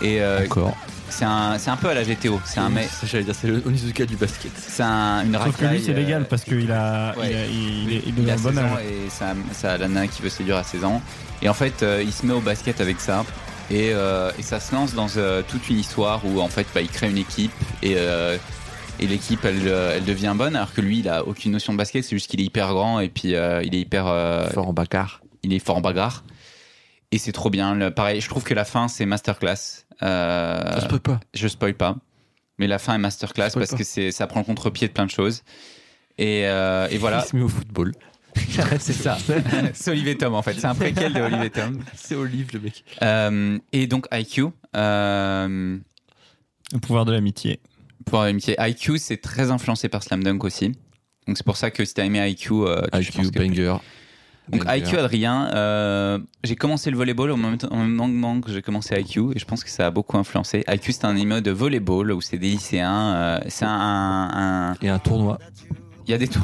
Et euh, Encore. c'est un, c'est un peu à la GTO. C'est un mec. Ça, J'allais dire, c'est le Onizuka du basket. C'est un, une Sauf que racaille, lui, c'est euh, légal parce qu'il a, ouais. il a- il, est- il est Il a dans 16 le bon ans âge. et ça, ça la nana qui veut séduire à 16 ans. Et en fait, euh, il se met au basket avec ça. Et, euh, et ça se lance dans euh, toute une histoire où en fait, bah, il crée une équipe et, euh, et l'équipe, elle, euh, elle devient bonne. Alors que lui, il a aucune notion de basket. C'est juste qu'il est hyper grand et puis euh, il est hyper, euh, Fort en Bakar. il est fort en bagarre. Et c'est trop bien. Le- pareil, je trouve que la fin, c'est masterclass. Euh, Ça se peut pas. je spoil pas. Mais la fin est masterclass Spoil parce pas. que c'est, ça prend le contre-pied de plein de choses. Et, euh, et voilà. Il se met au football. c'est ça. c'est Olivier Tom en fait. C'est un préquel de Olivier Tom. C'est Olive, le mec. Euh, et donc IQ. Euh, Le pouvoir de l'amitié. pour amitié, IQ c'est très influencé par Slam Dunk aussi. Donc c'est pour ça que si t'as aimé IQ, euh, tu- je pense IQ, que- banger. Donc Ben Banger. IQ Adrien, euh, j'ai commencé le volleyball au moment, au moment que j'ai commencé IQ et je pense que ça a beaucoup influencé. IQ c'est un anime de volleyball où c'est des lycéens, euh, c'est un- un, un- Et un tournoi. il y a des tours.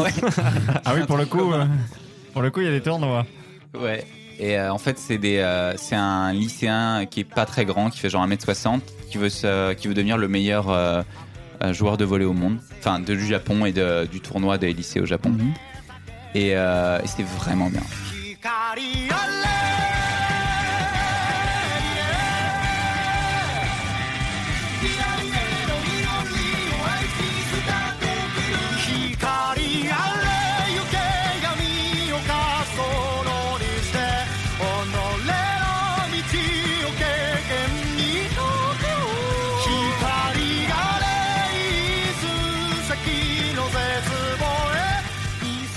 ouais. Ah oui, pour le coup, commun. euh, pour le coup, il y a des tournois. Ouais. Et euh, en fait, c'est des, euh, c'est un lycéen qui est pas très grand, qui fait genre 1m60, qui veut, se, qui veut devenir le meilleur euh, euh, joueur de volley au monde, enfin de du Japon et de- du tournoi des lycées au Japon. Mhm. Et, euh, et c'était vraiment bien.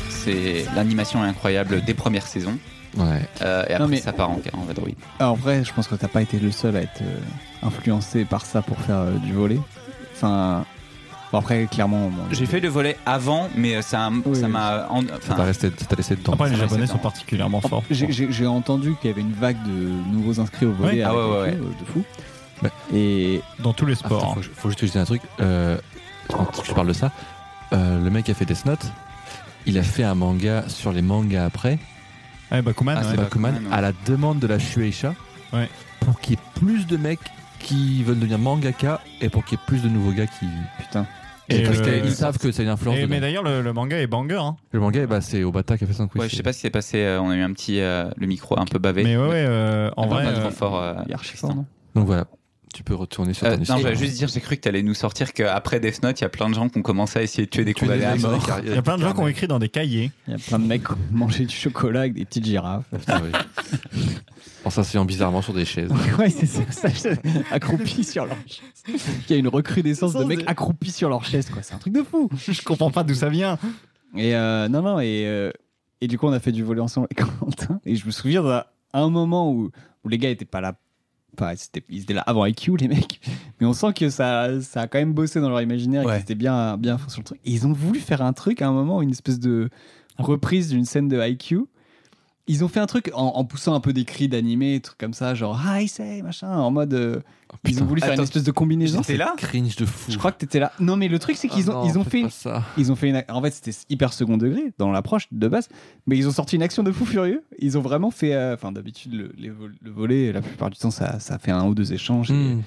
C'est l'animation est incroyable des premières saisons. Ouais. Euh, et après, Non, mais- ça part en, en vadrouille. Ah, en vrai, je pense que t'as pas été le seul à être euh, influencé par ça pour faire euh, du volet. Enfin, bon, après, clairement, bon, J'ai fait le volet avant, mais euh, ça, Oui, ça oui. m'a. en- Enfin, T'as resté- t'as laissé dedans. Après, les c'est vrai, c'est Japonais Oh, sont marrant. particulièrement forts. J'ai- J'ai j'ai entendu qu'il y avait une vague de nouveaux inscrits au volet Ouais. Ah avec ouais, les ouais, filles, euh, de fou. Ouais. Et Dans tous les Ah, putain, sports. hein. faut, que je- faut juste que je dise un truc. Euh, pendant que je parle de ça, euh, le mec qui a fait Death Note, il a fait un manga sur les mangas après, Eh, Bakuman, Ah, ouais. c'est pas- Bakuman, Bakuman, ouais. à la demande de la Shueisha, Ouais. pour qu'il y ait plus de mecs qui veulent devenir mangaka et pour qu'il y ait plus de nouveaux gars qui. putain, Et parce le- qu'ils savent que c'est une influence. Et- de Eh, mais d'ailleurs, le, le manga est banger. hein. le manga, eh ben, c'est Obata qui a fait ça. donc oui, ouais, je c'est- sais pas ce qui s'est passé. euh, on a eu un petit. euh, le micro un peu bavé. Mais ouais, ouais, euh, en On vrai, parle pas euh, trop fort. euh, il est archi fort, non Donc voilà. tu peux retourner sur Euh, ton non, histoire. j'allais juste dire, j'ai cru que t'allais nous sortir qu'après Death Note, il y a plein de gens qui ont commencé à essayer de tuer des Tuer des condamnés à gens, mort. carrément. Il y a plein de gens qui ont écrit dans des cahiers. Bah, Il y a plein de mecs qui ont mangé du chocolat avec des petites girafes. Ah, Putain, oui. en s'asseyant bizarrement sur des chaises. ouais, c'est ça, ça, je- accroupis sur leur chaise. Il y a une recrudescence de mecs accroupis sur leur chaise, quoi. C'est un truc de fou. Je comprends pas d'où ça vient. Et euh, non, non, et, euh, et du coup, on a fait du volet ensemble avec Quentin. Et je me souviens d'un un moment où, où les gars étaient pas là. Pas, c'était- ils étaient là avant IQ, les mecs. Mais on sent que ça, ça a quand même bossé dans leur imaginaire. et Ouais. Ils étaient bien, bien forts sur le truc. Et ils ont voulu faire un truc à un moment, une espèce de reprise d'une scène de IQ. Ils ont fait un truc en, en poussant un peu des cris d'animé, des trucs comme ça, genre Hi, say, machin, en mode. euh, ils ont voulu faire Attends, une espèce de combinaison. J'étais là Oh, Cringe de fou. Je crois que t'étais là. Non, mais le truc, c'est qu'ils Ah ont, non, ils ont faites fait pas ça. ils ont fait une. En fait, c'était hyper second degré dans l'approche de base, mais ils ont sorti une action de fou furieux. Ils ont vraiment fait. euh, Enfin, d'habitude, le, les vol- le volet, la plupart du temps, ça, ça fait un ou deux échanges. et- Hmm.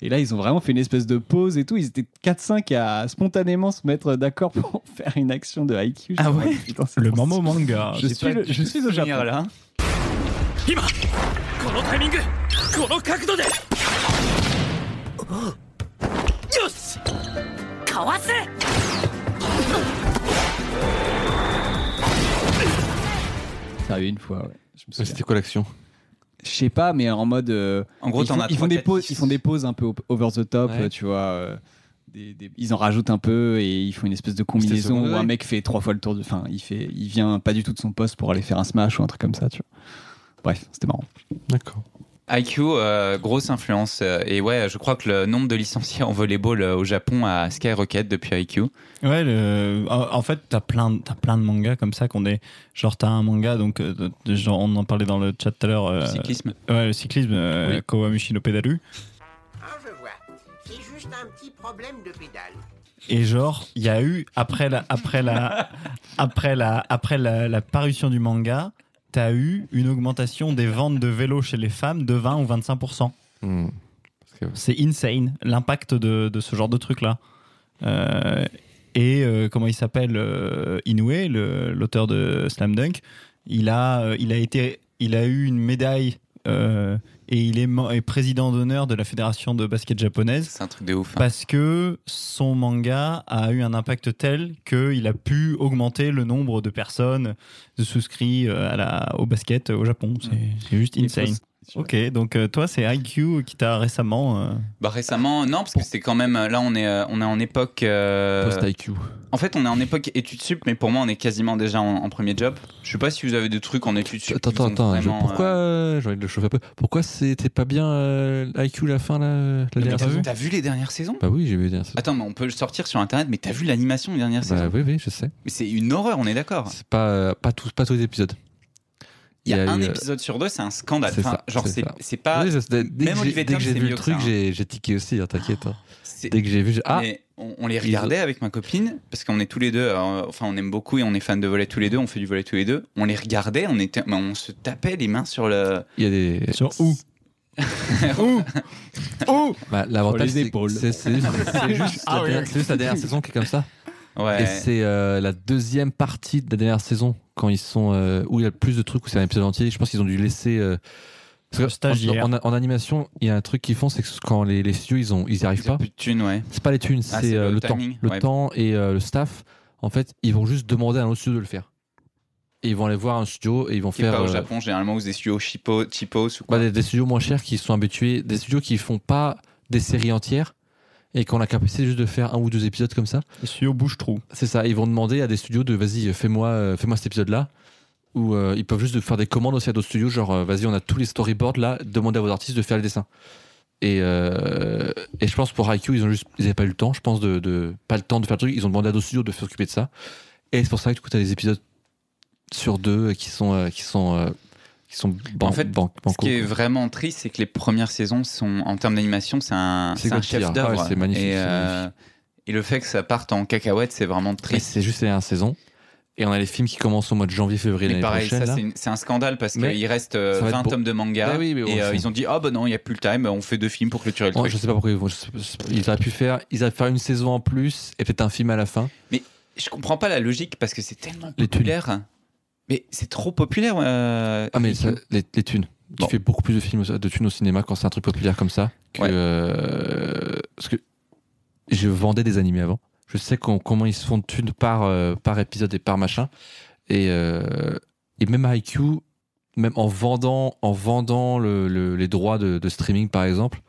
Et, là, ils ont vraiment fait une espèce de pause et tout. Ils étaient 4-5 à spontanément se mettre d'accord pour faire une action de IQ. Ah ouais Putain, c'est Le trop Mamo Manga. Je suis, le- je suis au Japon. là. 今このタイミングこの角度でよしかわす Ça a eu une fois, ouais. Je me souviens. C'était quoi l'action Je sais pas, mais en mode. euh, En gros, ils t'en font, as ils font trois, des quatre, pauses, six. ils font des pauses un peu op- over the top, Ouais. euh, tu vois. euh, des- des- ils en rajoutent un peu et ils font une espèce de second combinaison où degré. un mec fait trois fois le tour de. Enfin, il fait, il vient pas du tout de son poste pour aller faire un smash ou un truc comme ça, tu vois. Bref, c'était marrant. D'accord. IQ, euh, grosse influence. euh, et ouais, je crois que le nombre de licenciés en volleyball euh, au Japon a skyrocket depuis IQ. Euh. Ouais, le- en en fait, t'as plein, de- t'as plein de mangas comme ça qu'on est. Genre, t'as un manga, donc, euh, de- de- genre, on en parlait dans le chat tout à l'heure. euh, Cyclisme. Ouais, le cyclisme, euh, Oui. Kawamushi no Pedalu. Ah, je vois. C'est juste un petit problème de pédale. Et genre, il y a eu, après la, après la, après la, après la, la parution du manga, t'as eu une augmentation des ventes de vélos chez les femmes de 20 ou 25%. Hmm. C'est insane, l'impact de, de ce genre de truc-là. Euh, et euh, comment il s'appelle euh, Inoue, le- l'auteur de Slam Dunk, il a, euh, il a, été, il a eu une médaille euh, et il est, mo- est président d'honneur de la Fédération de basket japonaise C'est un truc de ouf. Bah. hein. parce que son manga a eu un impact tel qu'il a pu augmenter le nombre de personnes de souscrits euh, à la, au basket au Japon. C'est c'est juste insane. Ok, donc euh, toi, c'est IQ qui t'a récemment. euh, Bah récemment, non, parce que c'est quand même. Là, on est, euh, on est en époque. euh, Post IQ. en fait, on est en époque études sup, mais pour moi, on est quasiment déjà en, en premier job. Je sais pas si vous avez des trucs en études sup. Attends, qui vous ont attends, attends. je- vraiment, pourquoi euh, euh, J'ai envie de le chauffer un peu. Pourquoi c'était pas bien euh, IQ la fin là, la mais dernière t'as vu- saison T'as vu les dernières saisons Bah oui, j'ai vu. la dernière saison. Attends, mais on peut le sortir sur internet, mais t'as vu l'animation des dernières Bah saisons oui, oui, je sais. Mais c'est une horreur, on est d'accord. C'est pas, euh, pas, tous, pas tous les épisodes. Il y a, un eu, euh, épisode sur deux, c'est un scandale. c'est Enfin, ça, genre, c'est c'est ça. c'est pas. oui, ça, c'est- Ah, dès même que j'ai- Olivier dès que Tom, j'ai c'est vu mieux le que truc, ça, hein. j'ai j'ai tiqué aussi, hein, t'inquiète. hein. c'est- Dès que j'ai vu, j'ai- Ah Euh. Mais on, on les regardait avec ma copine parce qu'on est tous les deux, euh, enfin on aime beaucoup et on est fan de volet tous les deux, on fait du volet tous les deux. On les regardait, on était, mais on se tapait les mains sur le. Il y a des. Sur où Où Où Bah, L'avantage, les c'est épaules. c'est- c'est juste, c'est juste Ah la oui. dernière- c'est juste la dernière saison qui est comme ça. Et Ouais. c'est euh, la deuxième partie de la dernière saison, quand ils sont, euh, où il y a plus de trucs, où c'est un épisode entier. Je pense qu'ils ont dû laisser. euh, parce que Le stagiaire. En, en- en animation, il y a un truc qu'ils font, c'est que quand les, les studios, ils, ont, ils y arrivent Ils ont pas. plus de thunes, ouais. C'est pas les thunes, Ah, c'est c'est euh, le le, timing, temps. Le ouais. temps et euh, le staff, en fait, ils vont juste demander à un autre studio de le faire. Et ils vont aller voir un studio et ils vont Qui est faire. pas au euh, Japon généralement où c'est des studios chipo, chipos ou bah, quoi. des, des studios moins chers qui sont habitués, des studios qui font pas des séries entières et qui ont la capacité juste de faire un ou deux épisodes comme ça. Je suis au bouche-trou. C'est ça, ils vont demander à des studios de vas-y, fais-moi euh, fais-moi cet épisode-là. Ou euh, ils peuvent juste de faire des commandes aussi à d'autres studios, genre euh, vas-y, on a tous les storyboards là, demandez à vos artistes de faire les dessins. Et, euh, et je pense pour IQ, ils ont juste, ils n'avaient pas eu le temps, je pense, de, de- pas le temps de faire le truc, ils ont demandé à d'autres studios de s'occuper de ça. Et c'est pour ça que du coup, tu as des épisodes sur deux euh, qui sont, euh, qui sont, euh, qui sont ban- En fait, ban- Ce banco, qui est quoi. vraiment triste, c'est que les premières saisons sont, en termes d'animation, c'est un, C'est c'est un God Tier. chef Ah d'œuvre. ouais, c'est magnifique, Et, euh, c'est et le fait que ça parte en cacahuète, c'est vraiment Mais triste. c'est juste les 1 saison. Et on a les films qui commencent au mois de janvier-février Mais l'année pareil, prochaine. ça là. c'est une- c'est un scandale parce Mais qu'il reste euh, ça va être 20 beau. tomes de manga Bah oui, mais bon, et euh, c'est- ils ont dit oh bah non il n'y a plus le time, on fait deux films pour clôturer le Ouais, truc. je sais pas pourquoi ils, vont- je sais pas- je sais pas. Ils auraient pu faire, ils auraient pu faire une saison en plus et peut-être un film à la fin. Je comprends pas la logique parce que c'est tellement Les populaire. Mais c'est trop populaire. euh, Ah mais et ça- que- les, les thunes, qui fait beaucoup plus de films de thunes au cinéma quand c'est un truc populaire comme ça que euh, parce que je vendais des animés avant je sais qu'on- comment ils se font de thunes par euh, par épisode et par machin et euh, et même IQ même en vendant en vendant le- le- les droits de, de streaming par exemple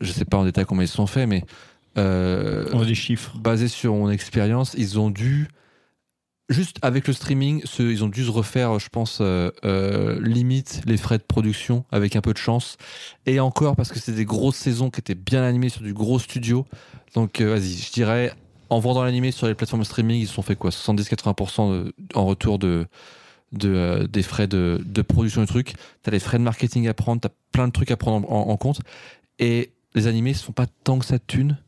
je sais pas en détail comment ils se sont faits mais euh, On a des chiffres bah, basé sur mon expérience ils ont dû juste avec le streaming, ce- ils ont dû se refaire, je pense, euh, euh, limite les frais de production avec un peu de chance. Et encore parce que c'est des grosses saisons qui étaient bien animées sur du gros studio. Donc euh, vas-y, je dirais, en vendant l'animé sur les plateformes de streaming, ils se sont fait quoi 70-80% de- en retour de, de, euh, des frais de, de production du truc. T'as les frais de marketing à prendre, t'as plein de trucs à prendre en, en compte. Et les animés, ils se font pas tant que ça de thunes.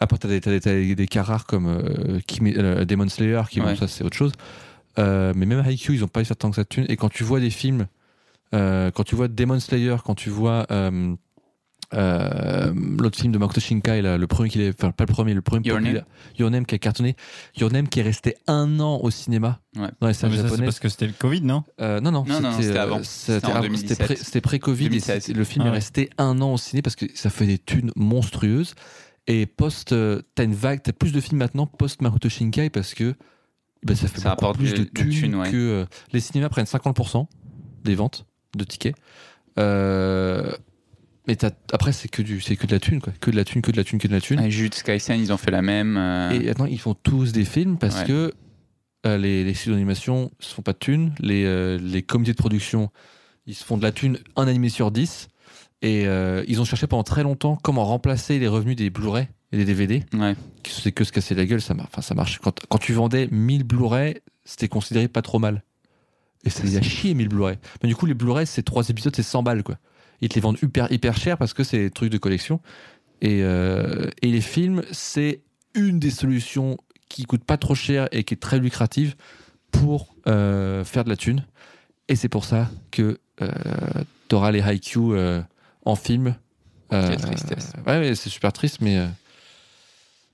Après, t'as des, t'as des, t'as des- des cas rares comme euh, Kimi- euh, Demon Slayer, qui, bon, Ouais. ça, c'est autre chose. Euh, mais même Haikyuu, ils ont pas eu ça tant que ça de thunes. Et quand tu vois des films, euh, quand tu vois Demon Slayer, quand tu vois euh, euh, l'autre film de Makoto Shinkai, là, le premier qu'il est, enfin, pas le premier, le premier Your populaire- Your Name qui a cartonné, Your Name qui est resté un an au cinéma Ouais. dans les Mais salles ça, c'est japonaises. parce que c'était le Covid, non Euh, non, non, Non, non, c'était c'était euh, avant. c'était C'était en avant, c'était 2017. pré- C'était pré-Covid. et 2016. c'était- Le film Ah est ouais. resté un an au ciné parce que ça fait des thunes monstrueuses. Et post, euh, t'as une vague, t'as plus de films maintenant post Makoto Shinkai parce que bah, ça fait Ça beaucoup apporte plus des- de des thunes, thunes, ouais. que euh, les cinémas prennent 50% des ventes de tickets. Euh, mais t'as- après c'est que du, c'est que de la thune quoi, que de la thune, que de la thune, que de la thune. Ah, Jujutsu Kaisen, ils ont fait la même. euh, Et maintenant, ils font tous des films parce Ouais. que euh, les, les studios d'animation se font pas de thunes. Les, euh, les comités de production, ils se font de la thune, un animé sur dix. Et euh, ils ont cherché pendant très longtemps comment remplacer les revenus des Blu-ray et des DVD. Ouais. qui C'est que se casser la gueule, ça, mar- enfin, ça marche. Quand, quand tu vendais 1000 Blu-ray, c'était considéré pas trop mal. Et ça les a chiés 1000 Blu-ray. Mais du coup, les Blu-ray, c'est trois épisodes, c'est 100 balles quoi. Ils te les vendent hyper, hyper cher parce que c'est des trucs de collection. Et, euh, et les films, c'est une des solutions qui coûte pas trop cher et qui est très lucrative pour euh, faire de la thune. Et c'est pour ça que euh, t'auras les Haikyuu euh, en film. Euh, Quelle tristesse. ouais, mais c'est super triste, mais, euh,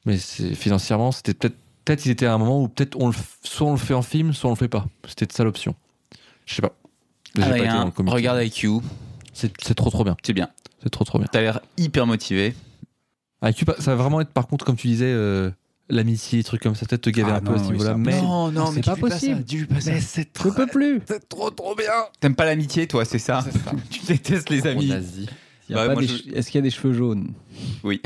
mais c'est, financièrement, c'était peut-être, peut-être il était à un moment où peut-être on le, f- soit on le fait en film, soit on le fait pas. C'était de ça l'option. Je sais pas. J'ai Ah, pas Adrien, été dans le comité. regarde IQ, C'est, c'est trop trop bien. c'est bien. C'est trop trop bien. T'as l'air hyper motivé. Haikyuu, pa- ça va vraiment être par contre, comme tu disais, euh, l'amitié, trucs comme ça, peut-être te gaver Ah un peu non, à oui, ce niveau-là. c'est Mais Non, non, mais c'est pas dis-lui pas possible. ça, Dis-lui pas ça. c'est Je peux plus. C'est trop trop bien. T'aimes pas l'amitié, toi, c'est ça Tu détestes les amis. Il y a Bah, pas moi, des je- che- Est-ce qu'il y a des cheveux jaunes euh,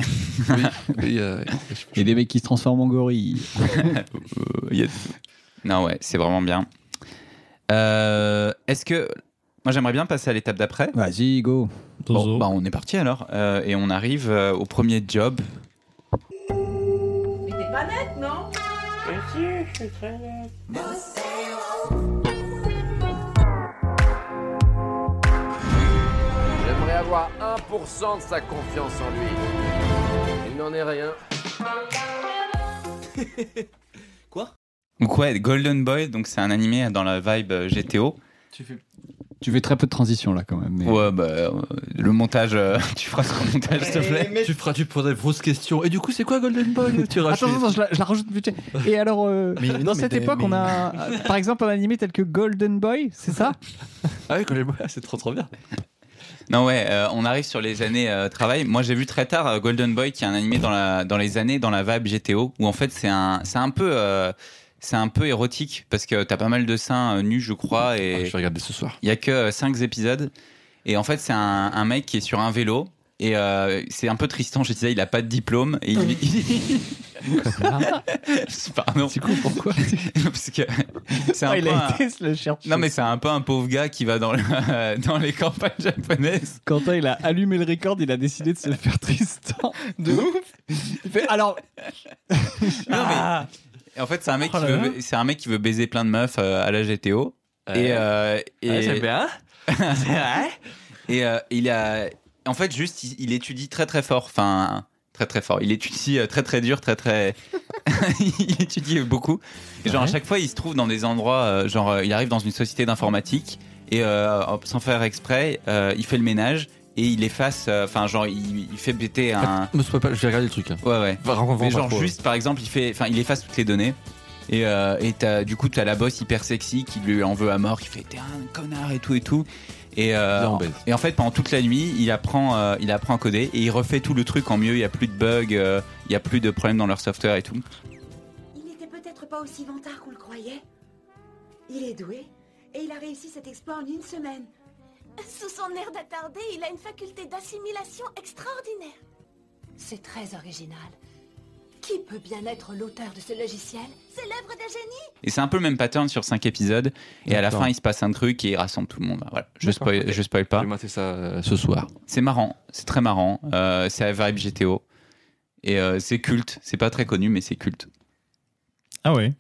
Et des mecs qui se transforment en gorilles Non, ouais, c'est vraiment bien. Euh, Est-ce que. Moi, j'aimerais bien passer à l'étape d'après. Vas-y, go. Bon, bah, on est parti alors. Euh, et on arrive euh, au premier job. Mais t'es pas nette, non J'aimerais avoir 1% de sa confiance en lui. Il n'en est rien. Donc, ouais, Golden Boy, donc c'est un animé dans la vibe euh, GTO. Tu fais très peu de transition là quand même. mais- Ouais, bah, euh, le montage, euh, tu feras ce montage, s'il te plaît. Tu feras, tu poseras des grosses questions. Et du coup, c'est quoi Golden Boy Tu Ah, rachètes. Attends, attends, je la, je la rajoute plus tard. Et alors, euh, Mais- dans mais cette t'as- époque, mais- on a euh, par exemple un animé tel que Golden Boy, c'est ça Ah oui, Golden Boy, c'est trop trop bien. Non, ouais, euh, on arrive sur les années euh, travail. Moi, j'ai vu très tard euh, Golden Boy, qui est un animé dans, la, dans les années, dans la vibe GTO, où en fait, c'est un, c'est un peu. euh, c'est un peu érotique parce que t'as pas mal de seins euh, nus, je crois, Ah, et je vais regarder ce soir. il y a que 5 épisodes. Et en fait, c'est un, un mec qui est sur un vélo. Et euh, c'est un peu Tristan, je disais, il a pas de diplôme. Et il. Pardon. C'est cool, pourquoi Parce que c'est un Ah, Il peu a un- été se le chercher. Non, mais c'est un peu un pauvre gars qui va dans, le- dans les campagnes japonaises. Quentin, il a allumé le record, il a décidé de se le faire Tristan. De ouf Il fait, Alors, Ah. Non, mais- Et en fait, c'est un, mec Oh qui là veut- c'est un mec qui veut baiser plein de meufs euh, à la GTO. Et, euh, et, bien. et, euh, il a. En fait, juste, il, il étudie très très fort. Enfin, très très fort. Il étudie euh, très très dur, très très. il étudie beaucoup. Et genre, à chaque fois, il se trouve dans des endroits. euh, genre, euh, il arrive dans une société d'informatique. Et euh, sans faire exprès, euh, il fait le ménage. Et il efface. euh, Enfin, genre, il, il fait péter un. Me sois pas, je vais regarder le truc là. Ouais, ouais. Va raconte- Mais va genre Bah, pas, juste par exemple il fait enfin il efface toutes les données et, euh, et t'as- du coup t'as la boss hyper sexy qui lui en veut à mort qui fait t'es un connard et tout et tout Et, euh, et en fait, pendant toute la nuit, il apprend, euh, il apprend à coder et il refait tout le truc en mieux. Il n'y a plus de bugs, euh, il n'y a plus de problèmes dans leur software et tout. Il n'était peut-être pas aussi vantard qu'on le croyait. Il est doué et il a réussi cet exploit en une semaine. Sous son air d'attardé, il a une faculté d'assimilation extraordinaire. C'est très original. Qui peut bien être l'auteur de ce logiciel C'est l'œuvre d'un génie Et c'est un peu le même pattern sur 5 épisodes. Et à la D'accord. fin, il se passe un truc et il rassemble tout le monde. Voilà, je D'accord, spoil, ok. je spoil pas. Je vais mater ça euh, ce soir. C'est marrant, c'est très marrant. Euh, c'est la vibe GTO. Et euh, c'est culte. C'est pas très connu, mais c'est culte. Ah ouais.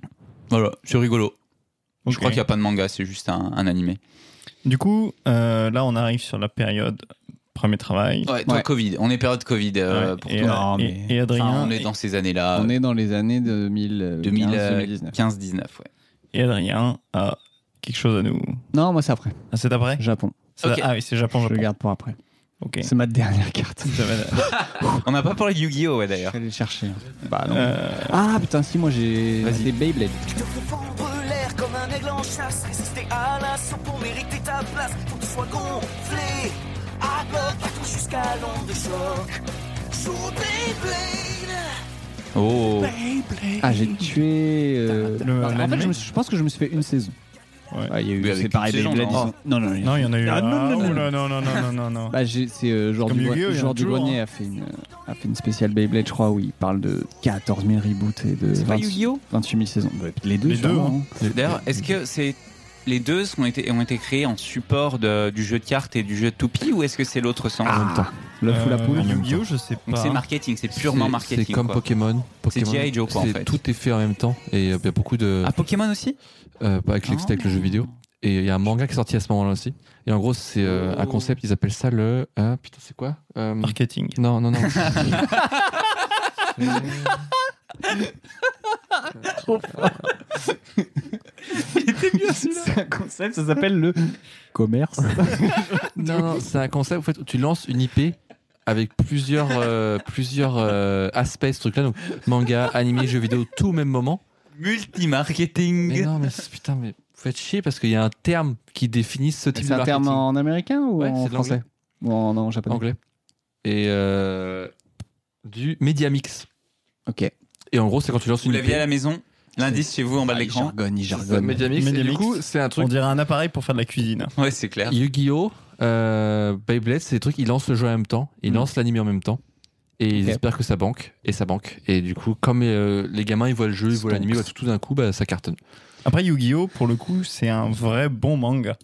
Voilà, c'est rigolo. Ok. Je crois qu'il n'y a pas de manga, c'est juste un, un animé. Du coup, euh, là, on arrive sur la période premier travail. Ouais, toi, Ouais. Covid. On est période Covid euh, Ouais, pour et, toi. euh, Non, et- mais- et Adrien- Enfin, on est dans ces années-là. On euh, est dans les années euh, 2015-2019. 2015-19, ouais. Et Adrien a quelque chose à nous. Non, moi c'est après. Ah, c'est après Japon. C'est- Ok. Ah oui, c'est Japon, Je le Japon. garde pour après. Ok. C'est ma dernière carte. On n'a pas parlé de Yu-Gi-Oh! ouais, d'ailleurs. Je vais aller le chercher. hein. Bah non. Euh, Ah putain, si moi j'ai des Beyblade. Fendre l'air comme un aigle en chasse, résister à l'assaut pour mériter ta place, pour que tu sois gonflé, à bloc, partout jusqu'à l'onde de choc. Joue Beyblade Oh. Ah, j'ai tué. euh, Le- en l'anime fait, je, me suis- je pense que je me suis fait une saison. Ah, il y a Oui, eu, avec c'est pareil, une saison, Beyblade. non. ils ont- Non, non, Non, il y en a eu. Ah, non, Ah, non, non, oh là, non. non, non, non, non, non. Bah, j'ai- c'est euh, Joueur Comme du, Gre- Yu-Gi-Oh, il y en a hein. Joueur du toujours, Grenier a, fait une, a fait une spéciale Beyblade, je crois, où il parle de 14 000 reboots et de C'est pas 20 Yu-Gi-Oh 28 000 saisons. Bah, les deux, Les deux, sûrement, hein. hein. D'ailleurs, est-ce que c'est les deux ont été, ont été créés en support de- du jeu de cartes et du jeu de toupie ou est-ce que c'est l'autre sens Ah, En même temps. L'œuf ou la Euh, poule Yu-Gi-Oh, je sais Donc pas. c'est marketing, c'est purement C'est- marketing. C'est comme quoi. Pokémon. C'est Pokémon, G.I. Joe, quoi, en c'est- fait. Tout est fait en même temps. Et euh, il y a beaucoup de. Ah, Pokémon aussi Euh, pas Ah. avec, c'était avec le jeu vidéo. Et il y a un manga qui est sorti à ce moment-là aussi. Et en gros, c'est euh, Oh. un concept, ils appellent ça le. ah, putain, c'est quoi Euh, Marketing. Non, non, non. C'est un concept, ça s'appelle le commerce. non, non, c'est un concept en fait, où tu lances une IP avec plusieurs, euh, plusieurs euh, aspects, ce truc-là. Donc, manga, animé, jeux vidéo, tout au même moment. Mais Multi-marketing. non, mais c'est- putain, mais vous faites chier parce qu'il y a un terme qui définit ce type C'est de un terme marketing. en américain ou Ouais, en c'est de l'anglais. français Ou en, en japonais anglais. Et euh, du Media Mix. Ok. Et en gros, c'est quand tu lances Vous une l'aviez à la IP. maison L'indice chez vous en bas de Ah, il l'écran jargonne, il C'est ça, jargonne. Media Mix. Euh, Et Media du Mix. coup, c'est un On truc. dirait un appareil pour faire de la cuisine. Ouais, c'est clair. Yu-Gi-Oh! euh, Beyblade, c'est des trucs, ils lancent le jeu en même temps, ils Mm. lancent l'anime en même temps, et ils Ok. espèrent que ça banque, et ça banque. Et du coup, comme euh, les gamins, ils voient le jeu, ils Stonks. voient l'anime, ils voient tout, tout d'un coup, bah, ça cartonne. Après, Yu-Gi-Oh, pour le coup, c'est un vrai bon manga.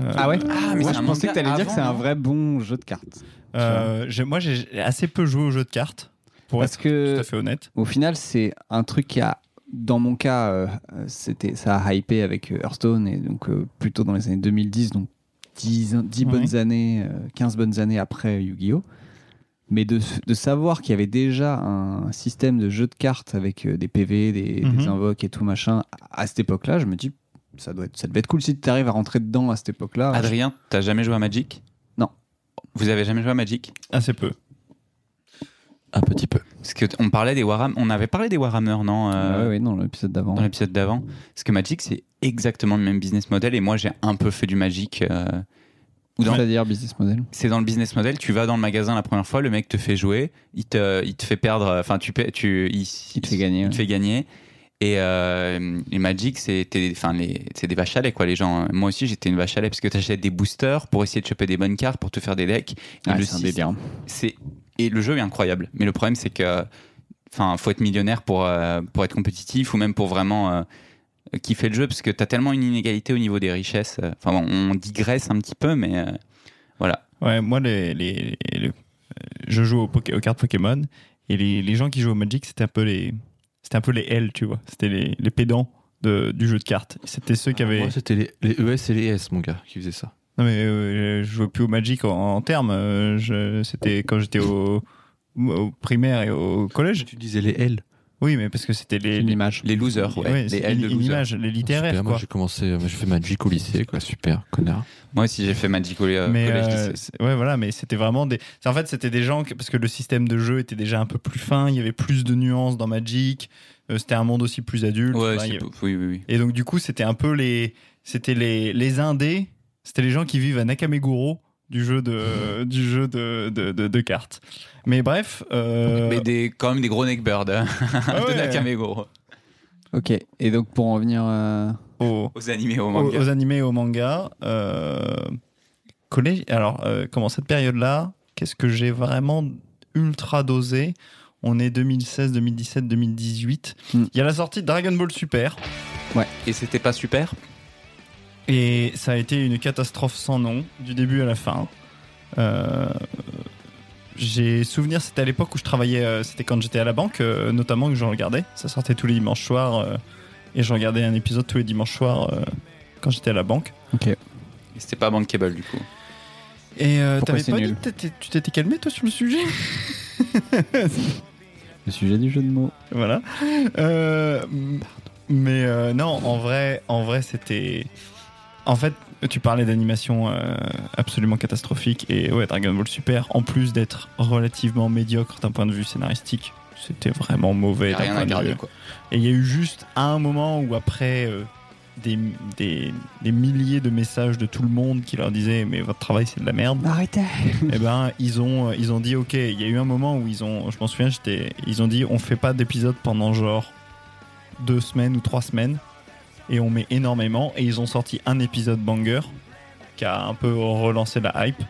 Euh, Ah ouais Ah, mais Moi, c'est je un pensais que manga t'allais dire avant, que c'est un non vrai bon jeu de cartes. euh, j'ai- moi, j'ai assez peu joué aux jeux de cartes, pour Parce être tout que à fait honnête. au final, c'est un truc qui a, dans mon cas, euh, euh, c'était ça a hypé avec euh, Hearthstone et donc euh, plutôt dans les années 2010, donc 10, ans- 10 Ouais. bonnes années, euh, 15 bonnes années après Yu-Gi-Oh! Mais de, de savoir qu'il y avait déjà un système de jeu de cartes avec euh, des PV, des, Mhm. des invoques et tout machin à, à cette époque-là, je me dis, ça, doit être, ça devait être cool si tu arrives à rentrer dedans à cette époque-là. Adrien, t'as jamais joué à Magic Ah, Non. Vous avez jamais joué à Magic Assez peu. Un petit peu. Parce que t- on parlait des Warhammer, on avait parlé des Warhammer, non euh, oui, non, l'épisode d'avant. Dans l'épisode d'avant. Parce que Magic, c'est exactement le même business model et moi, j'ai un peu fait du Magic. euh, ou dans- C'est-à-dire business model. c'est dans le business model. Tu vas dans le magasin la première fois, le mec te fait jouer, il te, il te fait perdre, enfin, tu, paies- tu, il, Il te fait gagner, il ouais. te fait gagner. Et euh, les Magic, c'est t'es- enfin, les- c'est des vaches à lait, quoi, les gens. Moi aussi, j'étais une vache à lait parce que tu achètes des boosters pour essayer de choper des bonnes cartes, pour te faire des decks. Et, Ah, le c'est un syst- délire. c'est- et le jeu est incroyable. Mais le problème, c'est que. Enfin, faut être millionnaire pour, euh, pour être compétitif ou même pour vraiment euh, kiffer le jeu parce que t'as tellement une inégalité au niveau des richesses. Enfin, bon, on digresse un petit peu, mais euh, voilà. Ouais, moi, les, les- les- les- je joue aux, Poké- aux cartes Pokémon, et les, les gens qui jouent au Magic, c'était un peu les, c'était un peu les L, tu vois. C'était les, les pédants de- du jeu de cartes. C'était ceux qui avaient. Ah, Moi, c'était les, les ES et les S, mon gars, qui faisaient ça. Non mais euh, je jouais plus au Magic en, en termes. euh, je- C'était quand j'étais au, au primaire et au collège. Tu disais les L. Oui, mais parce que c'était les, C'est une image. Les losers, ouais. ouais, les c'est L une, de une losers. image, les littéraires Super, quoi. moi, j'ai commencé, moi, j'ai fait Magic au lycée, quoi, super, connard. Moi aussi, j'ai fait Magic au euh, mais collège. euh, lycée. c'est- ouais voilà, mais c'était vraiment des. c'est- En fait, c'était des gens que- parce que le système de jeu était déjà un peu plus fin. Il y avait plus de nuances dans Magic. euh, c'était un monde aussi plus adulte. ouais, enfin, il c'est y avait- tout. Oui, oui, oui. Et donc du coup, c'était un peu les, c'était les les indés. C'était les gens qui vivent à Nakameguro du jeu de, du jeu de, de, de- de cartes. Mais bref. euh, Mais des, quand même des gros neckbirds hein, Ah de ouais. Nakameguro. Ok, et donc pour en venir euh, aux, Aux animés et aux mangas. aux, animés et aux mangas. euh, collège. Alors, euh, comment cette période-là Qu'est-ce que j'ai vraiment ultra dosé On est 2016, 2017, 2018. Il y a la sortie de Dragon Ball Super. Ouais. Et c'était pas super Et ça a été une catastrophe sans nom, du début à la fin. Euh, j'ai souvenir, c'était à l'époque où je travaillais, euh, c'était quand j'étais à la banque, euh, notamment que je regardais. Ça sortait tous les dimanches soirs, euh, et je regardais un épisode tous les dimanches soirs euh, quand j'étais à la banque. Ok. Et c'était pas bankable du coup. Et euh, Pourquoi t'avais c'est pas nul dit que t'étais- tu t'étais calmé toi sur le sujet le sujet du jeu de mots Voilà. Euh, mais euh, non, en vrai, en vrai, c'était. En fait, tu parlais d'animation euh, absolument catastrophique et ouais, Dragon Ball Super, en plus d'être relativement médiocre d'un point de vue scénaristique, c'était vraiment mauvais. Y a d'un rien point à de garder, vue- quoi. Et il y a eu juste un moment où après. euh, des, des- des milliers de messages de tout le monde qui leur disaient mais votre travail c'est de la merde Arrêtez eh ben ils ont ils ont dit ok il y a eu un moment où ils ont je m'en souviens j'étais ils ont dit on fait pas d'épisode pendant genre deux semaines ou trois semaines et on met énormément et ils ont sorti un épisode banger qui a un peu relancé la hype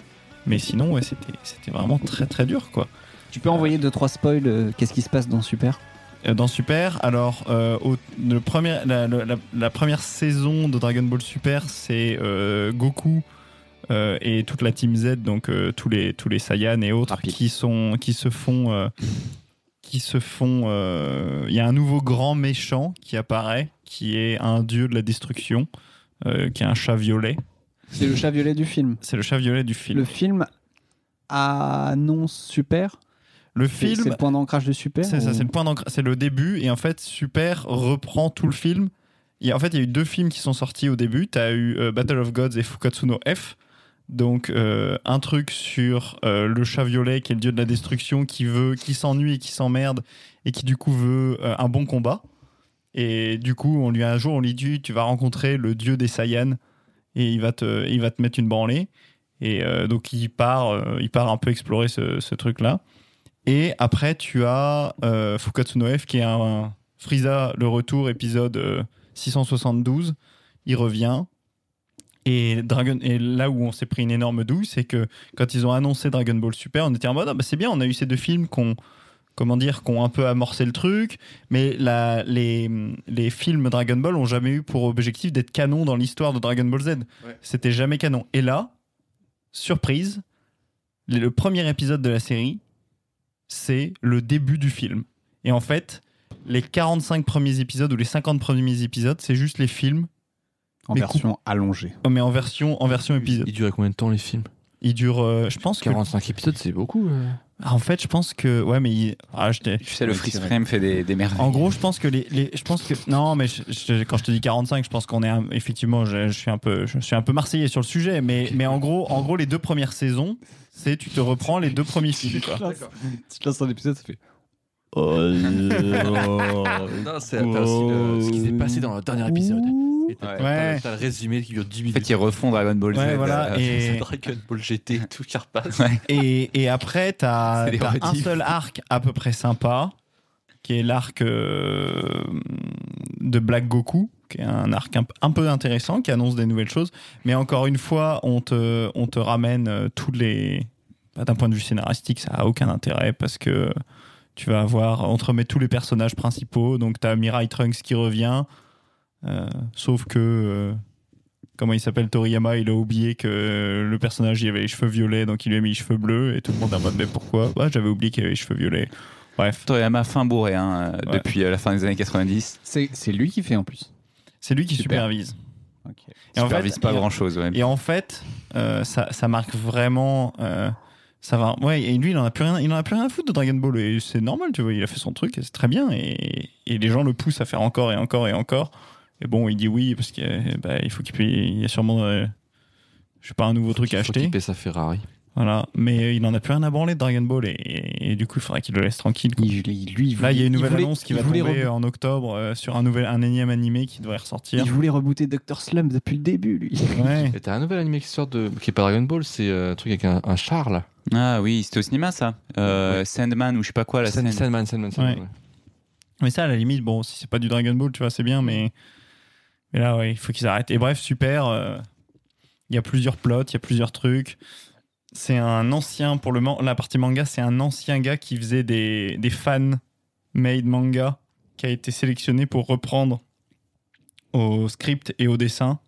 mais sinon ouais c'était c'était vraiment très très dur quoi Tu peux envoyer 2-3 spoils, euh, qu'est-ce qui se passe dans Super euh, dans Super. Alors, euh, au- le premier, la, la- la- la première saison de Dragon Ball Super, c'est euh, Goku euh, et toute la Team Z, donc euh, tous les tous les Saiyans et autres qui sont qui se font euh, qui se font. euh, Il y a un nouveau grand méchant qui apparaît, qui est un dieu de la destruction, euh, qui est un chat violet. C'est le chat violet du film. C'est le chat violet du film. Le film annonce Super Le C'est- film- C'est le point d'ancrage de Super C'est ça, ou- c'est le point d'ancre- c'est le début et en fait Super reprend tout le film. Il y a- en fait, il y a eu deux films qui sont sortis au début. Tu as eu euh, Battle of Gods et Fukatsu no F. Donc euh, un truc sur euh, le chat violet qui est le dieu de la destruction qui veut qui s'ennuie et qui s'emmerde et qui du coup veut euh, un bon combat. Et du coup, on lui un jour on lui dit tu vas rencontrer le dieu des Saiyans et il va te il va te mettre une branlée. Et euh, donc il part euh, il part un peu explorer ce, ce truc là. Et après, tu as euh, Fukatsu no F, qui est un, un Frieza, le retour, épisode euh, 672. Il revient. Et, Dragon, et là où on s'est pris une énorme douille, c'est que quand ils ont annoncé Dragon Ball Super, on était en mode Ah bah, c'est bien, on a eu ces deux films qu'on comment dire, qu'on un peu amorcé le truc, mais la, les, les films Dragon Ball ont jamais eu pour objectif d'être canon dans l'histoire de Dragon Ball Z. C'était jamais canon. Et là, surprise, le- le premier épisode de la série, c'est le début du film. Et en fait, les 45 premiers épisodes ou les 50 premiers épisodes, c'est juste les films. En mais version coup- allongée. Oh, Mais en version, en version épisode. Il dure combien de temps les films Il dure, euh, je pense que- 45 épisodes, c'est beaucoup. euh. Ah, En fait, je pense que. Ouais, mais. il- Ah, je t'ai- Tu sais, le freeze frame fait des, des merveilles. En gros, je pense que les, les- je pense que non, mais je- je- quand je te dis 45, je pense qu'on est un- effectivement, je, je suis un peu, je suis un peu marseillais sur le sujet, mais mais en gros, en gros, les deux premières saisons, c'est tu te reprends les deux premiers films. quoi. Ah, Tu te lances un épisode, ça fait. Oh. non, c'est t'as aussi le- ce qui s'est passé dans le dernier épisode. Et t'as- Ouais. t'as- Ouais. t'as le résumé qui dure 10 En minutes. fait, ils refont Dragon Ball Z. Ouais, voilà, euh, et- C'est Dragon Ball GT et tout qui repasse. Et, et après, t'as C'est des t'as un rediffs. seul arc à peu près sympa, qui est l'arc euh, de Black Goku, qui est un arc un, un peu intéressant, qui annonce des nouvelles choses. Mais encore une fois, on te, on te ramène euh, tous les. bah, D'un point de vue scénaristique, ça a aucun intérêt parce que tu vas avoir. On te remet tous les personnages principaux. Donc, t'as Mirai Trunks qui revient. euh, sauf que. euh, comment il s'appelle Toriyama, il a oublié que euh, le personnage il avait les cheveux violets, donc il lui a mis les cheveux bleus, et tout le monde est en mode mais pourquoi Bah, J'avais oublié qu'il avait les cheveux violets. Bref. Toriyama fin bourré hein, euh, Ouais. depuis euh, la fin des années 90. C'est lui qui fait en plus. C'est lui qui supervise. Il supervise pas grand-chose, ouais. Et en fait, euh, ça, ça marque vraiment. euh, ça va. Ouais, et lui, il en a plus rien, il en a plus rien à foutre de Dragon Ball. Et c'est normal, tu vois. Il a fait son truc, et c'est très bien. Et, et les gens le poussent à faire encore et encore et encore. Et bon, il dit oui parce que euh, bah, il faut qu'il paye- il y a sûrement. euh, je sais pas un nouveau truc à Faut acheter. qu'il paie sa Ferrari. Voilà, mais euh, il en a plus rien à branler de Dragon Ball et, et du coup il faudrait qu'il le laisse tranquille. quoi. Il- lui, il Là, il y a une il nouvelle voulait- annonce qui il va voulait tomber rebo- en octobre euh, sur un nouvel, un énième animé qui devrait ressortir. Il voulait rebooter Dr. Slump depuis le début, lui. Ouais. Et T'as un nouvel animé qui sort de. qui est pas Dragon Ball, c'est euh, un truc avec un, un char là. Ah oui, c'était au cinéma ça. Euh, Sandman ou je sais pas quoi la Sand- scène. Sandman, Sandman, Sandman, Ouais. ouais. Mais ça, à la limite, bon, si c'est pas du Dragon Ball, tu vois, c'est bien, mais, mais là, ouais, il faut qu'ils arrêtent. Et bref, super. euh, Il y a plusieurs plots, il y a plusieurs trucs. C'est un ancien, pour le man- la partie manga, c'est un ancien gars qui faisait des, des fan made manga qui a été sélectionné pour reprendre au script et au dessin.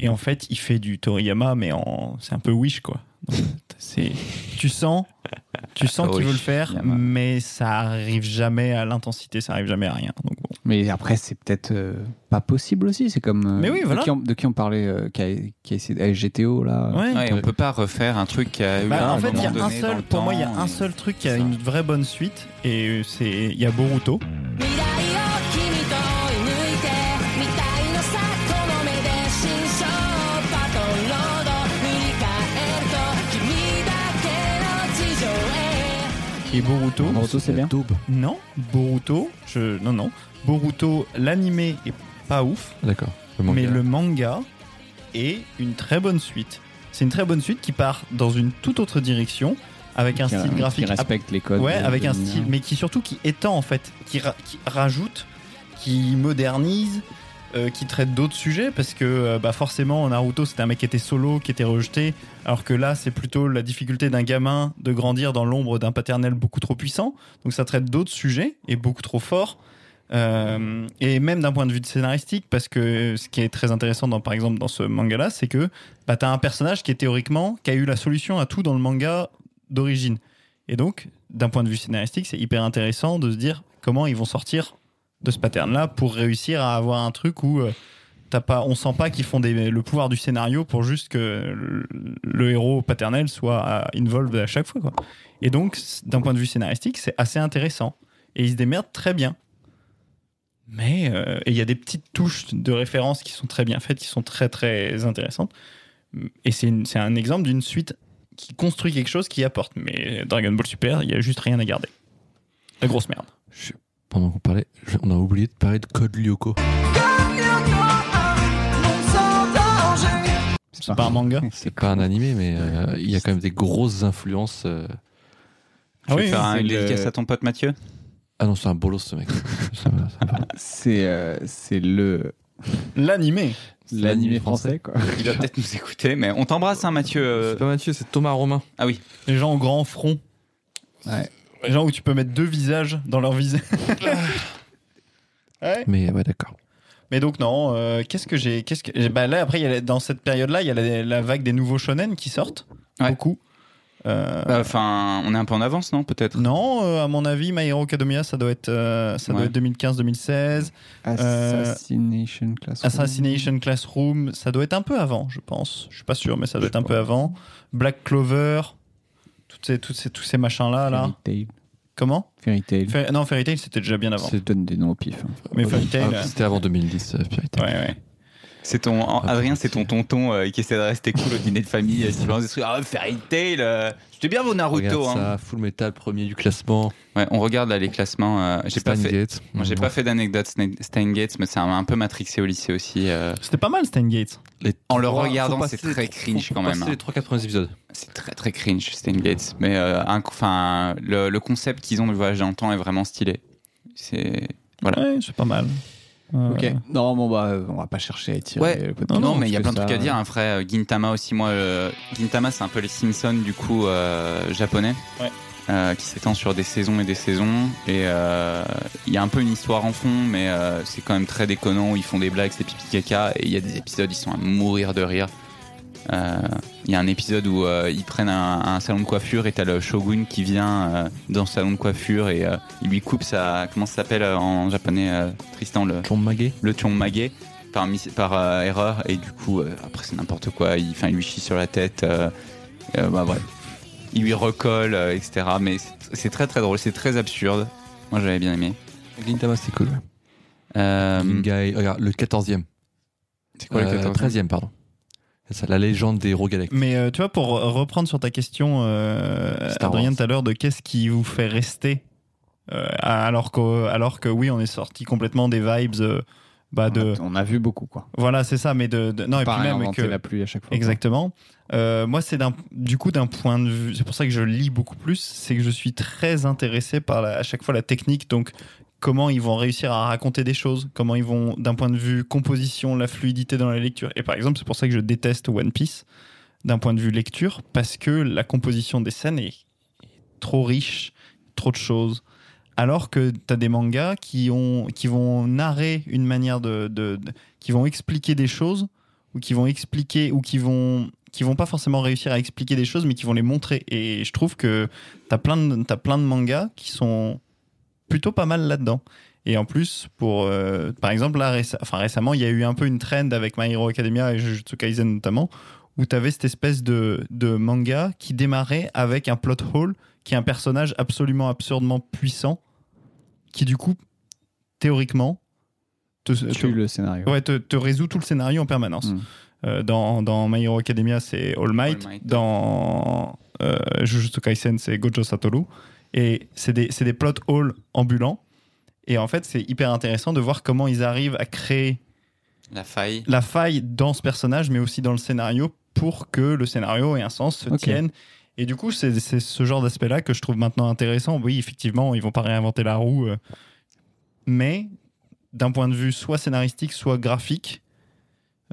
Et en fait, il fait du Toriyama, mais en... c'est un peu Wish, quoi. Donc, c'est... Tu sens, tu sens qu'il Wish, veut le faire, Toriyama. mais ça arrive jamais à l'intensité, ça arrive jamais à rien. Donc bon. Mais après, c'est peut-être euh, pas possible aussi. C'est comme. euh, Mais oui, voilà. De qui on, de qui on parlait euh, qui, a, qui a essayé SGTO, là euh, Ouais. Ouais, on peut pas refaire un truc qui a eu Bah, à en fait, moment il y a un donné dans seul, le pour moi, il y a temps, un et- seul truc qui a une vraie bonne suite, et c'est il y a Boruto. 未来を君と追い抜いて未体のさこの目で新勝パトロード振り返ると君だけの地上へ Et Boruto. Boruto, c'est bien. Non, Boruto, je, non, non. Boruto, l'animé est pas ouf. D'accord. Mais le manga est une très bonne suite. C'est une très bonne suite qui part dans une toute autre direction avec un Qui, euh, style qui graphique respecte les codes Ouais, de- avec de un l'univers. style, mais qui surtout qui étend en fait, qui, ra- qui rajoute, qui modernise. euh, qui traite d'autres sujets parce que euh, bah forcément Naruto c'était un mec qui était solo qui était rejeté alors que là c'est plutôt la difficulté d'un gamin de grandir dans l'ombre d'un paternel beaucoup trop puissant donc ça traite d'autres sujets et beaucoup trop fort euh, et même d'un point de vue de scénaristique, parce que ce qui est très intéressant, dans, par exemple, dans ce manga-là, c'est que bah, tu as un personnage qui est théoriquement, qui a eu la solution à tout dans le manga d'origine. Et donc, d'un point de vue scénaristique, c'est hyper intéressant de se dire comment ils vont sortir de ce pattern-là pour réussir à avoir un truc où euh, t'as pas, on sent pas qu'ils font des- le pouvoir du scénario pour juste que le, le héros paternel soit euh, involved à chaque fois. quoi. Et donc, c- d'un point de vue scénaristique, c'est assez intéressant. Et ils se démerdent très bien. Mais euh, et il y a des petites touches de référence qui sont très bien faites, qui sont très très intéressantes. Et c'est une- c'est un exemple d'une suite qui construit quelque chose qui apporte. Mais Dragon Ball Super, il y a juste rien à garder. La grosse merde. Pendant qu'on parlait, je- on a oublié de parler de Code Lyoko. C'est pas un manga C'est pas un animé, mais euh, il y a quand même des grosses influences. euh. Tu veux faire un- une dédicace à ton pote Mathieu Ah non, c'est un bolos ce mec. Ça va, ça va. C'est euh, c'est le. L'animé. L'animé français, quoi. Il va peut-être nous écouter, mais on t'embrasse, hein, Mathieu. euh. Pas Mathieu, c'est Thomas Romain. Ah oui. Les gens au grand front. Ouais. Les gens où tu peux mettre deux visages dans leur visage. Ouais. Mais ouais, d'accord. Mais donc non, euh, qu'est-ce que j'ai, qu'est-ce que, bah là après il y a la- dans cette période-là il y a la, la vague des nouveaux shonen qui sortent beaucoup. Euh, Bah, Enfin, on est un peu en avance, non Peut-être. Non, euh, à mon avis, My Hero Academia, ça doit être, euh, ça doit Ouais. être 2015-2016. Euh, Assassination Classroom. Assassination Classroom, ça doit être un peu avant, je pense. Je suis pas sûr, mais ça doit être un peu avant. Black Clover, toutes ces, toutes ces, tous ces machins-là. Là. Fairy Tail. Comment Fairy Tail. Fer- Non, Fairy Tail, c'était déjà bien avant. Ça donne des noms au pif. hein. Mais Fairy Tail. Ah, euh, C'était avant 2010, euh, Fairy Tail. Ouais, ouais. C'est ton en- Adrien, c'est ton tonton euh, qui essaie de rester cool au dîner de famille. euh, s'il balance des trucs. Ah, Fairy Tail. euh, C'était bien vos Naruto. Regarde hein. ça, Full Metal, premier du classement. Ouais, on regarde là les classements. euh, j'ai pas fait. Steingate. Moi, j'ai pas fait d'anecdote Stein- Steingate, mais ça m'a un peu matrixé au lycée aussi. euh. C'était pas mal, Steingate. En le trois- faut regardant, passer c'est très les- cringe faut quand même. passer hein. les trois quatre premiers épisodes. C'est très très cringe, Steingate. Mais euh, un- enfin, le, le concept qu'ils ont du voyage dans le temps est vraiment stylé. C'est voilà. Ouais, c'est pas mal. Euh, Ok. Non, bon, bah, euh, on va pas chercher à étirer. Ouais. le Non, podcast non, mais il y a plein parce de que trucs à ça- dire. Un frère Gintama aussi, moi. euh, Gintama, c'est un peu les Simpsons du coup euh, japonais. Ouais. euh, qui s'étend sur des saisons et des saisons. Et euh, il y a un peu une histoire en fond, mais euh, c'est quand même très déconnant. Ils font des blagues, c'est pipi caca. Et il y a des épisodes, ils sont à mourir de rire. Euh, Il y a un épisode où euh, ils prennent un, un salon de coiffure et t'as le shogun qui vient euh, dans le salon de coiffure et euh, il lui coupe sa. Comment ça s'appelle euh, en japonais, euh, Tristan Le Chonmage. Le chonmage par, mis- par euh, erreur et du coup, euh, après c'est n'importe quoi. Il, enfin, il lui chie sur la tête. euh, euh, bah voilà. Il lui recolle, euh, etc. Mais c'est- c'est très très drôle, c'est très absurde. Moi j'avais bien aimé. Gintama, c'est cool. Euh, Gingai, regarde, le 14e. c'est quoi le Euh, 14e 13e, pardon. Ça, la légende des héros galactiques. Mais euh, tu vois, pour reprendre sur ta question, euh, Star Adrien, Wars. tout à l'heure, de qu'est-ce qui vous fait rester euh, alors, que, alors que oui, on est sorti complètement des vibes euh, bah, de. On a vu beaucoup, quoi. Voilà, c'est ça, mais de, de- non et pas puis même que réinventer la pluie à chaque fois. exactement. Euh, moi, c'est d'un du coup d'un point de vue, c'est pour ça que je lis beaucoup plus, c'est que je suis très intéressé par la- à chaque fois la technique, donc comment ils vont réussir à raconter des choses, comment ils vont d'un point de vue composition, la fluidité dans la lecture. Et par exemple, c'est pour ça que je déteste One Piece d'un point de vue lecture parce que la composition des scènes est trop riche, trop de choses. Alors que tu as des mangas qui, ont, qui vont narrer une manière de, de- de- qui vont expliquer des choses, ou qui vont expliquer, ou qui vont. qui vont pas forcément réussir à expliquer des choses, mais qui vont les montrer. Et je trouve que tu as, as plein de mangas qui sont plutôt pas mal là-dedans. Et en plus, pour, euh, par exemple, là, réce- enfin, récemment, il y a eu un peu une trend avec My Hero Academia et Jujutsu Kaisen notamment, où tu avais cette espèce de, de manga qui démarrait avec un plot hole, qui est un personnage absolument absurdement puissant, qui du coup, théoriquement, te, Tue le scénario. Ouais, te, te résout tout le scénario en permanence. Euh, dans, dans My Hero Academia, c'est All Might. All Might. Dans euh, Jujutsu Kaisen, c'est Gojo Satoru. Et c'est des, c'est des plot holes ambulants. Et en fait, c'est hyper intéressant de voir comment ils arrivent à créer La faille. la faille dans ce personnage, mais aussi dans le scénario, pour que le scénario ait un sens, se Ok. tienne. Et du coup, c'est c'est ce genre d'aspect-là que je trouve maintenant intéressant. Oui, effectivement, ils vont pas réinventer la roue, euh, mais d'un point de vue soit scénaristique, soit graphique,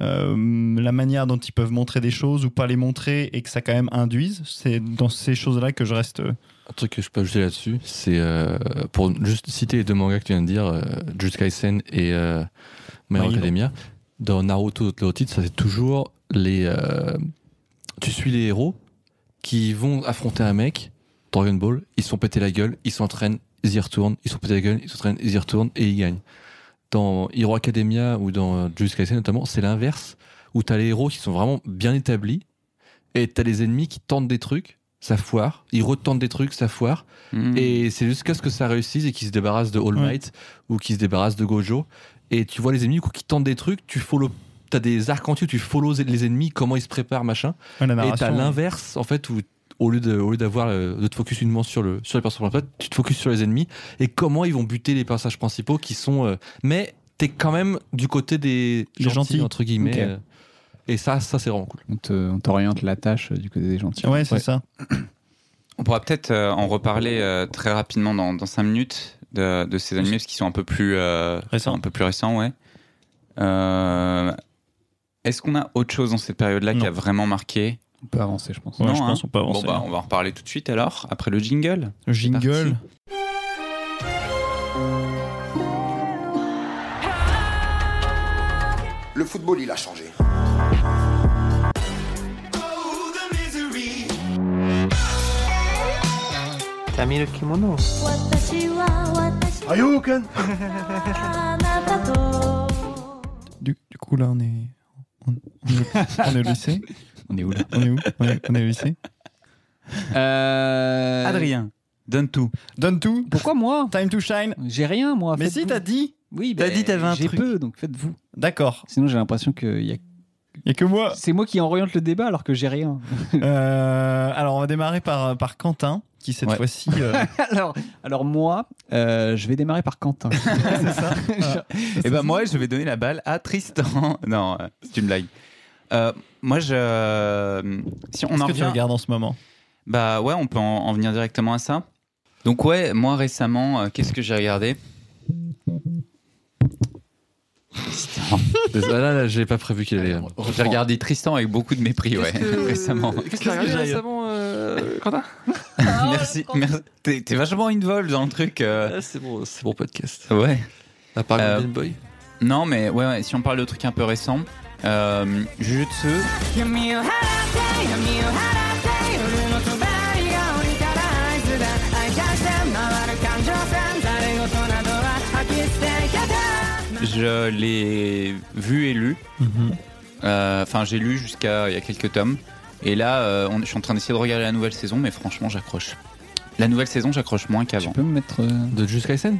euh, la manière dont ils peuvent montrer des choses ou pas les montrer et que ça quand même induise, c'est dans ces choses-là que je reste. euh, Un truc que je peux ajouter là-dessus, c'est euh, pour juste citer les deux mangas que tu viens de dire, euh, Jujutsu Kaisen et euh, My My Hero Hero. Academia. Dans Naruto le titre, ça c'est toujours les. euh, tu suis les héros qui vont affronter un mec, Dragon Ball, ils se font péter la gueule, ils s'entraînent, ils y retournent, ils se font péter la gueule, ils s'entraînent, ils y retournent et ils gagnent. Dans Hero Academia ou dans euh, Jujutsu Kaisen notamment, c'est l'inverse, où t'as les héros qui sont vraiment bien établis, et t'as les ennemis qui tentent des trucs, ça foire, ils retentent des trucs, ça foire, Mm. et c'est jusqu'à ce que ça réussisse et qu'ils se débarrassent de All Ouais. Might ou qu'ils se débarrassent de Gojo, et tu vois les ennemis du coup, qui tentent des trucs, tu follow, t'as des arcs entiers, où tu follow les ennemis, comment ils se préparent, machin, Ouais, la et narration, t'as ouais. l'inverse en fait où au lieu de au lieu d'avoir euh, de te focus uniquement sur le sur les personnages principaux, tu te focuses sur les ennemis et comment ils vont buter les personnages principaux qui sont euh, mais t'es quand même du côté des Les gentils. entre guillemets Ok. euh, et ça ça c'est vraiment cool. On te- on t'oriente la tâche euh, du côté des gentils. Ouais, c'est ça. On pourra peut-être euh, en reparler euh, très rapidement dans, dans 5 minutes de, de ces animés parce qu'ils sont un peu plus euh, Récents. un peu plus récents, ouais. Euh, Est-ce qu'on a autre chose dans cette période-là qui a vraiment marqué On peut avancer, je pense. Non, je hein. pense qu'on peut avancer. Bon, bah, on va en reparler tout de suite alors après le jingle. Le jingle. Le football, il a changé. T'as mis le kimono. Du, du coup, là, on est. On, on est, on est au lycée. On est où là On est où on est, on est au lycée. Adrien, donne tout. Donne tout. Euh, Pourquoi moi Time to shine. J'ai rien, moi. Mais si, faites-vous. t'as dit. Oui, T'as ben, dit t'avais un J'ai truc. peu, donc faites-vous. D'accord. Sinon, j'ai l'impression qu'il y a. Il a que moi. C'est moi qui oriente le débat alors que j'ai rien. Euh, alors, on va démarrer par, euh, par Quentin, qui cette Ouais. fois-ci. euh, alors, alors, moi, euh, je vais démarrer par Quentin. Et ben moi, je vais donner la balle à Tristan. non, euh, c'est une blague. Euh, moi, je. Si on Qu'est-ce en que tu revient. regardes en ce moment Bah ouais, on peut en, en venir directement à ça. Donc ouais, moi récemment, euh, qu'est-ce que j'ai regardé Désolé, là, là, j'ai pas prévu qu'il allait. euh, J'ai regardé Tristan avec beaucoup de mépris, ouais, que- récemment. Qu'est-ce que t'as regardé récemment, euh, Quentin merci, merci. T'es t'es vachement involved dans le truc. euh. C'est bon, c'est bon podcast. Ouais. À part Euh, Golden Boy. Non, mais ouais, ouais, si on parle de trucs un peu récents, euh, Jujutsu, je l'ai vu et lu. Mhm. Mm-hmm. Euh, Enfin, j'ai lu jusqu'à il y a quelques tomes. Et là, euh, on- je suis en train d'essayer de regarder la nouvelle Ah saison, mais franchement, j'accroche. La nouvelle saison, j'accroche moins qu'avant. Tu peux me mettre. euh, De Jujutsu Kaisen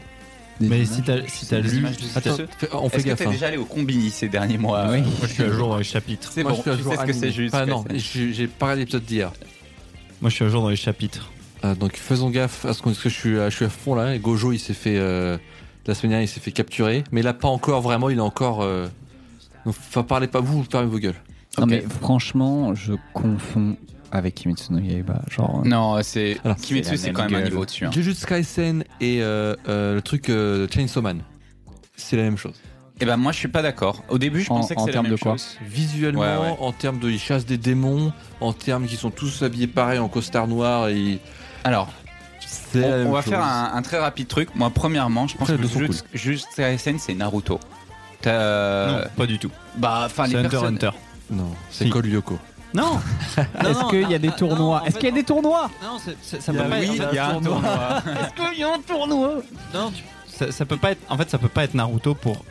Mais si t'as si t'as lu. Attends, on fait Est-ce que gaffe, t'es hein. déjà allé au combini ces derniers mois Oui. euh, Moi, je suis à jour dans les chapitres. C'est Moi, bon, je suis à tu jour sais ce que animé. c'est juste. Ah quoi, non, c'est- j'ai j'ai pas regardé l'épisode d'hier. Moi, je suis à jour dans les chapitres. Ah, donc faisons gaffe à ce qu'on- parce que je suis, à- je suis à fond là. Et Gojo, il s'est fait euh, la semaine dernière, il s'est fait capturer, mais là pas encore vraiment. Il est encore. euh, Donc, fa- parlez pas vous, fermez vos gueules. Non, mais franchement, je confonds avec Kimetsu no Yaiba. Genre, euh, Non, c'est Alors, Kimetsu, c'est la c'est même quand même un gueule. niveau au-dessus. hein. Jujutsu Kaisen et euh, euh, le truc euh, Chainsaw Man, c'est la même chose. Eh ben moi, je suis pas d'accord. Au début, je En- pensais que en c'est la termes même de quoi chose. Visuellement, Ouais, ouais. en termes de, ils chassent des démons, en termes qu'ils sont tous habillés pareil en costard noir et. Alors. C'est la On, même on va chose. faire un, un très rapide truc. Moi, premièrement, je pense Après, que les deux sont Jujutsu- Jujutsu Kaisen, c'est Naruto. T'as- Euh, Non, pas du tout. Bah, enfin, les C'est Hunter x personnes- Hunter. Non, c'est Code Lyoko. Non Est-ce qu'il y a des tournois Est-ce qu'il y a des tournois Non, ça Il y a- peut pas oui, être- il y a un tournoi. Est-ce qu'il y a un tournoi Non, tu- ça, ça peut pas être. En fait, ça peut pas être Naruto pour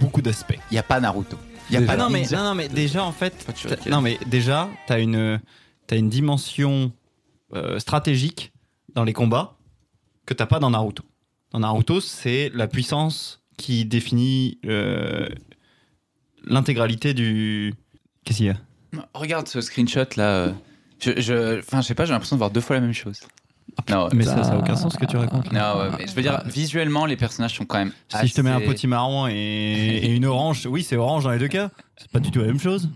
beaucoup d'aspects. Il y a pas Naruto. Il y a Déjà. pas Ah non, de mais, ninja. non, non, mais déjà en fait, tu t'as- requiers. non mais déjà t'as une t'as une dimension euh, stratégique dans les combats que t'as pas dans Naruto. Dans Naruto, c'est la puissance qui définit euh, l'intégralité du. Qu'est-ce qu'il y a Regarde ce screenshot là. euh, Je, je, enfin, je sais pas, j'ai l'impression de voir deux fois la même chose. euh, Non, Mais ça, ça a aucun sens ce que tu racontes. Non, Ah ouais, bah, ah, mais je veux dire, visuellement, les personnages sont quand même. Si je te mets un assez- petit marron et, et une orange, oui, c'est orange dans les deux cas. C'est pas du tout la même chose.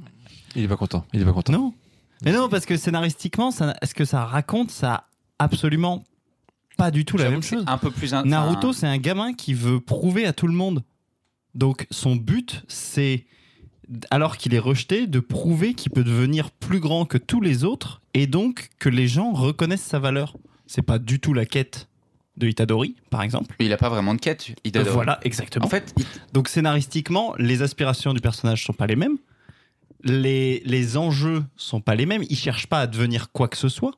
Il est pas content. Il est pas content. Non. Mais non, parce que scénaristiquement, ça, ce que ça raconte, ça a absolument pas du tout la J'avoue même que c'est chose. Un peu plus. un- Naruto, enfin, c'est un gamin qui veut prouver à tout le monde. Donc son but, c'est, alors qu'il est rejeté, de prouver qu'il peut devenir plus grand que tous les autres et donc que les gens reconnaissent sa valeur. C'est pas du tout la quête de Itadori, par exemple. Il a pas vraiment de quête. Itadori. Euh, Voilà, exactement. En fait, donc scénaristiquement, les aspirations du personnage sont pas les mêmes. Les, les enjeux sont pas les mêmes. Il cherche pas à devenir quoi que ce soit.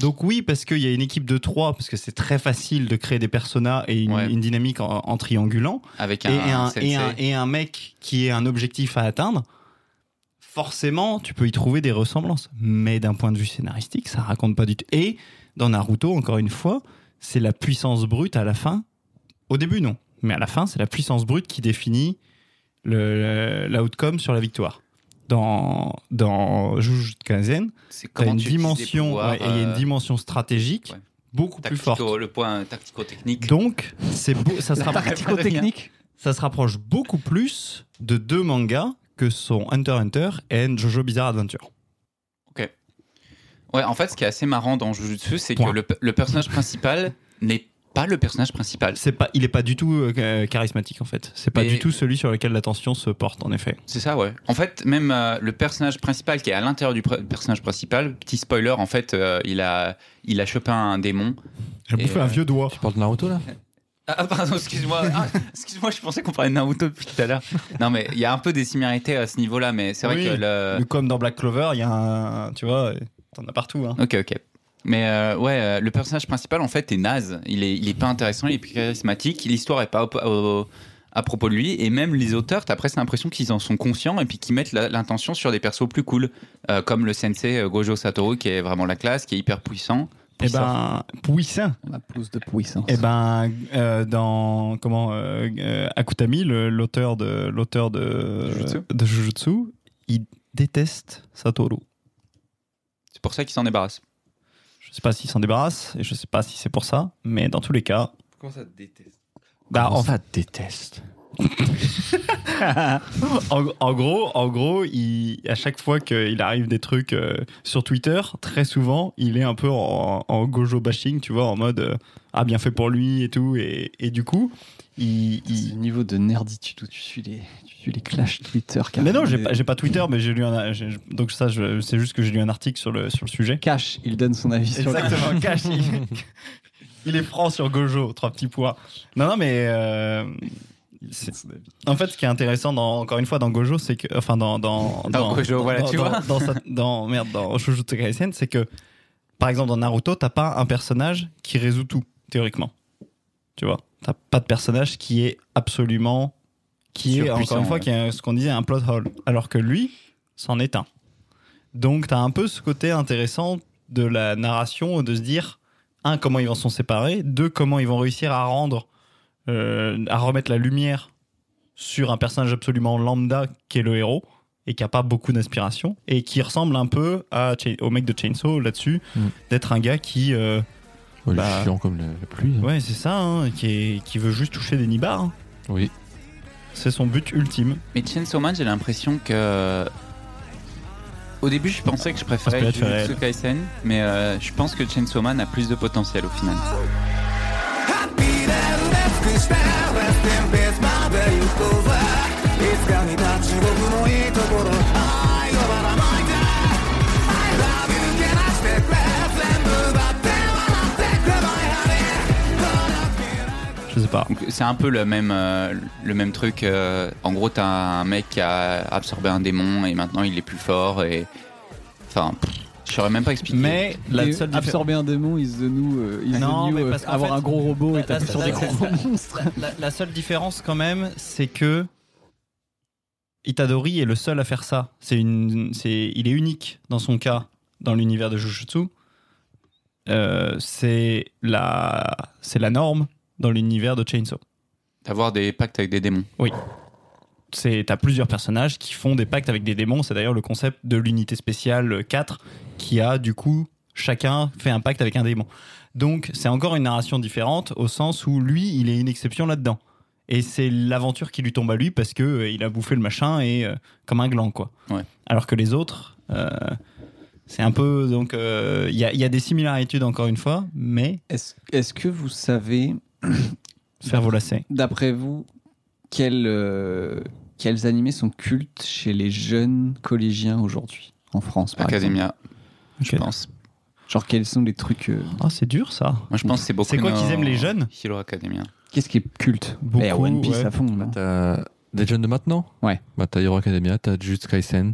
Donc oui, parce qu'il y a une équipe de trois, parce que c'est très facile de créer des personas et une, une dynamique en, en triangulant. Avec et un et, un, sensei. et un mec qui est un objectif à atteindre. Forcément, tu peux y trouver des ressemblances. Mais d'un point de vue scénaristique, ça raconte pas du tout. Et dans Naruto, encore une fois, c'est la puissance brute à la fin. Au début, non. Mais à la fin, c'est la puissance brute qui définit le- le- l'outcome sur la victoire. Dans, dans Jujutsu Kaisen, t'as comment une tu utilises dimension, les pouvoirs, ouais, et il y a une euh, dimension stratégique beaucoup plus tactico- forte. Le point euh, tactico-technique. Donc, c'est beau, ça se La rapproche tactico-technique. Ça se rapproche beaucoup plus de deux mangas que sont Hunter x Hunter et Jojo Bizarre Adventure. Ok. Ouais, en fait, ce qui est assez marrant dans Jujutsu, c'est que Point. le, pe- le personnage principal n'est pas le personnage principal. C'est pas, il est pas du tout euh, charismatique en fait. C'est pas Et- du tout celui sur lequel l'attention se porte en effet. C'est ça, ouais. En fait, même euh, le personnage principal qui est à l'intérieur du pr- personnage principal, petit spoiler, en fait, euh, il, a, il a chopé un démon. J'ai Et, bouffé euh, un vieux doigt. Tu parles de Naruto là Ah, ah, pardon, excuse-moi. Ah, excuse-moi, je pensais qu'on parlait de Naruto depuis tout à l'heure. Non, mais il y a un peu des similarités à ce niveau-là, mais c'est vrai Oui, que le. mais Comme dans Black Clover, il y a un. Tu vois, t'en as partout. Hein. Ok, ok. Mais euh, ouais, euh, le personnage principal en fait est naze. Il est, il est pas intéressant, il est plus charismatique. L'histoire est pas op- au- à propos de lui. Et même les auteurs, t'as presque l'impression qu'ils en sont conscients et puis qu'ils mettent la- l'intention sur des persos plus cool, Euh, comme le sensei euh, Gojo Satoru qui est vraiment la classe, qui est hyper puissant. Eh ben, puissant. On a plus de puissance. Et ben, euh, dans comment euh, euh, Akutami, le- l'auteur de l'auteur de Jujutsu. de Jujutsu, il déteste Satoru. C'est pour ça qu'ils s'en débarrassent. Je sais pas s'il s'en débarrasse et je sais pas si c'est pour ça, mais dans tous les cas, Comment ça te déteste bah en Ah, ça te déteste en, en gros, en gros, il, à chaque fois qu'il arrive des trucs euh, sur Twitter, très souvent, il est un peu en, en Gojo bashing, tu vois, en mode euh, ah bien fait pour lui et tout, et, et du coup, il, il- niveau de nerditude où tu suis les, tu suis les clashs Twitter. Mais carrément. non, j'ai pas, j'ai pas Twitter, mais j'ai lu un. j'ai- Donc, ça, je- c'est juste que j'ai lu un article sur le, sur le sujet. Cash, il donne son avis sur le- Exactement, Cash, il, il est franc sur Gojo, trois petits pois. Non, non, mais. euh, c'est- en fait, ce qui est intéressant, dans, encore une fois, dans Gojo, c'est que. Enfin, dans. Dans, Dans Gojo, voilà, tu dans- vois. Dans, sa- dans- merde, dans Jujutsu Kaisen, c'est que. Par exemple, dans Naruto, t'as pas un personnage qui résout tout, théoriquement. Tu vois T'as pas de personnage qui est absolument. Qui est, encore Surpuissant, une fois, ouais. qui est ce qu'on disait, un plot hole. Alors que lui, c'en est un. Donc, t'as un peu ce côté intéressant de la narration, de se dire, un, comment ils vont s'en séparer, deux, comment ils vont réussir à rendre euh, à remettre la lumière sur un personnage absolument lambda qui est le héros et qui a pas beaucoup d'inspiration et qui ressemble un peu à, Cha- au mec de Chainsaw là-dessus, Mm. d'être un gars qui. euh, Ouais, bah, chiant comme la, la pluie. hein. Ouais, c'est ça, hein, qui, est- qui veut juste toucher des nibards. hein. Oui. C'est son but ultime. Mais Chainsaw Man, j'ai l'impression que. Au début, je pensais que je Ah, préférais c'est vrai. Jujutsu Kaisen, mais euh, je pense que Chainsaw Man a plus de potentiel au final. Je sais pas. C'est un peu le même, euh, le même truc. euh, en gros, t'as un mec qui a absorbé un démon et maintenant il est plus fort et. Enfin, pff, je saurais même pas expliquer. Mais Et absorber un démon is the new, euh, is the Non, new, mais euh, parce qu'en avoir fait, un gros robot et la- taper la- sur la- des gros la- monstres. La, la seule différence quand même, c'est que Itadori est le seul à faire ça. C'est une, c'est, il est unique dans son cas dans l'univers de Jujutsu. Euh, c'est la, c'est la norme dans l'univers de Chainsaw. D'avoir des pactes avec des démons. Oui. C'est, t'as plusieurs personnages qui font des pactes avec des démons. C'est d'ailleurs le concept de l'unité spéciale 4 qui a du coup chacun fait un pacte avec un démon. Donc c'est encore une narration différente au sens où lui, il est une exception là-dedans. Et c'est l'aventure qui lui tombe à lui parce que euh, il a bouffé le machin et euh, comme un gland quoi. Ouais. Alors que les autres, euh, c'est un peu donc euh, il y, a- il y a des similarités encore une fois, mais est-ce est-ce que vous savez, faire vos lacets. d'après vous, quels, euh, quels animés sont cultes chez les jeunes collégiens aujourd'hui en France par exemple Academia, je Ok. pense. Genre quels sont les trucs euh, Ah c'est dur ça. Moi, je pense que c'est beaucoup. euh, C'est quoi qu'ils aiment les jeunes Hero Bah, Academia. Qu'est-ce qui est culte Beaucoup, Eh, One Piece ouais. à fond. non T'as des jeunes de maintenant Ouais. Bah, t'as Hero Academia, t'as Jujutsu Kaisen.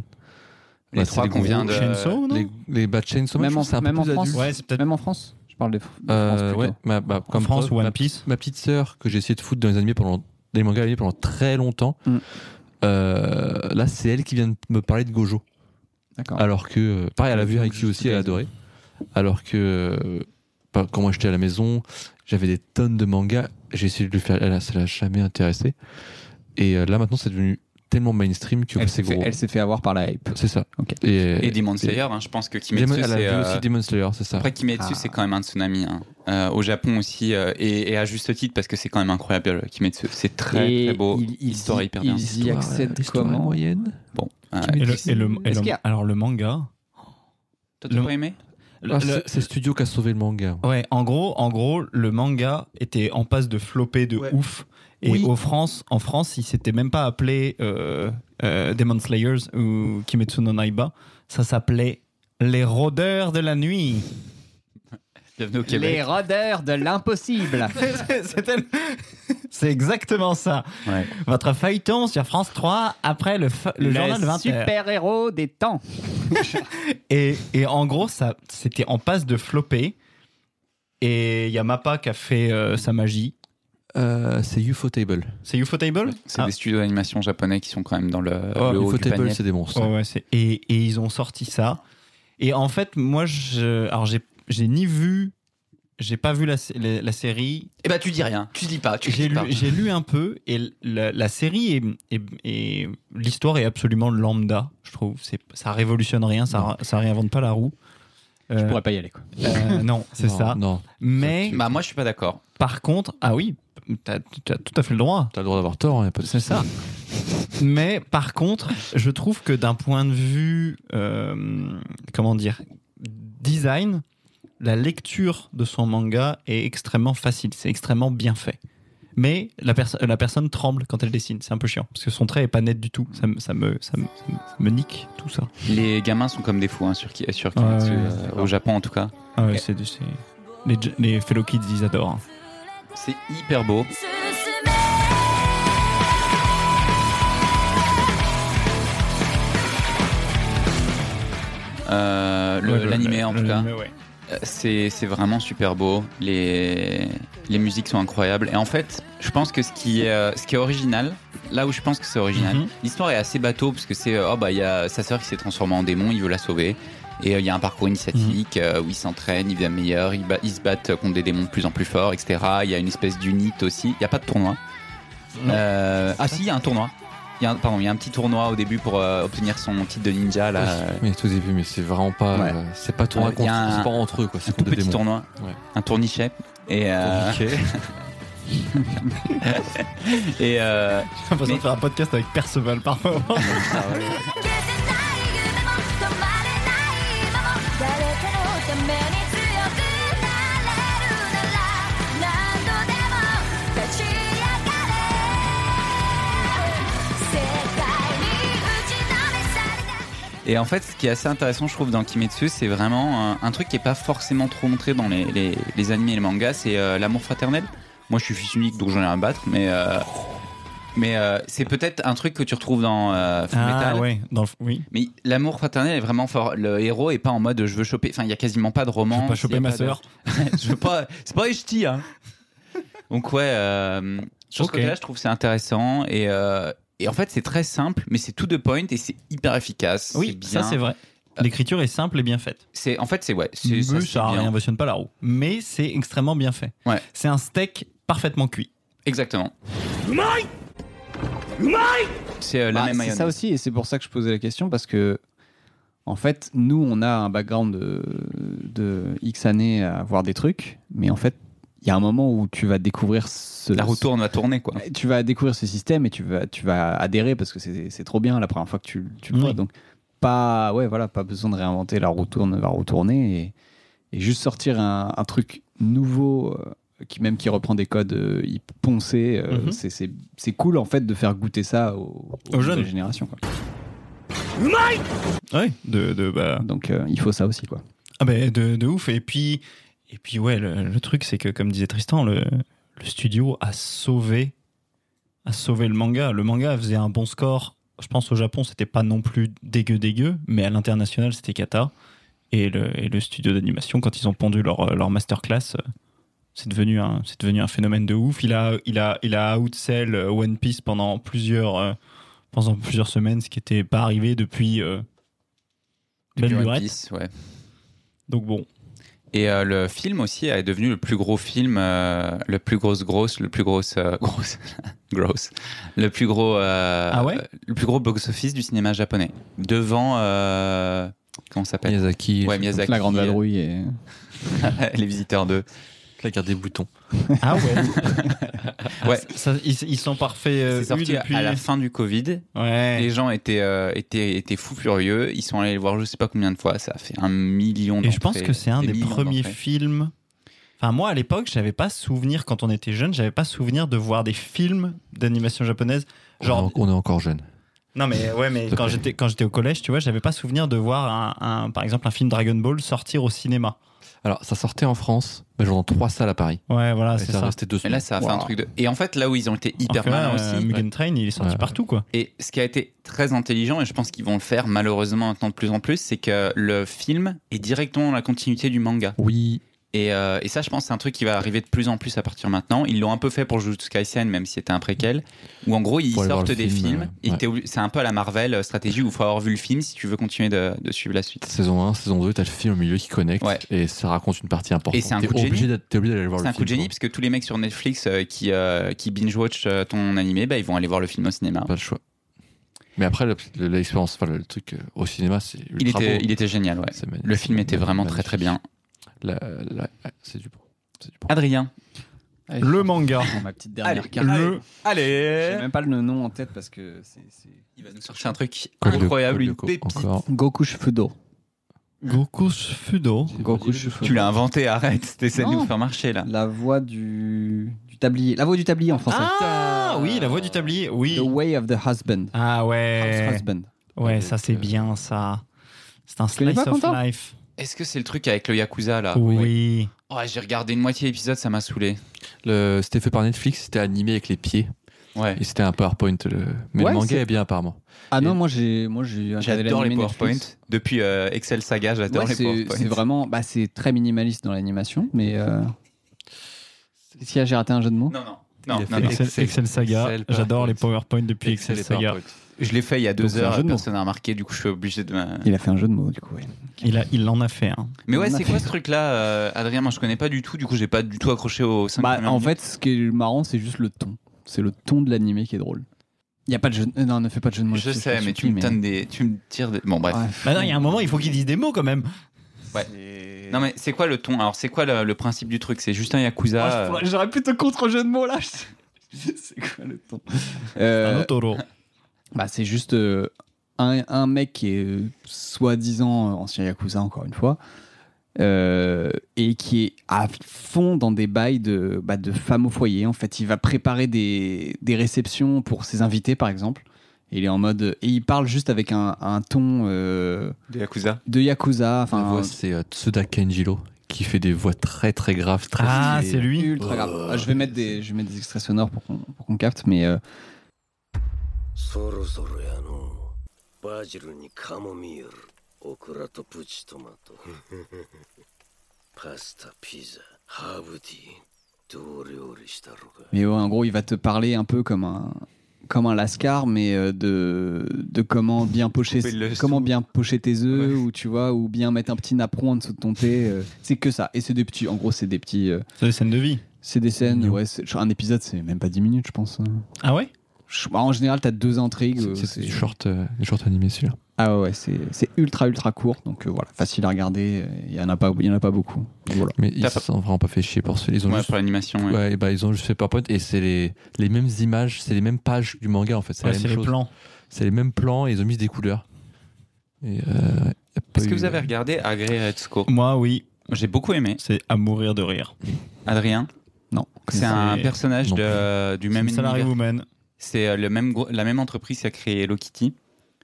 Les c'est trois les qu'on gros- vient de- Chainsaw, non Les, les bah, Chainsaw, Même Man, je en, trouve que c'est un même peu en plus France adulte. Ouais, c'est peut-être Même en France Je parle des, de France Euh, plutôt. ouais, ma, ma- comme France, preuve, One ma- Piece. Ma petite sœur que j'ai essayé de foutre dans les animés pendant des mangas animés pendant très longtemps. Mm. euh, là, c'est elle qui vient de me parler de Gojo. Ah. D'accord. Alors que, euh, pareil, elle a vu avec qui aussi, elle a adoré. Alors que, euh, pas- quand moi j'étais à la maison, j'avais des tonnes de mangas, j'ai essayé de le faire, elle, ça l'a jamais intéressé. Et euh, là maintenant, c'est devenu tellement mainstream que Elle c'est s'est gros. fait, elle s'est fait avoir par la hype. C'est ça. Ok. Et, euh, Et Demon Slayer, hein, je pense que Demon- Kimetsu, elle a vu c'est. euh, aussi Demon Slayer, c'est ça. Après, Kimetsu, Ah. c'est quand même un tsunami. hein. Euh, au Japon aussi, euh, et, et à juste titre, parce que c'est quand même incroyable, Kimetsu. C'est très, Et très beau. il- il Histoire y- hyper bien. Ils y Histoire, euh, accèdent histoire comment moyenne. Bon. euh, Et le- et le- et Est-ce le- qu'il y a- alors le manga. Toi, t'as le- pas aimé le- Ah, le- c'est- c'est Studio qui a sauvé le manga. Ouais, en gros, en gros, le manga était en passe de flopper de Ouais. ouf. Et Oui. au France, en France, il s'était même pas appelé euh, euh, Demon Slayers ou Kimetsu no Naiba. Ça s'appelait Les Rôdeurs de la Nuit. Bienvenue au Québec. rôdeurs de l'impossible. C'était le- C'est exactement ça. Ouais. Votre feuilleton sur France 3 après le, fe- le journal de 20 heures. super-héros des temps. Et, et en gros, ça, c'était en passe de flopper. Et il y a Mappa qui a fait euh, sa magie. Euh, c'est UFO Table. C'est Ufotable C'est Ah. des studios d'animation japonais qui sont quand même dans le, Oh, le haut UFO du panier. Table, c'est des monstres. Ouais, ouais, c'est- et, et ils ont sorti ça. Et en fait, moi, je, alors j'ai, j'ai ni vu, j'ai pas vu la, sé- la, la série. Eh ben, tu dis rien. Tu dis pas. Tu J'ai dis lu, pas. j'ai lu un peu et l- la, la série est, est- est- l'histoire est absolument lambda, je trouve. C'est, ça révolutionne rien, ça, ça réinvente pas la roue. Je Euh, pourrais pas y aller quoi. euh, non, c'est Non, ça. Non, Mais Bah, moi, je suis pas d'accord. par contre, ah oui, t'as, t'as tout à fait le droit. t'as le droit d'avoir tort, hein, y a pas de C'est ça. Mais par contre, je trouve que d'un point de vue, euh, comment dire, design, la lecture de son manga est extrêmement facile, c'est extrêmement bien fait. Mais la, perso- la personne tremble quand elle dessine, c'est un peu chiant, parce que son trait est pas net du tout, ça, me- ça, me, ça, me, ça me- ça me nique tout ça. Les gamins sont comme des fous hein, sur, Ki- sur Kimetsu, Ouais, ouais, euh, au Japon en tout cas. Ah ouais, c'est, c'est- les, j- les fellow kids, ils adorent. hein. C'est hyper beau. Euh, le- Ouais, le- L'animé le- en tout cas. l'animé, ouais. Euh, C'est c'est vraiment super beau. Les, les musiques sont incroyables. Et en fait, je pense que ce qui est, euh, ce qui est original, là où je pense que c'est original, Mhm. l'histoire est assez bateau parce que c'est euh, oh bah il y a sa sœur qui s'est transformée en démon, il veut la sauver. Et euh, il y a un parcours initiatique Mhm. euh, où ils s'entraînent, ils deviennent meilleurs, ils, ba- ils se battent contre des démons de plus en plus forts, etc. Il y a une espèce d'unité aussi. Il n'y a pas de tournoi. Euh, ah si, il y a un tournoi. Il y a un, pardon, il y a un petit tournoi au début pour euh, obtenir son titre de ninja là. euh, Oui, tout au début, Bah, mais c'est vraiment pas. Ouais. euh, C'est pas tournoi Euh, il y contre, a un- c'est pas entre eux, quoi. C'est un tout contre des petit démons. tournoi, Ouais. un tournichet et. euh, Tournichet. et euh, J'ai l'impression de faire un podcast avec Perceval par moment. Ah, Et en fait, ce qui est assez intéressant, je trouve, dans Kimetsu, c'est vraiment euh, un truc qui est pas forcément trop montré dans les, les, les animés et les mangas, c'est euh, l'amour fraternel. Moi, je suis fils unique, donc j'en ai rien à battre, mais, euh, mais euh, c'est peut-être un truc que tu retrouves dans euh, Full Ah Metal. ouais, dans le- oui. Mais l'amour fraternel est vraiment fort. Le héros est pas en mode je veux choper. Enfin, il y a quasiment pas de roman. Je veux pas choper il y a ma de- sœur. je veux pas. C'est pas HT, hein. Donc ouais. Euh, sur Ok. ce côté-là, je trouve que c'est intéressant et euh, et en fait c'est très simple, mais c'est tout de point et c'est hyper efficace. Oui, ça bien. c'est vrai. L'écriture est simple et bien faite. C'est en fait c'est ouais. Mais C'est ça, c'est bien. réinventionne pas la roue. Mais c'est extrêmement bien fait. Ouais. C'est un steak parfaitement cuit. Exactement. C'est euh, la Bah, même c'est mayonnaise. ça aussi, et c'est pour ça que je posais la question parce que, en fait, nous, on a un background de, de X années à voir des trucs, mais en fait, il y a un moment où tu vas découvrir ce. La roue tourne, va tourner quoi. tu vas découvrir ce système et tu vas, tu vas adhérer parce que c'est c'est trop bien la première fois que tu, tu le vois. Donc, pas, ouais, voilà, pas besoin de réinventer la roue tourne, va retourner et, et juste sortir un, un truc nouveau, euh, qui, même qui reprend des codes euh, y- poncés. euh, Mhm. c'est- c'est- C'est cool en fait de faire goûter ça aux, Aux jeunes. nouvelles générations. quoi. Ouais, de, de, bah... Donc euh, il faut ça aussi quoi. Ah ben de, de ouf. Et puis, et puis ouais, le, le truc c'est que comme disait Tristan, le, le studio a sauvé, a sauvé le manga. Le manga faisait un bon score. Je pense au Japon, c'était pas non plus dégueu dégueu, mais à l'international, c'était cata. Et le, et le studio d'animation, quand ils ont pondu leur, leur masterclass, euh, c'est devenu, un- c'est devenu un phénomène de ouf. Il a, il a, il a outsell euh, One Piece pendant plusieurs, euh, pendant plusieurs semaines, ce qui n'était pas arrivé depuis euh, Depuis Belle One Lurette. Piece, ouais. Donc bon. Et euh, le film aussi est devenu le plus gros film, euh, le plus grosse grosse, le plus grosse euh, grosse, grosse, le plus gros, euh, Ah ouais le plus gros box office du cinéma japonais, devant euh, comment ça s'appelle Miyazaki. Ouais, Miyazaki. La grande vadrouille et les visiteurs 2. La guerre des boutons. Ah ouais. Ouais. Ça, ils, ils sont parfaits. euh, C'est sorti eux, depuis... à la fin du Covid. Ouais. Les gens étaient, euh, étaient, étaient fous furieux. Ils sont allés le voir je sais pas combien de fois. Ça a fait un million Et je pense d'entrées, que c'est un des millions premiers d'entrées. films. Enfin, moi, à l'époque, j'avais pas souvenir, quand on était jeune, j'avais pas souvenir de voir des films d'animation japonaise. Genre, Genre, on est encore jeune. non, mais ouais, mais Oh. S'il te quand plaît. j'étais, quand j'étais au collège, tu vois, j'avais pas souvenir de voir un, un- par exemple, un film Dragon Ball sortir au cinéma. Alors, ça sortait en France, mais genre dans trois salles à Paris. Ouais, voilà, Et Ah, c'est ça ça. restait deux Et semaines. là, ça a fait un Wow. truc de. Et en fait, là où ils ont été hyper Alors que là, malins euh, aussi. Mugen Train, il est sorti Ouais. partout, quoi. Et ce qui a été très intelligent, et je pense qu'ils vont le faire malheureusement maintenant de plus en plus, c'est que le film est directement dans la continuité du manga. Oui. Et, euh, et ça, je pense, c'est un truc qui va arriver de plus en plus à partir de maintenant. Ils l'ont un peu fait pour Jujutsu Kaisen, même si c'était un préquel, où en gros, ils Faut aller voir sortent le des film, films. ouais. et Ouais. t'es obli- C'est un peu à la Marvel euh, stratégie où il faut avoir vu le film si tu veux continuer de, de suivre la suite. Saison 1, saison 2, t'as le film au milieu qui connecte Ouais. et ça raconte une partie importante. Et c'est un T'es coup de génie. obligé d'être- T'es obligé d'aller voir C'est le un film. coup de génie, parce que tous les mecs sur Netflix euh, qui, euh, qui binge-watch euh, ton animé, bah, ils vont aller voir le film au cinéma. quoi. Pas le choix. Mais après, le- le- l'expérience, enfin, le truc euh, au cinéma, c'est ultra Il était, beau. il était génial, ouais. C'est magnifique. Le film était vraiment très très bien. Ah, La- la- ouais, c'est du bon. C'est du bon. Adrien. Le manga. ma petite dernière Allez, carte. Le- Allez J'ai même pas le nom en tête parce que c'est- c'est Il va nous sortir un truc Code de- incroyable, Code de une Co- pépite. encore. Goku Shufudo. Goku Fudo. Goku Tu Shufudo. l'as inventé, arrête, t'essaies de Non. nous faire marcher là. La voix du, du tablier, la voix du tablier en français. Ah oui, la voix du tablier, oui. The Way of the Husband. Ah ouais. House Husband. Ouais, ça Euh, c'est bien ça. C'est un Tu n'es slice pas of content life. Est-ce que c'est le truc avec le Yakuza là oui. Oh, j'ai regardé une moitié d'épisode, ça m'a saoulé. Le- C'était fait par Netflix, c'était animé avec les pieds Ouais. et c'était un PowerPoint. le- Mais Ouais, le manga c'est- est bien apparemment. Ah non, Et- moi j'ai, moi j'ai regardé J'adore les l'animé PowerPoint. Netflix. Depuis euh, Excel Saga, j'adore Ouais, les c'est, PowerPoint. c'est vraiment, bah, c'est très minimaliste dans l'animation, mais. Euh... Si j'ai raté un jeu de mots. Non, non. Non, Il non, a fait non. Excel, Excel. Excel Saga. Excel, J'adore les PowerPoint depuis Excel, Excel et Saga. PowerPoint. Je l'ai fait il y a Donc, deux c'est un heures, jeu de mots. personne n'a remarqué, du coup je suis obligé de. me- Il a fait un jeu de mots, du coup. Il, a, il en a fait un. Mais ouais, On a c'est fait- quoi ce truc-là, euh, Adrien Moi je connais pas du tout, du coup j'ai pas du tout accroché au 5 Bah, en fait, ce qui est marrant, c'est juste le ton. C'est le ton de l'animé qui est drôle. Il y a pas de jeu. euh, Non, ne fais pas de jeu de mots. Je là-dessus, sais, te mais tu supplie, me tannes des. Tu me tires des. Bon, bref. Bah non, il y a un moment, il faut qu'il dise des mots quand même. Ouais. Non, mais c'est quoi le ton Alors, c'est quoi le, le principe du truc C'est juste un yakuza. Moi, Ah, je pourrais- J'aurais plutôt contre jeu de mots là. c'est quoi le ton Euh, Un Otoro. Bah, c'est juste euh, un, un mec qui est euh, soi-disant euh, ancien Yakuza, encore une fois, euh, et qui est à fond dans des bails de, bah, de femmes au foyer. En fait, il va préparer des, des réceptions pour ses invités, par exemple. Il est en mode. Et il parle juste avec un, un ton. euh, De Yakuza. De Yakuza. La Enfin, voix, c'est euh, Tsuda Kenjiro qui fait des voix très très graves, très Ah, stylées. c'est lui Ultra grave. Oh. Ah, je, vais mettre des, je vais mettre des extraits sonores pour qu'on pour qu'on capte, mais. euh, そろそろやのバジルにカモミールオクラとプチトマ トパスタピザハーブティーどう料理したろうか Mais ouais, en gros, il va te parler un peu comme un comme un lascar, mais euh, de, de comment bien pocher Couper le comment bien pocher tes œufs ou tu vois ou bien mettre un petit napperon en dessous de ton thé. euh, c'est que ça. Et c'est des petits. En gros, c'est des petits. euh, C'est des scènes de vie. c'est des scènes. Ouais, c'est- genre, un épisode, c'est même pas 10 minutes, je pense. hein. Ah ouais. Je- bah, en général, t'as deux intrigues. euh, C'est c'est- du short, euh, du short animé celui-là. Ah ouais, ouais, c'est c'est ultra ultra court, donc euh, voilà, facile à regarder. euh, Il y en a pas, il y en a pas beaucoup. Voilà. Mais ils se sont vraiment pas fait chier pour celui Ils ont Ouais, juste... pour l'animation, ouais. Ouais, bah, ils ont juste fait PowerPoint et c'est les, les mêmes images, c'est les mêmes pages du manga en fait. C'est Ouais, la c'est même les chose. plans. C'est les mêmes plans et ils ont mis des couleurs. Et, euh, ouais, y a pas Est-ce que eu- vous avez regardé Agré Retsuko Moi, oui. J'ai beaucoup aimé. C'est à mourir de rire. Adrien Non. C'est un personnage de- du même une salarié univers. woman. C'est euh, le même, gro- la même entreprise qui a créé Hello Kitty.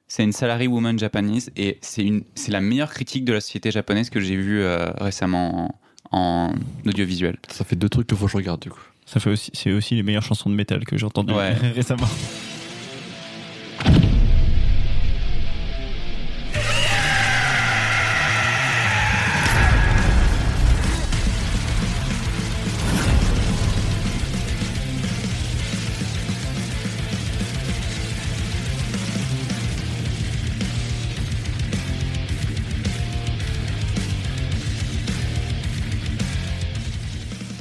C'est une salary woman japonaise et c'est une- c'est la meilleure critique de la société japonaise que j'ai vue euh, récemment en, en audiovisuel. Ça fait deux trucs que faut que je regarde du coup. Ça fait aussi, c'est aussi les meilleures chansons de métal que j'ai entendues Ouais. récemment.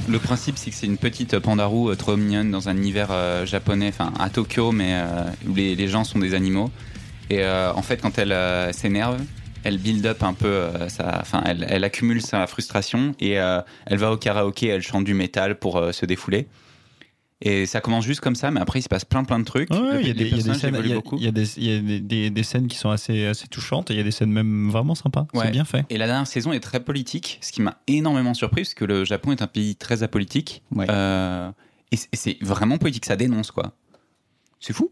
Le principe, c'est que c'est une petite pandarou euh, trop mignonne dans un univers euh, japonais, enfin à Tokyo, mais euh, où les, les gens sont des animaux. Et euh, en fait, quand elle euh, s'énerve, elle build up un peu euh, sa. Enfin, elle, elle accumule sa frustration et euh, elle va au karaoké, elle chante du métal pour euh, se défouler. Et ça commence juste comme ça, mais après, il se passe plein plein de trucs. Ouais, ouais, Le- il y a les des- il y a des personnages scènes- évoluent il y a- beaucoup. il y a des- il y a des- des- des scènes qui sont assez, assez touchantes et il y a des scènes même vraiment sympas. Ouais. C'est bien fait. Et la dernière saison est très politique, ce qui m'a énormément surpris, parce que le Japon est un pays très apolitique. Euh, et c- et c'est vraiment politique, ça dénonce quoi. C'est fou.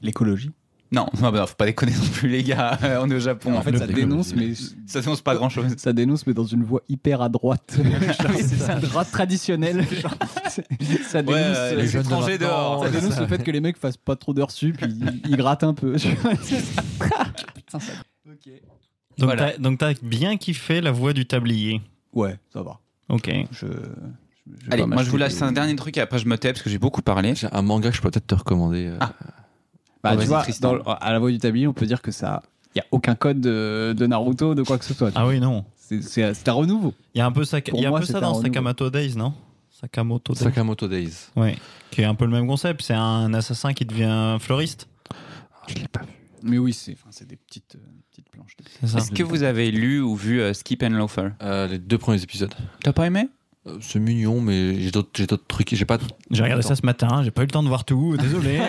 L'écologie. Non, non, bah, faut pas déconner non plus, les gars. euh, On est au Japon. En fait, ça dénonce, mais ça dénonce pas grand chose. Ça dénonce, mais dans une voix hyper à droite. Genre, c'est ça. droite traditionnelle. Genre, c'est- ça Ouais, dénonce, euh, les jeunes de étrangers 20 ans, Ça ça- dénonce le fait que les mecs fassent pas trop d'heures sup, ils, ils grattent un peu. Donc Voilà. t'as- donc t'as bien kiffé la voix du tablier. Ouais, ça va. Ok. Je. Allez, moi je vous laisse un dernier truc et après je me tais parce que j'ai beaucoup parlé. J'ai un manga que je peux peut-être te recommander. euh, Bah, Ah, tu vas-y, vois, Tristan. dans le- à la voix du tablier, on peut dire que ça. Il n'y a aucun code de, de Naruto, de quoi que ce soit. Ah oui, non. C'est c'est un renouveau. Il y a un peu ça, Pour il y a un moi, peu c'est ça un dans renouveau. Sakamoto Days, non Sakamoto Days. Sakamoto Days. Ouais. Qui est un peu le même concept. C'est un assassin qui devient fleuriste. Mais oui, c'est enfin, c'est des petites, euh, petites planches. ça. Est-ce que vous avez lu ou vu euh, Skip and Loafer euh, Les deux premiers épisodes. T'as pas aimé Euh, C'est mignon, mais j'ai d'autres j'ai d'autres trucs. J'ai pas. J'ai regardé ça ce matin, j'ai pas eu le temps de voir tout, désolé.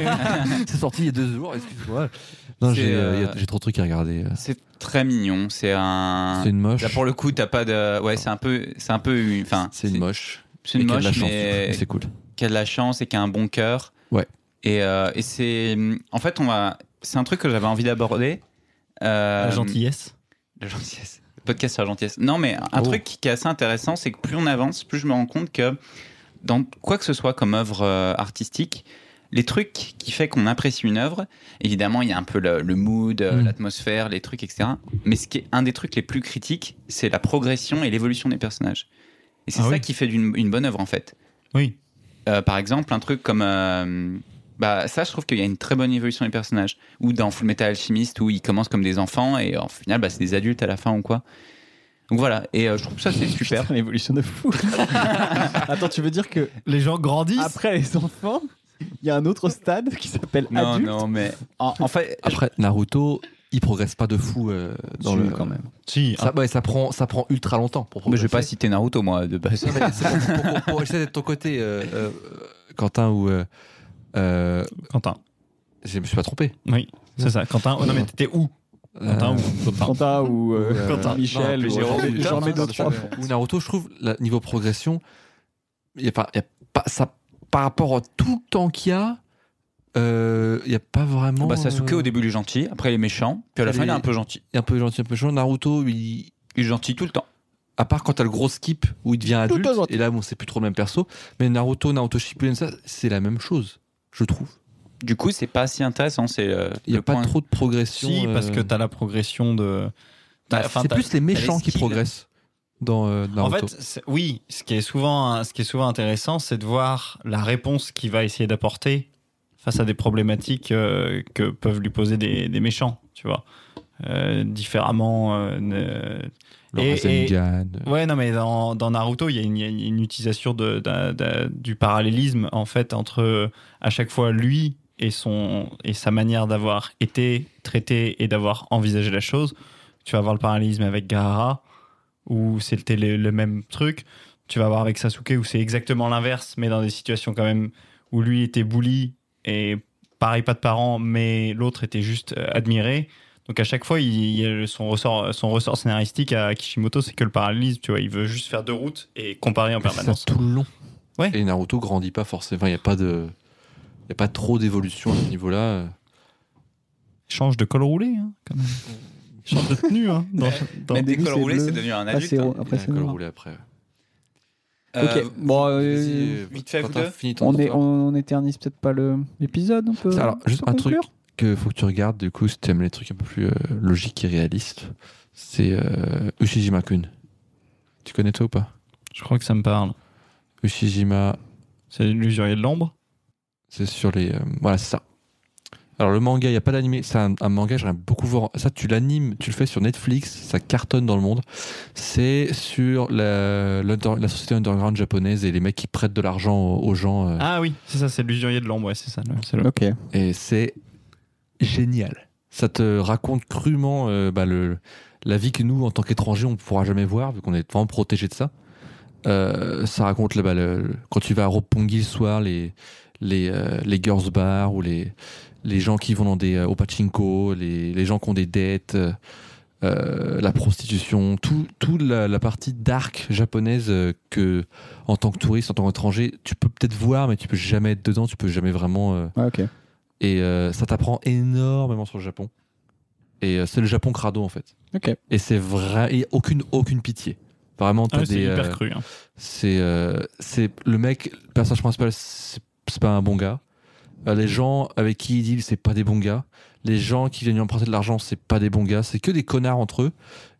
c'est sorti il y a deux jours, excuse-moi. Non, C'est, j'ai euh, y euh, a- j'ai trop de trucs à regarder. euh. C'est très mignon. C'est un. C'est une moche. Là, pour le coup, t'as pas de. Ouais, c'est un peu. C'est un peu. une- Enfin. C'est une moche. C'est une Mais qui a moche, de la chance, mais. mais c'est cool. Qui a de la chance et qui a un bon cœur. Ouais. Et, euh, et c'est. En fait, on va. C'est un truc que j'avais envie d'aborder. Euh, La gentillesse. La gentillesse. Le podcast sur la gentillesse. Non, mais un Oh. truc qui qui est assez intéressant, c'est que plus on avance, plus je me rends compte que dans quoi que ce soit comme œuvre euh, artistique, les trucs qui fait qu'on apprécie une œuvre, évidemment, il y a un peu le, le mood, euh, Mm. l'atmosphère, les trucs, etc. Mais ce qui est un des trucs les plus critiques, c'est la progression et l'évolution des personnages. Et c'est Ah ça oui. qui fait d'une une bonne œuvre, en fait. Oui. euh, par exemple, un truc comme. euh, bah, ça, je trouve qu'il y a une très bonne évolution des personnages. Ou dans Full Metal Alchemist, où ils commencent comme des enfants et en final, bah, c'est des adultes à la fin ou quoi. Donc voilà, et euh, je trouve ça c'est super. l'évolution de fou. Attends, tu veux dire que les gens grandissent après les enfants Il y a un autre stade qui s'appelle Non, adulte. non, mais en, en fait, Après, Naruto, il progresse pas de fou euh, Si, dans le. quand même. Si, ça, ouais, ça, prend, ça prend ultra longtemps pour mais je progresser. vais pas citer Naruto, moi, de base. Non, mais c'est pour, pour- pour- pour essayer d'être de ton côté, euh, euh, Quentin ou. euh, euh, Quentin. Je me suis pas trompé. Oui, c'est ça. Quentin, oh, non, mais t'étais où Quentin ou Quentin Quentin ou euh, Euh, Quentin. Michel non, ou- mais Jérôme, j'en mets Jérôme, d'autres. Jérôme, Ou Naruto, je trouve, là, niveau progression, il y a pas, il y a pas, ça, par rapport à tout le temps qu'il y a, euh, il y a pas Ah vraiment. euh, Bah, Sasuke, au début, il est gentil, après, il est méchant, puis à la Il fin, il est est- un peu gentil. euh, un peu gentil, un peu chiant. Naruto, il. Il est gentil tout le temps. À part quand t'as le gros skip où il devient adulte, et là, bon, c'est plus trop le même perso. Mais Naruto, Naruto Shippuden, ça, c'est la même chose, je trouve. Du coup, c'est pas si intéressant. C'est euh, Il n'y a le pas point- trop de progression. Si, parce euh, que t'as la progression de. bah, t'as- enfin, c'est t'as- plus les t'as méchants qui skills. progressent dans euh, En Naruto. fait, c'est- oui, ce qui est souvent, ce qui est souvent intéressant, c'est de voir la réponse qu'il va essayer d'apporter face à des problématiques euh, que peuvent lui poser des, des méchants, tu vois, Euh, différemment. euh, ne- Le et- et- Rasengan. Ouais, non, mais dans, dans Naruto, il y a une, il y a une utilisation de, d'un- d'un- du parallélisme, en fait, entre euh, à chaque fois lui et, son, et sa manière d'avoir été traité et d'avoir envisagé la chose. Tu vas avoir le parallélisme avec Gaara, où c'était le, le même truc. Tu vas avoir avec Sasuke, où c'est exactement l'inverse, mais dans des situations quand même où lui était bully et pareil, pas de parents, mais l'autre était juste euh, admiré. Donc à chaque fois, il, il- son, ressort, son ressort scénaristique à Kishimoto, c'est que le parallélisme, tu vois, il veut juste faire deux routes et comparer en C'est ça permanence. tout le long. Ouais. Et Naruto grandit pas forcément. Enfin, il n'y a pas de, il y a pas trop d'évolution à ce niveau-là. Change de col roulé, hein, quand même. Change de tenue, hein. Dans, dans- Mais dès début, que le c'est roulé, bleu. c'est devenu un Ah, adulte. c'est hein. ro- après, Il y a c'est un col noir. roulé après. Euh, ok, bon, euh, Vas-y, vite fait, vous Quentin, deux. finis ton on, est, histoire. on éternise peut-être pas le- l'épisode. on peut- Alors, juste on peut un truc conclure que faut que tu regardes, du coup, si tu aimes les trucs un peu plus euh, logiques et réalistes, c'est euh, Ushijima Kun. Tu connais toi ou pas Je crois que ça me parle. Ushijima, C'est l'usurier de l'ombre. c'est sur les. euh, voilà, c'est ça. Alors, le manga, il n'y a pas d'animé. C'est un, un manga, j'aimerais beaucoup voir. Ça, tu l'animes, tu le fais sur Netflix, ça cartonne dans le monde. C'est sur la, l'under- la société underground japonaise et les mecs qui prêtent de l'argent aux, aux gens. euh, Ah oui, c'est ça, c'est l'usurier de l'ombre, ouais, c'est ça. le- c'est le- Ok. et c'est génial. Ça te raconte crûment euh, bah, le, la vie que nous, en tant qu'étrangers, on ne pourra jamais voir, vu qu'on est vraiment protégé de ça. Euh, ça raconte là, bah, le- quand tu vas à Roppongi le soir, les, les, euh, les girls bar ou les, les gens qui vont dans des euh, au pachinko, les, les gens qui ont des dettes, euh, euh, la prostitution, toute tout la, la partie dark japonaise euh, que, en tant que touriste, en tant qu'étranger, tu peux peut-être voir, mais tu peux jamais être dedans, tu peux jamais vraiment. euh, Ouais, ok. et euh, ça t'apprend énormément sur le Japon. Et euh, c'est le Japon crado en fait. Ok. Et c'est vrai, et aucune aucune pitié. Vraiment, Ah t'as ouais, c'est des. hyper euh, cru. hein. c'est euh, c'est le mec, le personnage principal, c'est c'est pas un bon gars. Euh, les gens avec qui il deal, c'est pas des bons gars. Les gens qui viennent lui emprunter de l'argent, c'est pas des bons gars. C'est que des connards entre eux.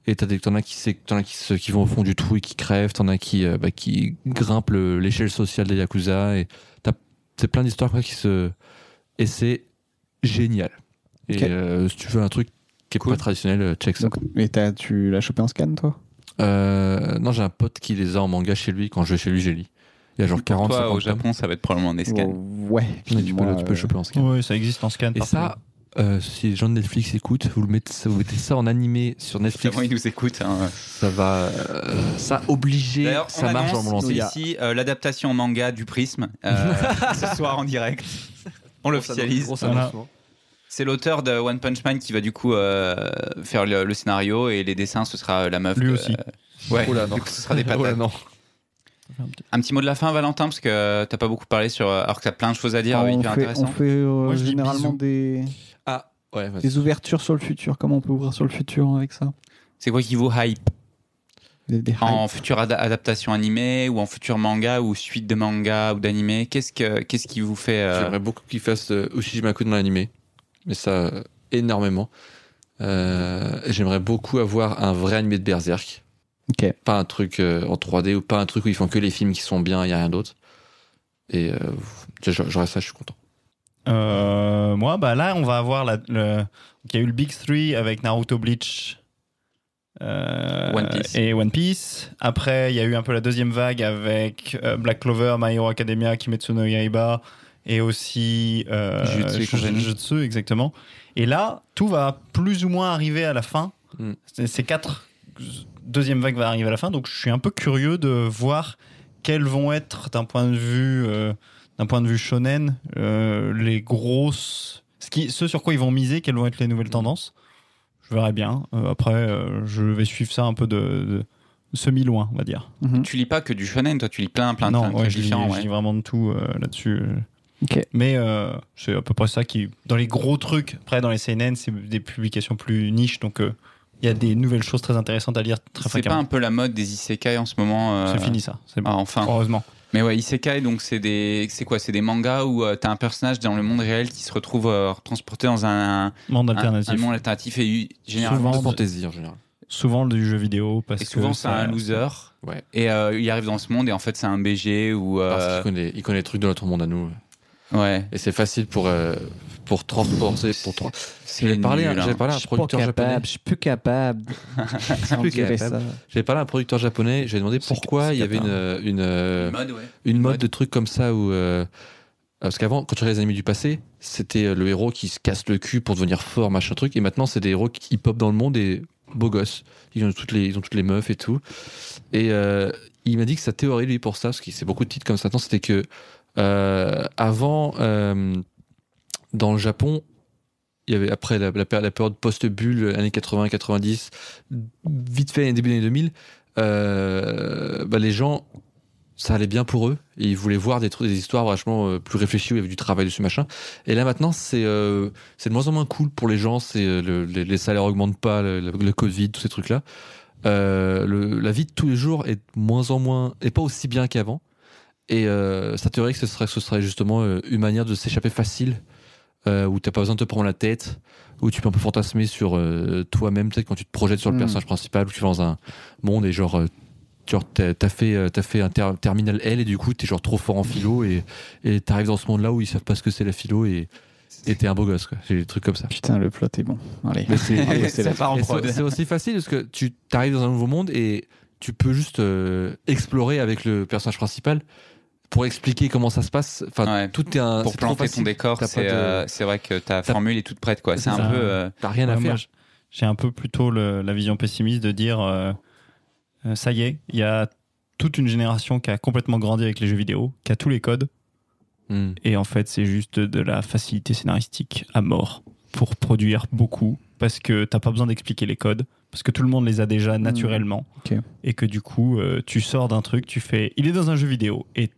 Et t'as des- t'en as qui, c'est- t'en as qui, se- qui vont au fond du trou et qui crèvent. T'en as qui, euh, bah, qui grimpent le- l'échelle sociale des Yakuza. Et t'as- c'est plein d'histoires quoi, qui se. Et c'est génial. Et Ok. euh, si tu veux un truc qui est pas traditionnel, euh, check ça. Donc, mais t'as- tu l'as chopé en scan, toi Euh, non, j'ai un pote qui les a en manga chez lui. Quand je vais chez lui, j'ai lis. Il y a genre 40 Toi, 50 au Japon, ça va être probablement des scans. Ouais. tomes. Tu peux, moi, le- tu peux le euh, choper en scan. Ouais, ça existe en scan. Et partout. ça, euh, si les gens de Netflix écoutent, vous, le mettez, ça- vous mettez ça en animé sur Netflix, Évidemment, ils nous écoutent. hein. ça va euh, ça obliger, D'ailleurs, ça on marche dans le annonce monde entier. ici euh, l'adaptation en manga du Prisme euh, ce soir en direct. On Oh, l'officialise. Grosse Voilà. annonce, C'est l'auteur de One Punch Man qui va du coup euh, faire le, le scénario et les dessins, ce sera euh, la meuf. Lui que- aussi. ouais, Oh là, non. du coup, ce sera des patates. Oh là, non. Un petit mot de la fin, Valentin, parce que euh, t'as pas beaucoup parlé sur. Alors que t'as plein de choses à dire, Ah, on, hyper fait, on intéressant. fait euh, Moi, je dis généralement bisous. des, Ah, ouais, vas-y. des ouvertures sur le futur. Comment on peut ouvrir sur le futur avec ça C'est quoi qui vous hype Des- des Ah, En future ada- adaptation animée ou en futur manga ou suite de manga ou d'animé Qu'est-ce que qu'est-ce qui vous fait euh, J'aimerais beaucoup qu'ils fassent euh, Ushijimaku dans l'animé, mais ça, euh, énormément. Euh, J'aimerais beaucoup avoir un vrai animé de Berserk. Ok. Pas un truc euh, en 3D ou pas un truc où ils font que les films qui sont bien, il n'y a rien d'autre. Et euh, j'aurais ça, je suis content. Euh, moi, bah là, on va avoir la, le... il y a eu le Big Three avec Naruto Bleach euh, One Piece. et One Piece. Après, il y a eu un peu la deuxième vague avec euh, Black Clover, My Hero Academia, Kimetsu no Yaiba et aussi euh, Jujutsu et compagnie. Jujutsu, exactement. Et là, tout va plus ou moins arriver à la fin. Mm. C'est- Ces quatre deuxième vague va arriver à la fin, donc je suis un peu curieux de voir quels vont être d'un point de vue euh, d'un point de vue shonen euh, les grosses ce qui ce sur quoi ils vont miser, quelles vont être les Mm. nouvelles tendances. Je verrai bien. Euh, après, euh, je vais suivre ça un peu de, de semi-loin, on va dire. Tu lis pas que du shonen, toi, tu lis plein, plein, plein non, de ouais, trucs je, lis, différents. je ouais. lis vraiment de tout euh, là-dessus. Ok. Mais euh, c'est à peu près ça qui. Dans les gros trucs, après, dans les CNN, c'est des publications plus niches, donc euh, il y a des nouvelles choses très intéressantes à lire C'est très pas fréquemment. un peu la mode des isekai en ce moment euh, C'est fini Oh. ça, c'est bon. ah, enfin. Heureusement. Mais ouais, isekai, donc c'est des, c'est quoi C'est des mangas où tu t'as un personnage dans le monde réel qui se retrouve euh, transporté dans un, un- Monde un- alternatif. un monde alternatif et eu- généralement Souvent, de- Fantasy en général. Souvent du jeu vidéo. Parce Et souvent que c'est un ça- loser. Ouais. Et euh, il arrive dans ce monde et en fait c'est un BG ou. euh, Parce qu'il connaît, il connaît les trucs de notre monde à nous. Ouais. Et c'est facile pour, euh, pour transporter. Pour tra- J'avais parlé, à- nul, hein. j'avais parlé à un Je suis pas producteur japonais. capable, je suis plus capable. Plus On dirait capable. ça. J'avais parlé à un producteur japonais, j'ai demandé pourquoi il y avait une, euh, une, euh, Une mode, ouais. une mode de trucs comme ça où. euh, parce qu'avant, quand tu regardais les animés du passé, c'était euh, le héros qui se casse le cul pour devenir fort, machin truc. Et maintenant, c'est des héros qui pop dans le monde et beaux gosses. Ils ont toutes les, ils ont toutes les meufs et tout. Et euh, il m'a dit que sa théorie, lui, pour ça, parce qu'il c'est beaucoup de titres comme ça, maintenant, c'était que euh, avant, euh, dans le Japon, il y avait après la, la péri- la période post-bulle, euh, années 80-90, vite fait début des années 2000, euh, bah, les gens, ça allait bien pour eux. Et ils voulaient voir des, trucs- des histoires vachement euh, plus réfléchies, où il y avait du travail dessus, machin. Et là maintenant, c'est euh, c'est de moins en moins cool pour les gens, c'est euh, le- les, les salaires augmentent pas, le, le- le Covid, tous ces trucs-là. Euh, le- la vie de tous les jours est de moins en moins, est pas aussi bien qu'avant. Et euh, sa théorie, ce serait, ce serait justement euh, une manière de s'échapper facile, euh, où t'as pas besoin de te prendre la tête, où tu peux un peu fantasmer sur euh, toi-même, peut-être quand tu te projettes sur le Mm. personnage principal, où tu vas dans un monde et genre. euh, tu as fait, euh, t'as fait un ter- terminal L et du coup, t'es genre trop fort en philo et et t'arrives dans ce monde-là où ils savent pas ce que c'est la philo et et t'es un beau gosse. quoi. C'est des trucs comme ça. Putain, le plot est bon. Allez. Mais c'est- On va et bosser c'est là-dessus. et c'est- c'est aussi facile parce que tu arrives dans un nouveau monde et tu peux juste euh, explorer avec le personnage principal pour expliquer comment ça se passe. Enfin, Ouais. tout est un. pour c'est trop planter ton facile. décor, T'as pas c'est de- euh, c'est vrai que ta formule est toute prête, quoi. C'est C'est un ça. peu. euh, T'as rien à Ouais, moi, faire. j- J'ai un peu plutôt le- la vision pessimiste de dire euh, euh, ça y est, il y a toute une génération qui a complètement grandi avec les jeux vidéo, qui a tous les codes, Hmm. et en fait, c'est juste de la facilité scénaristique à mort pour produire beaucoup parce que t'as pas besoin d'expliquer les codes, parce que tout le monde les a déjà naturellement, Hmm. Ok. et que du coup, euh, tu sors d'un truc, tu fais. Il est dans un jeu vidéo, et,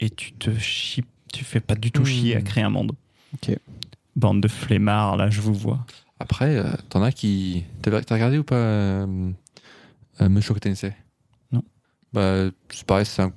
et tu te chies, tu fais pas du tout chier à créer un monde. Hmm. Ok. Bande de flemmards, là, je vous vois. Après, euh, t'en as qui. T'as t'as regardé ou pas euh, euh, Mushoku Tensei Non. Bah, c'est pareil, c'est un.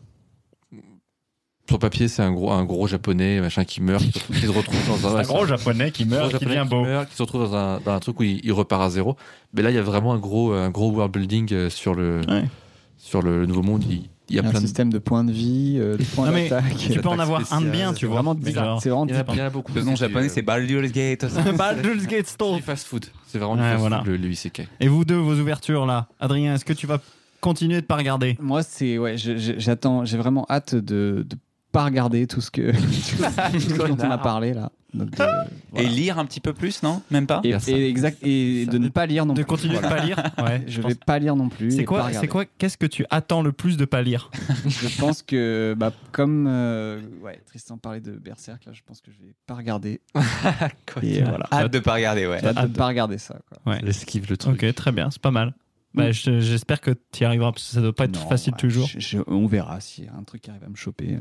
Sur papier, c'est un gros, un gros japonais machin qui meurt, qui se retrouve- qui se retrouve dans un. Un gros japonais qui Un meurt, gros qui Japonais devient beau. meurt, qui se retrouve dans un, dans un truc où il, il repart à zéro. Mais là, il y a vraiment un gros, un gros world building euh, sur le, Ouais. Ah, sur le nouveau monde. Il, il y a un plein de. système de points de vie, euh, de points Non, mais d'attaque. tu peux en avoir un de bien, tu vois. Vraiment Mais bizarre. genre- C'est vraiment Il y en a, deep. il y en a beaucoup. Le nom japonais, euh, c'est Baldur's Gate. Baldur's Gate Store. du fast food. C'est vraiment du Ouais, fast voilà. food, le, le isekai. Et vous deux, vos ouvertures là. Adrien, est-ce que tu vas continuer de pas regarder Moi, c'est ouais, je- je- j'attends, j'ai vraiment hâte de, de pas regarder tout ce que tout ce dont on a parlé là. Donc, euh, de- Et lire un petit peu plus, non Même pas et, ça. et exact, et de ne pas lire non De plus. continuer de Voilà. pas lire Ouais, Je pense. vais pas lire non plus. C'est et pas quoi, regarder. c'est quoi Qu'est-ce que tu attends le plus de pas lire Je pense que bah, comme euh, ouais, Tristan parlait de Berserk, là, je pense que je vais pas regarder. et euh, voilà. Ah, Hâte de pas regarder, ouais. J'ai hâte de pas regarder ça. Quoi. Ouais. L'esquive, le truc. Ok, très bien, c'est pas mal. Bah, je- J'espère que tu y arriveras parce que ça doit pas être Non, facile ouais, toujours. je- je- on verra s'il y a un truc qui arrive à me choper. euh.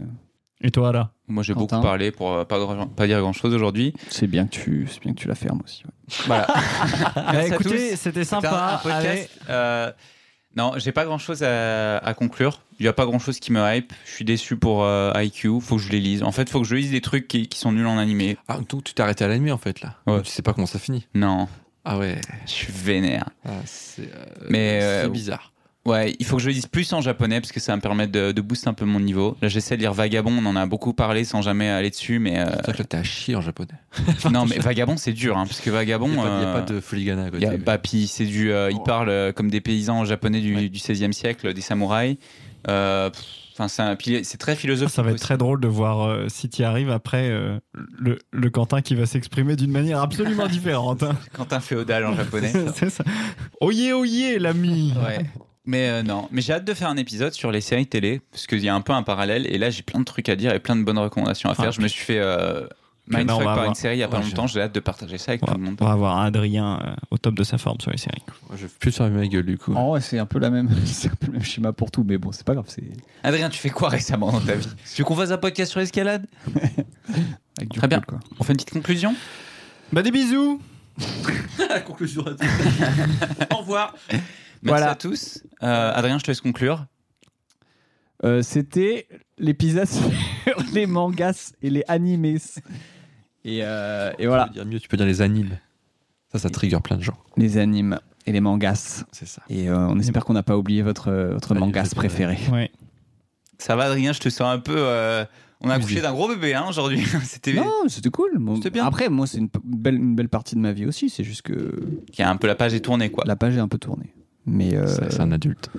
Et toi là Moi, j'ai Quentin. beaucoup parlé pour euh, pas, grand- pas dire grand chose aujourd'hui. C'est bien que tu, c'est bien que tu la fermes aussi. ouais. Voilà. Bah, Merci à Écoutez, tous. c'était C'était un, un sympa. Allez, podcast. euh, non, j'ai pas grand chose à, à conclure. Il y a pas grand chose qui me hype. Je suis déçu pour euh, IQ. Faut que je les lise. En fait, faut que je lise des trucs qui, qui sont nuls en animé. Ah, donc tu t'es arrêté à l'ennemi en fait là. Ouais. Tu sais pas comment ça finit. Non, Ah ouais. je suis vénère. Ah, c'est euh, Mais, c'est euh, bizarre. Ouais, il faut que je le dise plus en japonais parce que ça va me permettre de, de booster un peu mon niveau. Là, j'essaie de lire Vagabond, on en a beaucoup parlé sans jamais aller dessus, mais. euh, C'est vrai que là, t'es à chier en japonais. non, mais Vagabond, c'est dur, hein, parce que Vagabond. Il n'y a, pas- il y a euh, pas de foligana à Il y côté. a- bah, puis c'est du, euh, il parle euh, comme des paysans japonais du, XVIe siècle, des samouraïs. Euh, pff, Enfin, c'est un- puis c'est très philosophique. Ah, Ça va être très drôle de voir euh, si tu arrives après euh, le, le Quentin qui va s'exprimer d'une manière absolument différente. hein. Quentin féodal en japonais. C'est ça. Oyez, oyez, l'ami. Ouais. Mais euh, non, mais j'ai hâte de faire un épisode sur les séries télé parce qu'il y a un peu un parallèle et là j'ai plein de trucs à dire et plein de bonnes recommandations à faire. Ah, je me suis fait euh, mindfuck Non, on va par avoir- une série il y a pas Ouais, je- longtemps. J'ai hâte de partager ça avec Ouais, tout le monde. On va avoir Adrien euh, au top de sa forme sur les séries. Je vais plus faire ma gueule du coup. En vrai, c'est un peu la même, c'est un peu le même schéma pour tout, mais bon, c'est pas grave, c'est Adrien, tu fais quoi récemment dans ta vie Tu veux qu'on fasse un podcast sur l'escalade avec du Très bien. recul, quoi. On fait une petite conclusion Bah des bisous. La conclusion. Au revoir. Merci Voilà. à tous. Euh, Adrien, je te laisse conclure. Euh, C'était l'épisode sur les mangas et les animés. Et, euh, et voilà. Tu peux dire mieux, tu peux dire les animes. Ça, ça trigger plein de gens. Les animes et les mangas. C'est ça. Et euh, on espère qu'on n'a pas oublié votre, votre mangas préféré. Ouais. Ça va, Adrien, je te sens un peu. euh, on a accouché d'un gros bébé hein, aujourd'hui. C'était Non, c'était cool. Bon, Après, moi, c'est une, p- belle, une belle partie de ma vie aussi. C'est juste que qui a un peu la page est tournée quoi. la page est un peu tournée. Mais euh, C'est un adulte.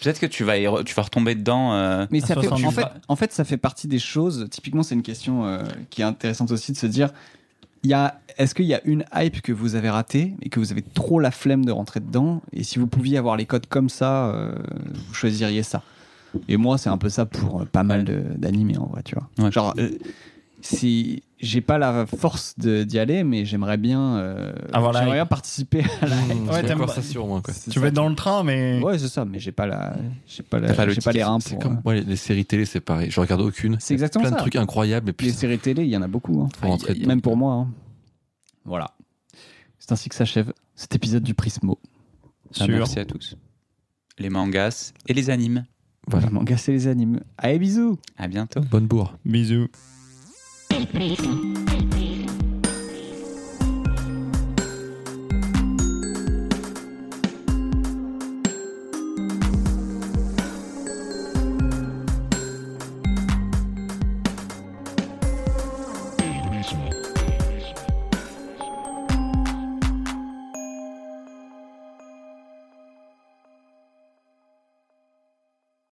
Peut-être que tu vas y re- tu vas retomber dedans. euh, Mais ça fait, en, 68. fait, en fait, ça fait partie des choses. Typiquement, c'est une question euh, qui est intéressante aussi de se dire il y a- est-ce qu'il y a une hype que vous avez ratée et que vous avez trop la flemme de rentrer dedans Et si vous pouviez avoir les codes comme ça, euh, vous choisiriez ça. Et moi, c'est un peu ça pour euh, pas mal de- d'animés en vrai, tu vois. Genre, euh, si j'ai pas la force de- d'y aller, mais j'aimerais bien, euh, Avoir la j'aimerais hype. bien participer à la hype. Ouais, t'aimes pas- Tu vas être dans le train, mais. Ouais, c'est ça, mais j'ai pas la, j'ai pas la- T'as j'ai pas ticket, les reins c'est pour. euh, comme- ouais, les séries télé, c'est pareil. Je regarde aucune. C'est exactement Plein de ça. trucs incroyables, mais puis Les séries télé, il y en a beaucoup. hein. Faut rentrer dedans. Même pour moi. hein. Voilà. C'est ainsi que s'achève cet épisode du Prismo. Ah, Merci à tous. Les mangas et les animes. Voilà. Manga, c'est les animes. Allez, bisous À bientôt. bonne bourre. Bisous. Thank you.